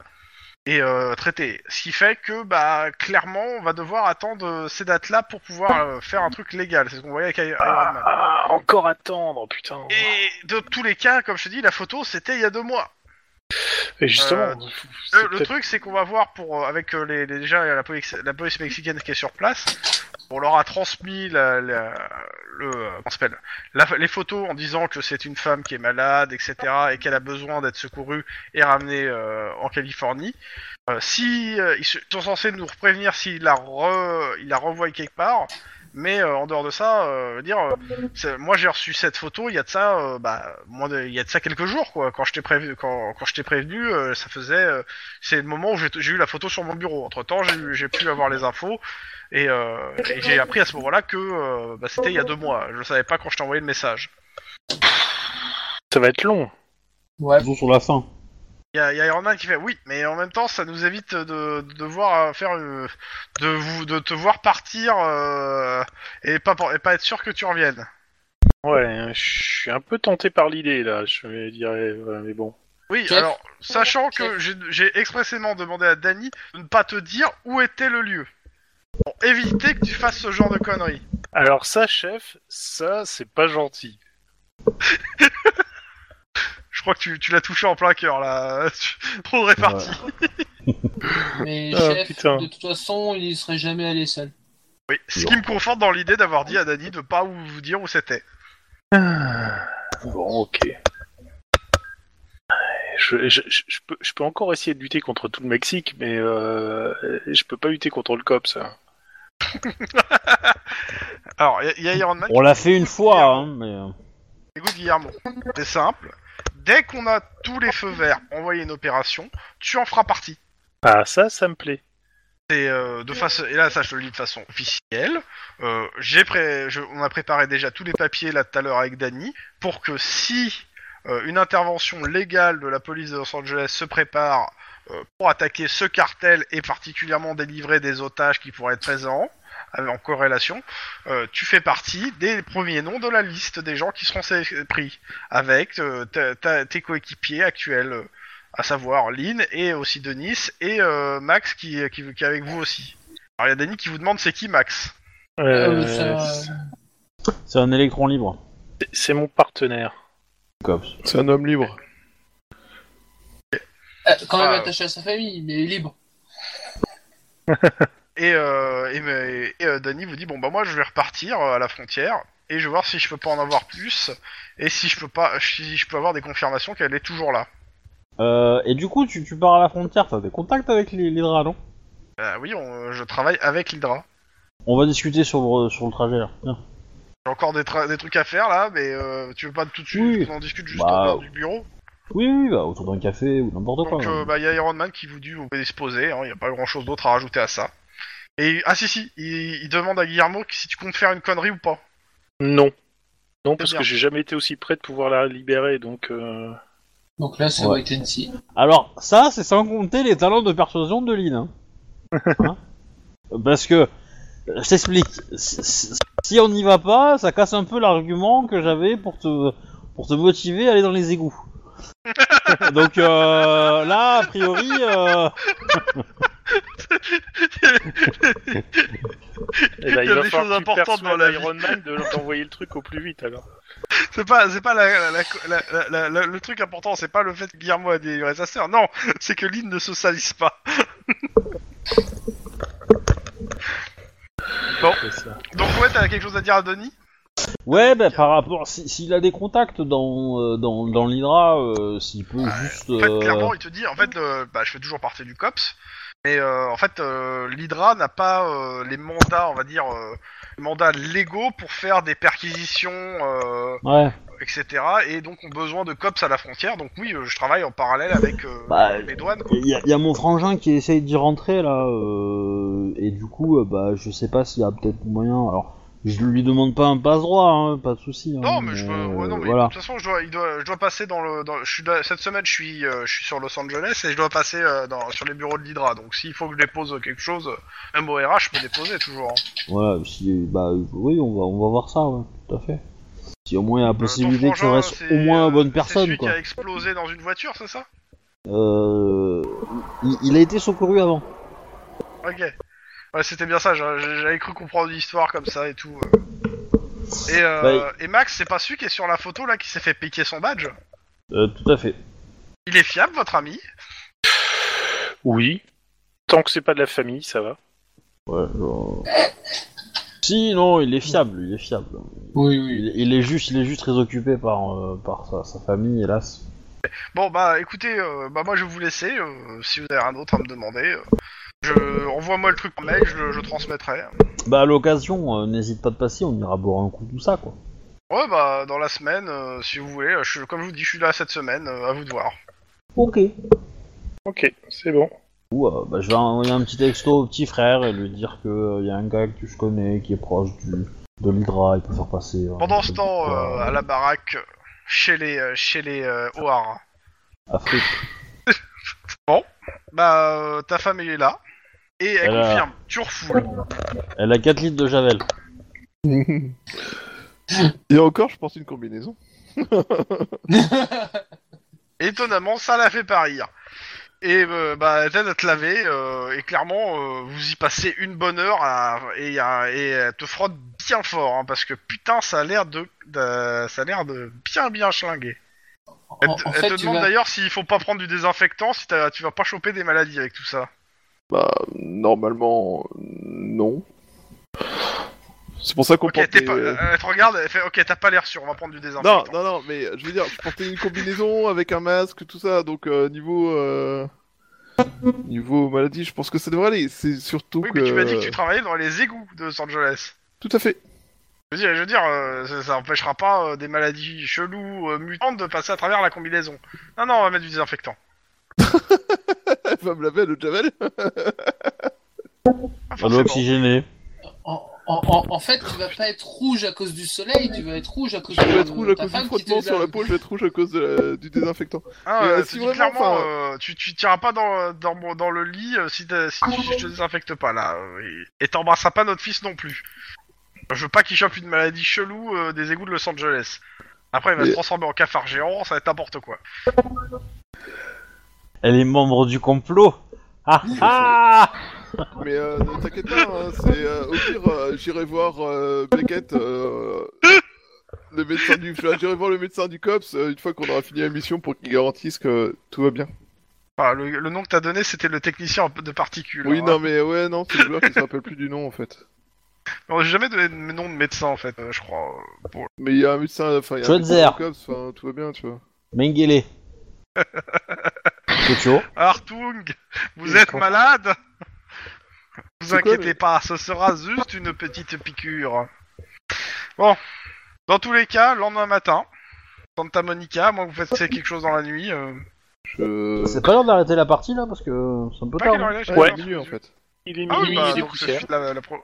S2: et euh, traitées. Ce qui fait que, bah, clairement, on va devoir attendre euh, ces dates-là pour pouvoir euh, faire un truc légal. C'est ce qu'on voyait avec Iron Man.
S4: Ah, ah, encore attendre, putain. Et,
S2: Et de tous les cas, comme je te dis, la photo, c'était il y a deux mois.
S4: justement,
S2: euh,
S4: c'est
S2: Le, le
S4: peut-être-
S2: truc, c'est qu'on va voir pour euh, avec euh, les, les- déjà la police, la police mexicaine qui est sur place. On leur a transmis la, la- le, euh, comment ça s'appelle, la- les photos en disant que c'est une femme qui est malade, etc., et qu'elle a besoin d'être secourue et ramenée euh, en Californie. Euh, si euh, ils se- ils sont censés nous prévenir s'ils la re, ils la renvoient quelque part. Mais euh, en dehors de ça, euh, je veux dire, euh, c'est- moi j'ai reçu cette photo il y a de ça, euh, bah, moins de- il y a de ça quelques jours quoi. Quand je t'ai prévenu, quand, quand je t'ai prévenu, euh, ça faisait euh, c'est le moment où j'ai j'ai eu la photo sur mon bureau. Entre temps, j'ai pu avoir les infos et, euh, et j'ai appris à ce moment-là que euh, bah, c'était il y a deux mois. Je savais pas quand je t'ai envoyé le message.
S4: ça va être long.
S5: Ouais.
S3: Ils sont sur la fin.
S2: Il y, a- il y a Iron Man qui fait oui, mais en même temps, ça nous évite de, de devoir euh, faire euh, de vous de te voir partir euh, et pas et pas être sûr que tu reviennes.
S4: Ouais, je suis un peu tenté par l'idée là, je vais dire, ouais, mais bon.
S2: Oui,
S5: Chef.
S2: alors sachant que
S5: Chef.
S2: j'ai j'ai expressément demandé à Danny de ne pas te dire où était le lieu pour éviter que tu fasses ce genre de conneries.
S4: Alors ça, chef, ça, c'est pas gentil.
S2: Je crois que tu, tu l'as touché en plein cœur là. Trop réparti.
S5: Mais
S4: Ah,
S5: chef,
S4: putain.
S5: de toute façon, il serait jamais allé seul.
S2: Oui, ce qui me conforte dans l'idée d'avoir dit à Danny de pas vous vous dire où c'était.
S4: Bon, ok. Je, je, je, je peux, je peux encore essayer de lutter contre tout le Mexique, mais euh, je peux pas lutter contre le cop, ça.
S2: Alors, il y, a Iron Man.
S3: On l'a fait une fois, hein, mais... euh,
S2: Écoute Guillermo, c'est simple. Dès qu'on a tous les feux verts pour envoyer une opération, tu en feras partie.
S4: Ah, ça, ça me plaît.
S2: C'est euh, de façon et là ça je te le dis de façon officielle. Euh, j'ai pré- je- on a préparé déjà tous les papiers là tout à l'heure avec Danny pour que si euh, une intervention légale de la police de Los Angeles se prépare euh, pour attaquer ce cartel et particulièrement délivrer des otages qui pourraient être présents euh, en corrélation, euh, tu fais partie des premiers noms de la liste des gens qui seront sé- pris avec euh, ta- ta- tes coéquipiers actuels. euh, à savoir Lynn et aussi Denis et euh, Max qui, qui, qui est avec vous aussi. Alors il y a Denis qui vous demande c'est qui Max Ah
S5: Euh,
S4: Euh,
S5: ça-
S3: C'est un électron libre.
S4: c'est- c'est mon partenaire.
S3: Cops.
S1: C'est un homme libre.
S5: euh, quand même
S2: Ah.
S5: attaché à sa famille, mais libre.
S2: Et, euh, et, mais- et, euh, Denis vous dit bon bah moi je vais repartir euh, à la frontière et je vais voir si je peux pas en avoir plus et si je peux pas si je peux avoir des confirmations qu'elle est toujours là.
S3: Euh, et du coup, tu, tu pars à la frontière, t'as des contacts avec les, les draps, non
S2: Euh, oui on- je travaille avec l'Hydra.
S3: On va discuter sur, le- sur le trajet, là. Tiens.
S2: J'ai encore des, tra- des trucs à faire là mais euh, tu veux pas tout de suite
S3: Oui.
S2: qu'on en discute juste
S3: Bah,
S2: en dehors du bureau.
S3: Oui, oui, bah, autour d'un café ou n'importe quoi. hein.
S2: Donc euh,
S3: mais-
S2: bah, il y a Iron Man qui vous dit vous pouvez disposer, hein, il n'y a pas grand chose d'autre à rajouter à ça. Et ah si si, il, il demande à Guillermo que si tu comptes faire une connerie ou pas.
S4: Non. Non, parce
S2: bien.
S4: que j'ai jamais été aussi près de pouvoir la libérer, donc... euh,
S5: Donc là, c'est
S3: Ouais.
S5: wait and see.
S3: Alors, ça, c'est sans compter les talents de persuasion de Lynn. hein. Hein Parce que, euh, je t'explique, si- si si on n'y va pas, ça casse un peu l'argument que j'avais pour te, pour te motiver à aller dans les égouts. Donc euh, là, a priori, euh,
S4: eh ben,
S2: Il y a des
S4: falloir
S2: choses
S4: que tu
S2: importantes dans
S4: persuades
S2: la vie.
S4: Iron Man de d'envoyer le truc au plus vite, alors.
S2: C'est pas c'est pas la- la- la- la- la- la- le truc important, c'est pas le fait que Guillermo a délivré sa sœur, non, c'est que Lynn ne se salisse pas.
S4: C'est ça.
S2: Donc ouais t'as quelque chose à dire à Denis
S3: ouais, bah, par rapport, si- s'il a des contacts dans, euh, dans, dans l'Hydra, euh, s'il peut juste...
S2: En fait
S3: euh,
S2: clairement il te dit en fait le- bah, je fais toujours partie du cops. Mais euh, en fait, euh, l'Hydra n'a pas euh, les mandats, on va dire, euh, les mandats légaux pour faire des perquisitions, euh,
S3: Ouais.
S2: etc. Et donc ont besoin de cops à la frontière. Donc oui, euh, je travaille en parallèle avec euh,
S3: Bah,
S2: les douanes.
S3: Il y, a- y a mon frangin qui essaye d'y rentrer là, euh, et du coup, euh, bah, je sais pas s'il y a peut-être moyen. Alors, je lui demande pas un passe droit, hein, pas de souci. hein,
S2: Non, mais je peux- ouais, non, mais
S3: voilà.
S2: de toute façon, je dois, il doit- je dois passer dans le. dans- je suis, dans- cette semaine, je suis, euh, je suis sur Los Angeles et je dois passer euh, dans, sur les bureaux de l'Hydra. Donc, s'il faut que je dépose quelque chose, un au RH, je peux déposer toujours. hein.
S3: Voilà, si, bah, oui, on va, on va voir ça, ouais, tout à fait. Si au moins il y a la
S2: Euh,
S3: possibilité
S2: ton
S3: que tu
S2: frangin,
S3: restes
S2: c'est,
S3: au moins
S2: euh,
S3: une bonne
S2: C'est
S3: personne,
S2: celui
S3: quoi.
S2: qui a explosé dans une voiture, c'est ça
S3: Euh, il, il a été secouru avant.
S2: Ok. Ouais, c'était bien ça, j'a- j'avais cru comprendre l'histoire comme ça et tout. euh. Et, euh,
S3: Bah,
S2: et Max, c'est pas celui qui est sur la photo là qui s'est fait piquer son badge
S3: Euh, tout à fait.
S2: Il est fiable, votre ami
S4: Oui. Tant que c'est pas de la famille, ça va.
S3: Ouais, genre... Si, non, il est fiable, il est fiable.
S5: Oui, oui.
S3: Il, il est juste, il est juste très occupé par, euh, par sa, sa famille, hélas.
S2: Bon, bah écoutez, euh, bah moi je vais vous laisser. euh, si vous avez rien d'autre à me demander, euh, je... envoie-moi le truc par mail, je le je transmettrai.
S3: Bah à l'occasion, euh, n'hésite pas de passer, on ira boire un coup tout ça quoi.
S2: Ouais, bah dans la semaine, euh, si vous voulez, euh, je, comme je vous dis, je suis là cette semaine, euh, à vous de voir.
S3: Ok.
S4: Ok, c'est bon.
S3: Ou euh, bah, je vais envoyer un petit texto au petit frère et lui dire que euh, y a un gars que tu connais qui est proche du de l'Hydra, il peut faire passer. euh,
S2: Pendant ce
S3: un
S2: temps,
S3: petit,
S2: euh, à la baraque, chez les, euh, chez les euh, O'Hara.
S3: Afrique.
S2: Bah euh, ta femme elle est là, et elle
S3: Elle a-
S2: confirme, tu refoules.
S3: Elle a 4 litres de javel.
S1: Et encore, je pense une combinaison.
S2: Étonnamment, ça la fait pas rire. Et euh, bah, elle t'aide à te laver, euh, et clairement, euh, vous y passez une bonne heure, à- et, à- et elle te frotte bien fort, hein, parce que putain, ça a l'air de, de- ça a l'air de bien bien schlinguer. Elle,
S5: En-
S2: te-
S5: en
S2: elle
S5: fait,
S2: te
S5: tu
S2: demande
S5: vas-
S2: d'ailleurs s'il faut pas prendre du désinfectant, si t'as- tu vas pas choper des maladies avec tout ça.
S1: Bah, normalement, euh, non. C'est pour ça qu'on
S2: Ok,
S1: porte
S2: t'es
S1: des-
S2: pas- elle te regarde, elle fait, ok, t'as pas l'air sûr, on va prendre du désinfectant.
S1: Non, non, non, mais je veux dire, je portais une combinaison avec un masque, tout ça, donc euh, niveau. euh, Niveau maladie, je pense que ça devrait aller. C'est surtout
S2: oui,
S1: que.
S2: mais tu m'as dit que tu travaillais dans les égouts de Los Angeles.
S1: Tout à fait.
S2: Je veux dire, je veux dire, euh, ça, ça empêchera pas euh, des maladies cheloues, euh, mutantes de passer à travers la combinaison. Non, non, on va mettre du désinfectant.
S1: Elle va me laver le javel. bah,
S2: Ah,
S3: Elle est
S2: forcément.
S3: oxygénée.
S5: En, en- en- en fait, tu vas pas être rouge à cause du soleil, tu vas être rouge à cause
S1: Je
S5: de
S1: vais être rouge à
S5: ta
S1: cause du
S5: femme qui
S1: frottement
S5: te
S1: sur la
S5: lave.
S1: peau, je vais être rouge à cause de la- du désinfectant.
S2: Ah,
S1: Et,
S2: euh,
S1: euh,
S2: je
S1: si
S2: te dis
S1: vraiment,
S2: clairement,
S1: enfin,
S2: euh, tu, tu tireras pas dans, dans, dans le lit euh, si, t'as- si tu, je te désinfecte pas là. euh, et- Et t'embrasseras pas notre fils non plus. Je veux pas qu'il chope une maladie chelou euh, des égouts de Los Angeles. Après, il va
S1: Et-
S2: se transformer en cafard géant, ça va être n'importe quoi.
S3: Elle est membre du complot. Ah ah
S1: Mais euh, ne t'inquiète pas, hein, c'est euh, au pire, euh, j'irai voir euh, Beckett, euh, le médecin du, enfin, j'irai voir le médecin du cops euh, une fois qu'on aura fini la mission pour qu'il garantisse que tout va bien.
S2: Enfin, le, le nom que t'as donné, c'était le technicien de particules.
S1: Oui,
S2: hein.
S1: non, mais ouais, non, c'est le joueur qui se rappelle plus du nom en fait.
S2: Non, J'ai jamais donné de nom de médecin, en fait, euh, je crois. euh, pour-
S1: Mais il y a un médecin, enfin, il y a un médecin
S3: Schweitzer.
S1: du cops, enfin, tout va bien, tu vois.
S3: Mengele. Tokyo.
S2: Artung, vous
S4: Il
S2: êtes
S4: comprend.
S2: malade Vous
S1: C'est quoi,
S2: inquiétez
S1: mais-
S2: pas, ce sera juste une petite piqûre. Bon, dans tous les cas, lendemain matin, Santa Monica, moi vous faites c'est quelque chose dans la nuit. euh,
S1: Je.
S3: C'est pas l'heure d'arrêter la partie là parce que c'est un peu
S2: pas quelle
S3: tard.
S2: heure
S3: hein.
S2: il est, je sais
S1: Ouais,
S2: pas.
S1: minuit, en fait.
S4: Il est
S2: Ah oui,
S4: minuit,
S2: bah,
S4: il est
S2: donc,
S4: poussière.
S2: suite, la- la pro-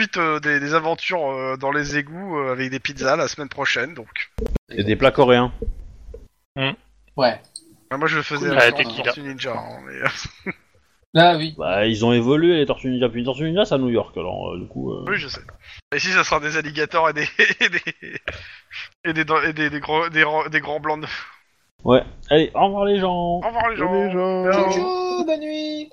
S2: suite, euh, des, des aventures euh, dans les égouts euh, avec des pizzas la semaine prochaine, donc.
S3: Et des plats coréens.
S5: Ouais.
S2: Ah, moi je le faisais
S5: Cool.
S2: avec
S5: Ah,
S2: un
S4: tequila.
S2: Tortue Ninja. hein, mais-
S5: Ah oui.
S3: Bah ils ont évolué les Tortues Ninja, puis les Tortues Ninja c'est à New York alors euh, du coup. euh,
S2: Oui, je sais. Et si ça sera des alligators et des. et des. et des, et des, des gros, des, ro- des grands blancs de.
S3: Allez, au revoir les gens
S2: Au revoir les gens!
S1: Bonne nuit, Jean.
S2: Ciao.
S5: Tchou, tchou, bonne nuit